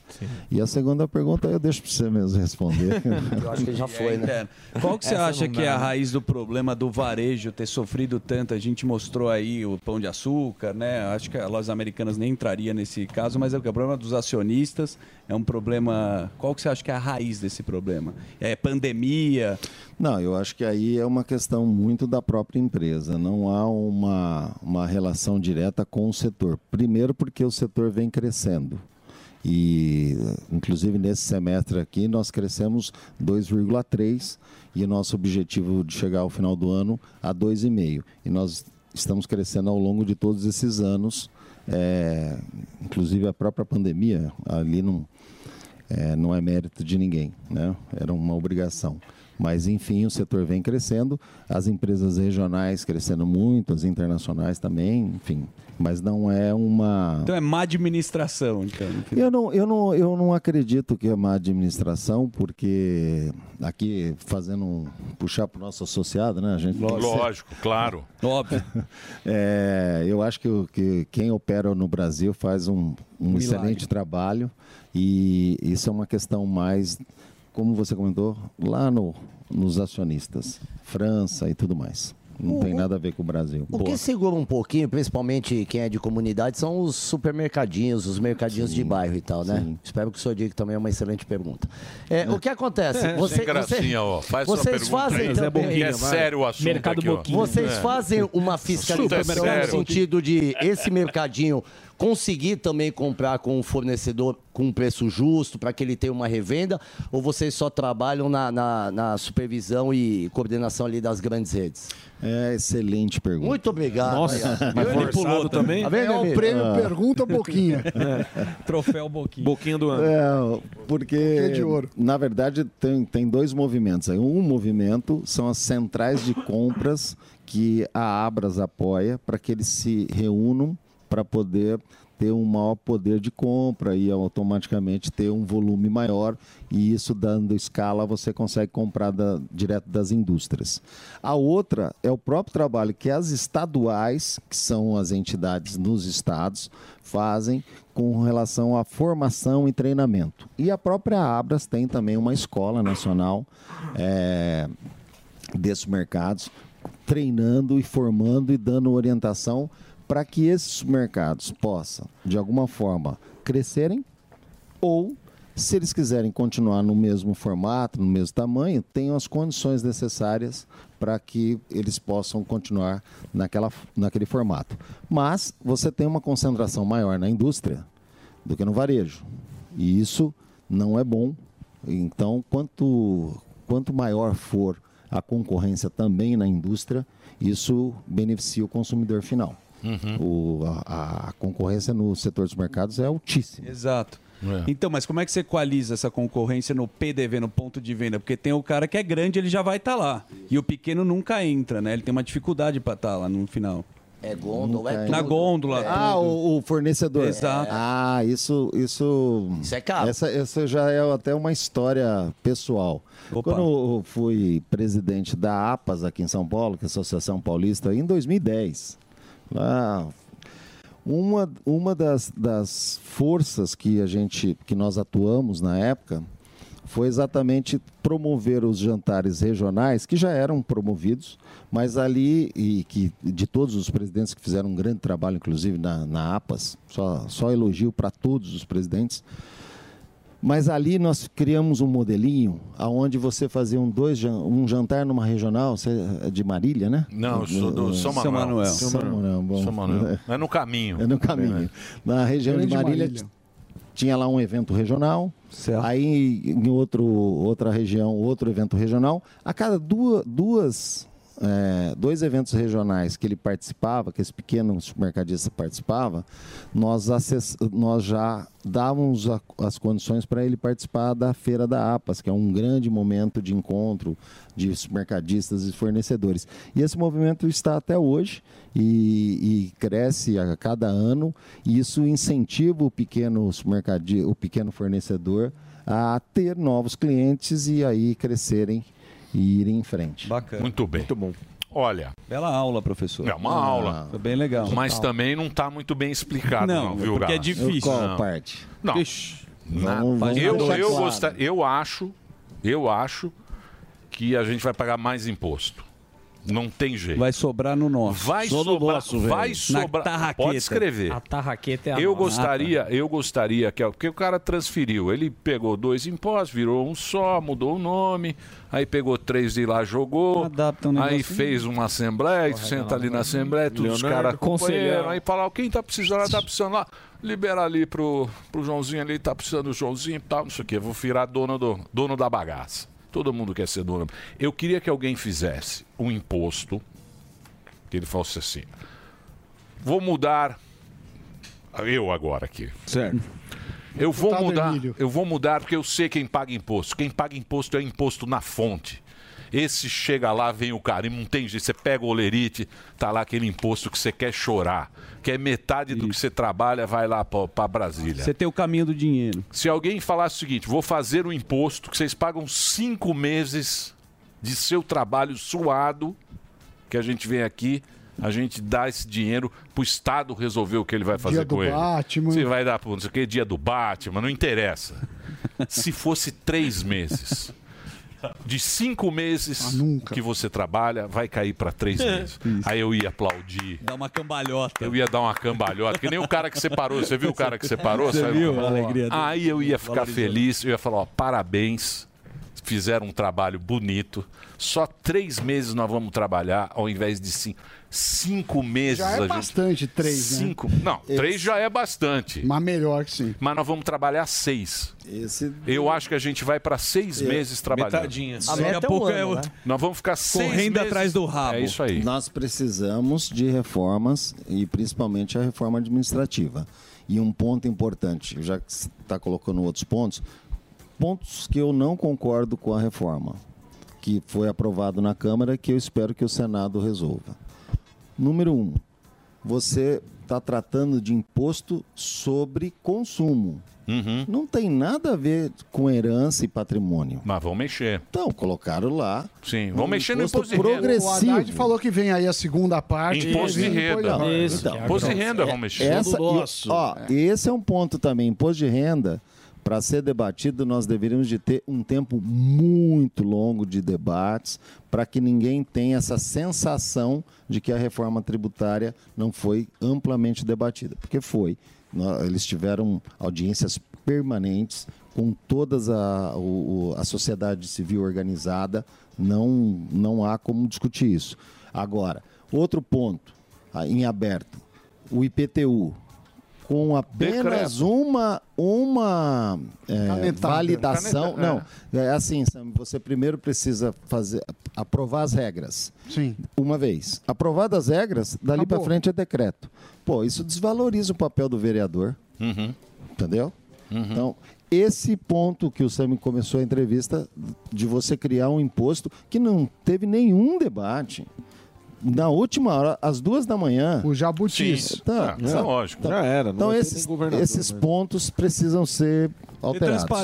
W: E a segunda pergunta eu deixo para você mesmo responder.
I: Eu acho que já foi,
D: É
I: né?
D: interno. Qual que você
I: Essa
D: acha
I: não
D: que
I: dá,
D: é a
I: né?
D: raiz do problema do varejo ter sofrido tanto? A gente mostrou aí o pão de açúcar, né? Acho que a lojas americanas nem entraria nesse caso, mas é o que? O problema dos acionistas é um problema. Qual que você acha que é a raiz desse problema? É pandemia?
W: Não, eu acho que aí é uma questão muito da própria empresa. Não há uma, uma relação direta com o setor. Primeiro, porque o setor vem crescendo. E, inclusive, nesse semestre aqui, nós crescemos 2,3% e o nosso objetivo de chegar ao final do ano a 2,5%. E nós estamos crescendo ao longo de todos esses anos, é, inclusive a própria pandemia ali não, é, não é mérito de ninguém, né? Era uma obrigação. Mas, enfim, o setor vem crescendo, as empresas regionais crescendo muito, as internacionais também, enfim. Mas não é uma.
D: Então é má administração, então.
W: Eu não, eu, não, eu não acredito que é má administração, porque aqui fazendo um- puxar para o nosso associado, né? A gente tem que ser-
F: Lógico, claro.
D: Óbvio.
W: É, eu acho que, o- que quem opera no Brasil faz um, um
O: Milagre.
W: excelente trabalho e isso é uma questão mais, como você comentou, lá no, nos acionistas, França e tudo mais. Não
I: O-
W: tem
I: o-
W: nada a ver com o Brasil.
I: O que segura um pouquinho, principalmente quem é de comunidade, são os supermercadinhos, os mercadinhos de bairro e tal, né? Espero que o senhor diga que também é uma excelente pergunta. É, O que acontece?
F: É,
I: Você-
F: sem gracinha,
I: você-
F: ó. Faz sua
I: vocês
F: pergunta
I: fazem
F: aí.
I: também.
F: Que é sério o assunto Mercado aqui, ó. Boquinha.
I: Vocês
F: É.
I: fazem uma
F: Assunto é
I: fiscalização no
F: sério.
I: sentido de esse mercadinho conseguir também comprar com um fornecedor com um preço justo para que ele tenha uma revenda? Ou vocês só trabalham na, na- na supervisão e coordenação ali das grandes redes?
W: É excelente pergunta.
I: Muito obrigado.
W: Nossa, mas
I: Obrigado.
W: forçado também?
I: Tá vendo,
W: É o
I: Emílio?
W: prêmio
I: Ah. É,
W: Pergunta
N: Boquinha.
K: Troféu Boquinha.
G: Boquinha do ano.
W: É, porque,
N: Porque Um de ouro.
W: na verdade, tem, tem dois movimentos. aí. Um movimento são as centrais de compras que a Abras apoia para que eles se reúnam para poder ter um maior poder de compra e automaticamente ter um volume maior e isso dando escala você consegue comprar da- direto das indústrias. A outra é o próprio trabalho que as estaduais, que são as entidades nos estados, fazem com relação à formação e treinamento. E a própria Abras tem também uma escola nacional eh, desses mercados, treinando e formando e dando orientação para que esses mercados possam, de alguma forma, crescerem ou se eles quiserem continuar no mesmo formato, no mesmo tamanho, tenham as condições necessárias para que eles possam continuar naquela, naquele formato. Mas você tem uma concentração maior na indústria do que no varejo. E isso não é bom. Então, quanto, quanto maior for a concorrência também na indústria, isso beneficia o consumidor final. O- a, a concorrência no setor dos mercados é altíssima.
D: Exato. Então, mas como é que você equaliza essa concorrência no PDV, no ponto de venda? Porque tem o cara que é grande, ele já vai estar lá. E o pequeno nunca entra, né? Ele tem uma dificuldade para estar lá no final.
I: É gôndola, é tudo.
D: Na gôndola.
W: Ah,
D: tudo.
W: o, o fornecedor.
D: Exato.
W: Ah, isso, isso. Isso é caro. Essa, essa já é até uma história pessoal. Quando eu fui presidente da APAS aqui em São Paulo, que é a Associação Paulista, em 2010, lá uma, uma das, das forças que a gente que nós atuamos na época foi exatamente promover os jantares regionais que já eram promovidos, mas ali e que de todos os presidentes que fizeram um grande trabalho, inclusive na, na APAS, só, só elogio para todos os presidentes. Mas ali nós criamos um modelinho aonde você fazia um, dois, jan- um jantar numa regional, você é de Marília, né?
F: Não, eu sou do São Manuel.
W: São Manuel. bom.
F: São Manuel. É no caminho.
W: É no caminho. Na região de
F: Grande
W: Marília,
F: Marília.
W: tinha lá um evento regional. Aí em outro, outra região, outro evento regional. A cada duas, duas, é, dois eventos regionais que ele participava, que esse pequeno supermercadista participava, nós, acess- nós já dávamos a- as condições para ele participar da Feira da APAS, que é um grande momento de encontro de supermercadistas e fornecedores. E esse movimento está até hoje e, e cresce a cada ano, e isso incentiva o pequeno supermercadi- o pequeno fornecedor a ter novos clientes e aí crescerem e irem em frente.
D: Bacana.
F: Muito bem. Muito
W: bom.
F: Olha.
D: Bela aula, professor.
F: É uma
W: Ah,
F: aula.
D: Foi bem legal.
F: Mas
W: Total.
F: também não está muito bem explicado,
D: Não,
F: não,
D: é
F: viu,
D: porque
F: Gala?
D: é difícil. Qual
F: não.
W: parte?
F: Não. Nada.
W: Vamos- vamos
F: eu,
W: deixar
F: eu,
W: claro.
F: gostar- eu acho, eu acho que a gente vai pagar mais imposto. Não tem jeito.
D: Vai sobrar no nosso.
F: Vai
D: Só no
F: sobrar,
D: nosso, velho.
F: vai
D: Na
F: sobrar.
D: tarraqueta. Ah, tá.
F: Pode escrever.
D: A
L: tarraqueta é a
F: Eu
L: nossa.
F: gostaria, eu gostaria que porque o cara transferiu, ele pegou dois impostos, virou um só, mudou o nome, aí pegou três de lá, jogou, aí
D: um negocinho.
F: fez uma assembleia, senta ali na assembleia, todos os
D: Leonardo,
F: caras
D: conselheiro.
F: acompanhando, aí fala, quem tá precisando, tá precisando lá, libera ali pro, pro Joãozinho ali, tá precisando do Joãozinho e tal, não sei o quê, vou virar dono, do, dono da bagaça. Todo mundo quer ser dono. Eu queria que alguém fizesse um imposto, que ele fosse assim, vou mudar eu agora aqui.
G: Certo.
F: Eu vou mudar, eu vou mudar porque eu sei quem paga imposto. Quem paga imposto é imposto na fonte. Esse chega lá, vem o carimbo, não tem jeito. Você pega o olerite, tá lá aquele imposto que você quer chorar. Que é metade do que você trabalha, vai lá pra, pra Brasília.
D: Você tem o caminho do dinheiro.
F: Se alguém falasse o seguinte, vou fazer um imposto que vocês pagam cinco meses de seu trabalho suado, que a gente vem aqui, a gente dá esse dinheiro pro Estado resolver o que ele vai fazer
N: Dia do
F: com ele.
N: Batman.
F: Você vai dar pro não sei o que, dia do Batman, não interessa. Se fosse três meses. De cinco
N: Ah,
F: meses que você trabalha, vai cair para três
D: É.
F: meses. Aí eu ia aplaudir.
D: Dá uma cambalhota.
F: Eu ia dar uma cambalhota, que nem o cara é que separou. Você viu o cara que separou?
D: Você
F: Saiu-
D: viu a alegria dele?
F: Aí eu ia ficar
D: Valorizou.
F: feliz, eu ia falar, ó, parabéns, fizeram um trabalho bonito. Só três meses nós vamos trabalhar, ao invés de cinco. Cinco meses
N: Já
F: a
N: é
F: gente-
N: bastante três,
F: Cinco.
N: né?
F: Não, três já é bastante.
N: Mas melhor que sim.
F: Mas nós vamos trabalhar seis. Eu acho que a gente vai para seis
W: É.
F: meses trabalhando.
W: Metadinha. A meta é um ano, né?
F: Nós vamos ficar seis meses... É isso aí.
W: Nós precisamos de reformas e principalmente a reforma administrativa. E um ponto importante, já que você está colocando outros pontos, pontos que eu não concordo com a reforma, que foi aprovado na Câmara e que eu espero que o Senado resolva. Número um, você está tratando de imposto sobre consumo.
F: Uhum.
W: Não tem nada a ver com herança e patrimônio.
F: Mas vão mexer.
W: Então, colocaram lá.
F: Sim, vão mexer no imposto de renda.
N: O Haddad
W: progressivo.
N: falou que vem aí a segunda parte.
F: Imposto de renda.
W: Não, então,
F: Imposto de
W: então,
F: renda, vamos mexer.
W: Essa, e, ó, Esse é um ponto também. Imposto de renda, para ser debatido, nós deveríamos de ter um tempo muito longo de debates para que ninguém tenha essa sensação de que a reforma tributária não foi amplamente debatida. Porque foi. Nó- Eles tiveram audiências permanentes com todas a, o- o- a sociedade civil organizada. Não, não há como discutir isso. Agora, outro ponto ah, em aberto o IPTU com apenas
F: Decreto.
W: uma uma é,
F: Canetada.
W: validação
F: Caneta-
W: não é assim Sam, você primeiro precisa fazer aprovar as regras
N: sim
W: uma vez aprovadas as regras dali para frente é decreto pô isso desvaloriza o papel do vereador
F: Uhum.
W: entendeu
N: Uhum.
W: então esse ponto que o Sam começou a entrevista de você criar um imposto que não teve nenhum debate na última hora, às duas da manhã. O
N: jabutis.
W: Tá,
N: Ah, isso é lógico. Já era, não
W: Então,
N: vai ter
W: esses,
N: nem governador,
W: esses
N: né?
W: pontos precisam ser alterados.
D: mas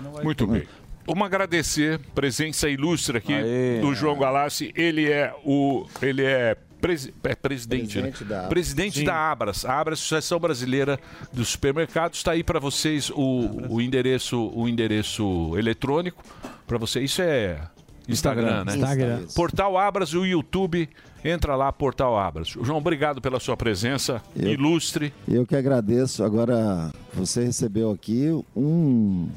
D: não
F: Muito bem. Vamos agradecer a presença ilustre aqui do João Galassi. Ele é o. Ele é. presi- é presidente,
W: Presidente
F: né?
W: da Abras.
F: presidente
W: Sim.
F: da Abras, a Abras Associação Brasileira dos Supermercados. Está aí para vocês o, o endereço, o endereço eletrônico para você. Isso é Instagram,
S: Instagram,
F: né?
S: Instagram.
F: Portal Abras e o YouTube. Entra lá, Portal Abras. João, obrigado pela sua presença ilustre.
W: Eu que agradeço. Agora, você recebeu aqui um.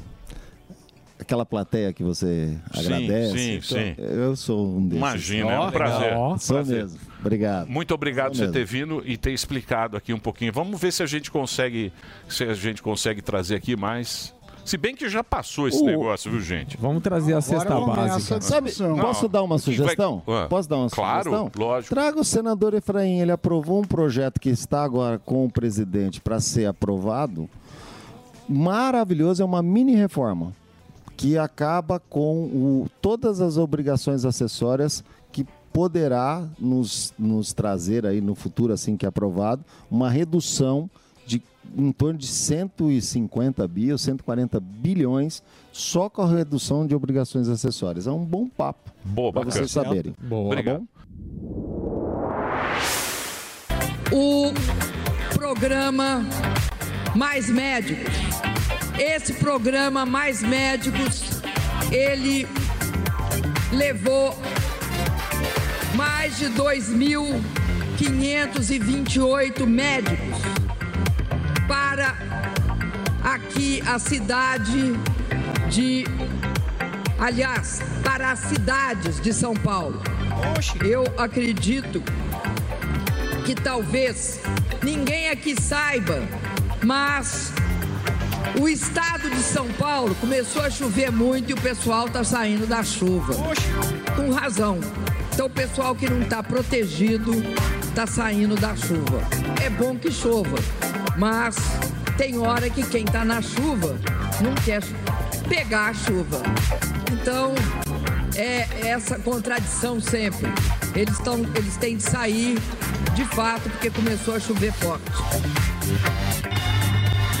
W: Aquela plateia que você
F: Sim,
W: agradece.
F: sim,
W: Então,
F: sim.
W: Eu sou um desses.
F: Imagina, é um Ó, prazer. legal.
W: Sou
F: Prazer.
W: mesmo. Obrigado.
F: Muito obrigado por
W: Isso
F: você
W: mesmo.
F: ter vindo e ter explicado aqui um pouquinho. Vamos ver se a gente consegue, se a gente consegue trazer aqui mais. Se bem que já passou esse
W: O-
F: negócio, viu, gente?
S: Vamos trazer a cesta básica.
W: Sabe, posso dar uma sugestão? Posso dar uma
F: Ah, claro,
W: sugestão?
F: lógico.
W: Traga o senador Efraim, ele aprovou um projeto que está agora com o presidente para ser aprovado. Maravilhoso, é uma mini reforma que acaba com o- todas as obrigações acessórias que poderá nos, nos trazer aí no futuro, assim que aprovado, uma redução de em torno de 150 bi ou 140 bilhões só com a redução de obrigações acessórias. É um bom papo
F: Boa,
W: para
F: bacana.
W: vocês saberem.
F: Boa.
W: Tá
F: Obrigado.
W: bom?
O: o programa Mais Médicos. Esse programa Mais Médicos, ele levou mais de 2.528 médicos para aqui a cidade de aliás, para as cidades de São Paulo. Eu acredito que talvez ninguém aqui saiba, mas o estado de São Paulo começou a chover muito e o pessoal está saindo da chuva. Com razão. Então, o pessoal que não está protegido está saindo da chuva. É bom que chova, mas tem hora que quem tá está na chuva não quer pegar a chuva. Então, é essa contradição sempre. Eles, tão, eles têm de sair de fato porque começou a chover forte.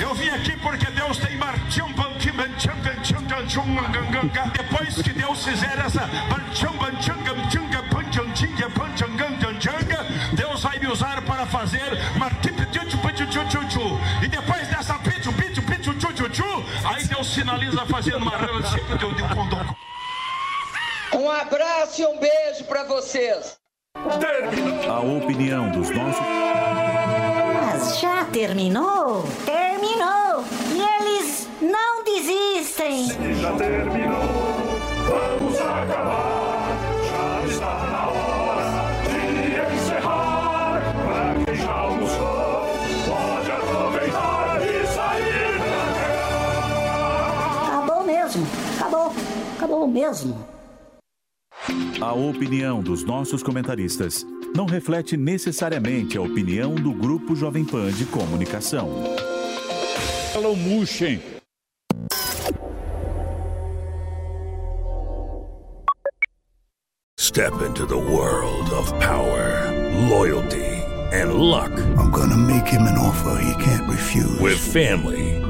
B: Eu vim aqui porque Deus tem mar- tchum, bam, tchim, bam, tchum, bam, tchum, bam, tchum, bam, gam, gam, gam. Depois que Deus fizer essa bam, tchum, bam, tchum, gam, tchum, gam, bam, tchum, tchim, gam, bam, tchum, gam, tchum, tchum, gam, Deus vai me usar para fazer mar- tip, tchum, tchum, tchum, tchum, tchum, tchum. E depois dessa pichu, pichu, pichu, tchu, tchu, tchu, aí Deus finaliza fazendo uma tipo de um de um condom.
O: Um abraço e um beijo para vocês.
F: A opinião dos nossos.
Z: Mas já terminou? Terminou! E eles não desistem!
B: Já terminou, vamos acabar. Já está na hora de encerrar. Pra quem já almoçou, pode aproveitar e sair
Z: Acabou mesmo! Acabou! Acabou mesmo!
F: A opinião dos nossos comentaristas não reflete necessariamente a opinião do Grupo Jovem Pan de Comunicação. Falam murchem.
Q: Step into the world of power, loyalty, and luck.
A: I'm gonna make him an offer he can't refuse.
Q: With family,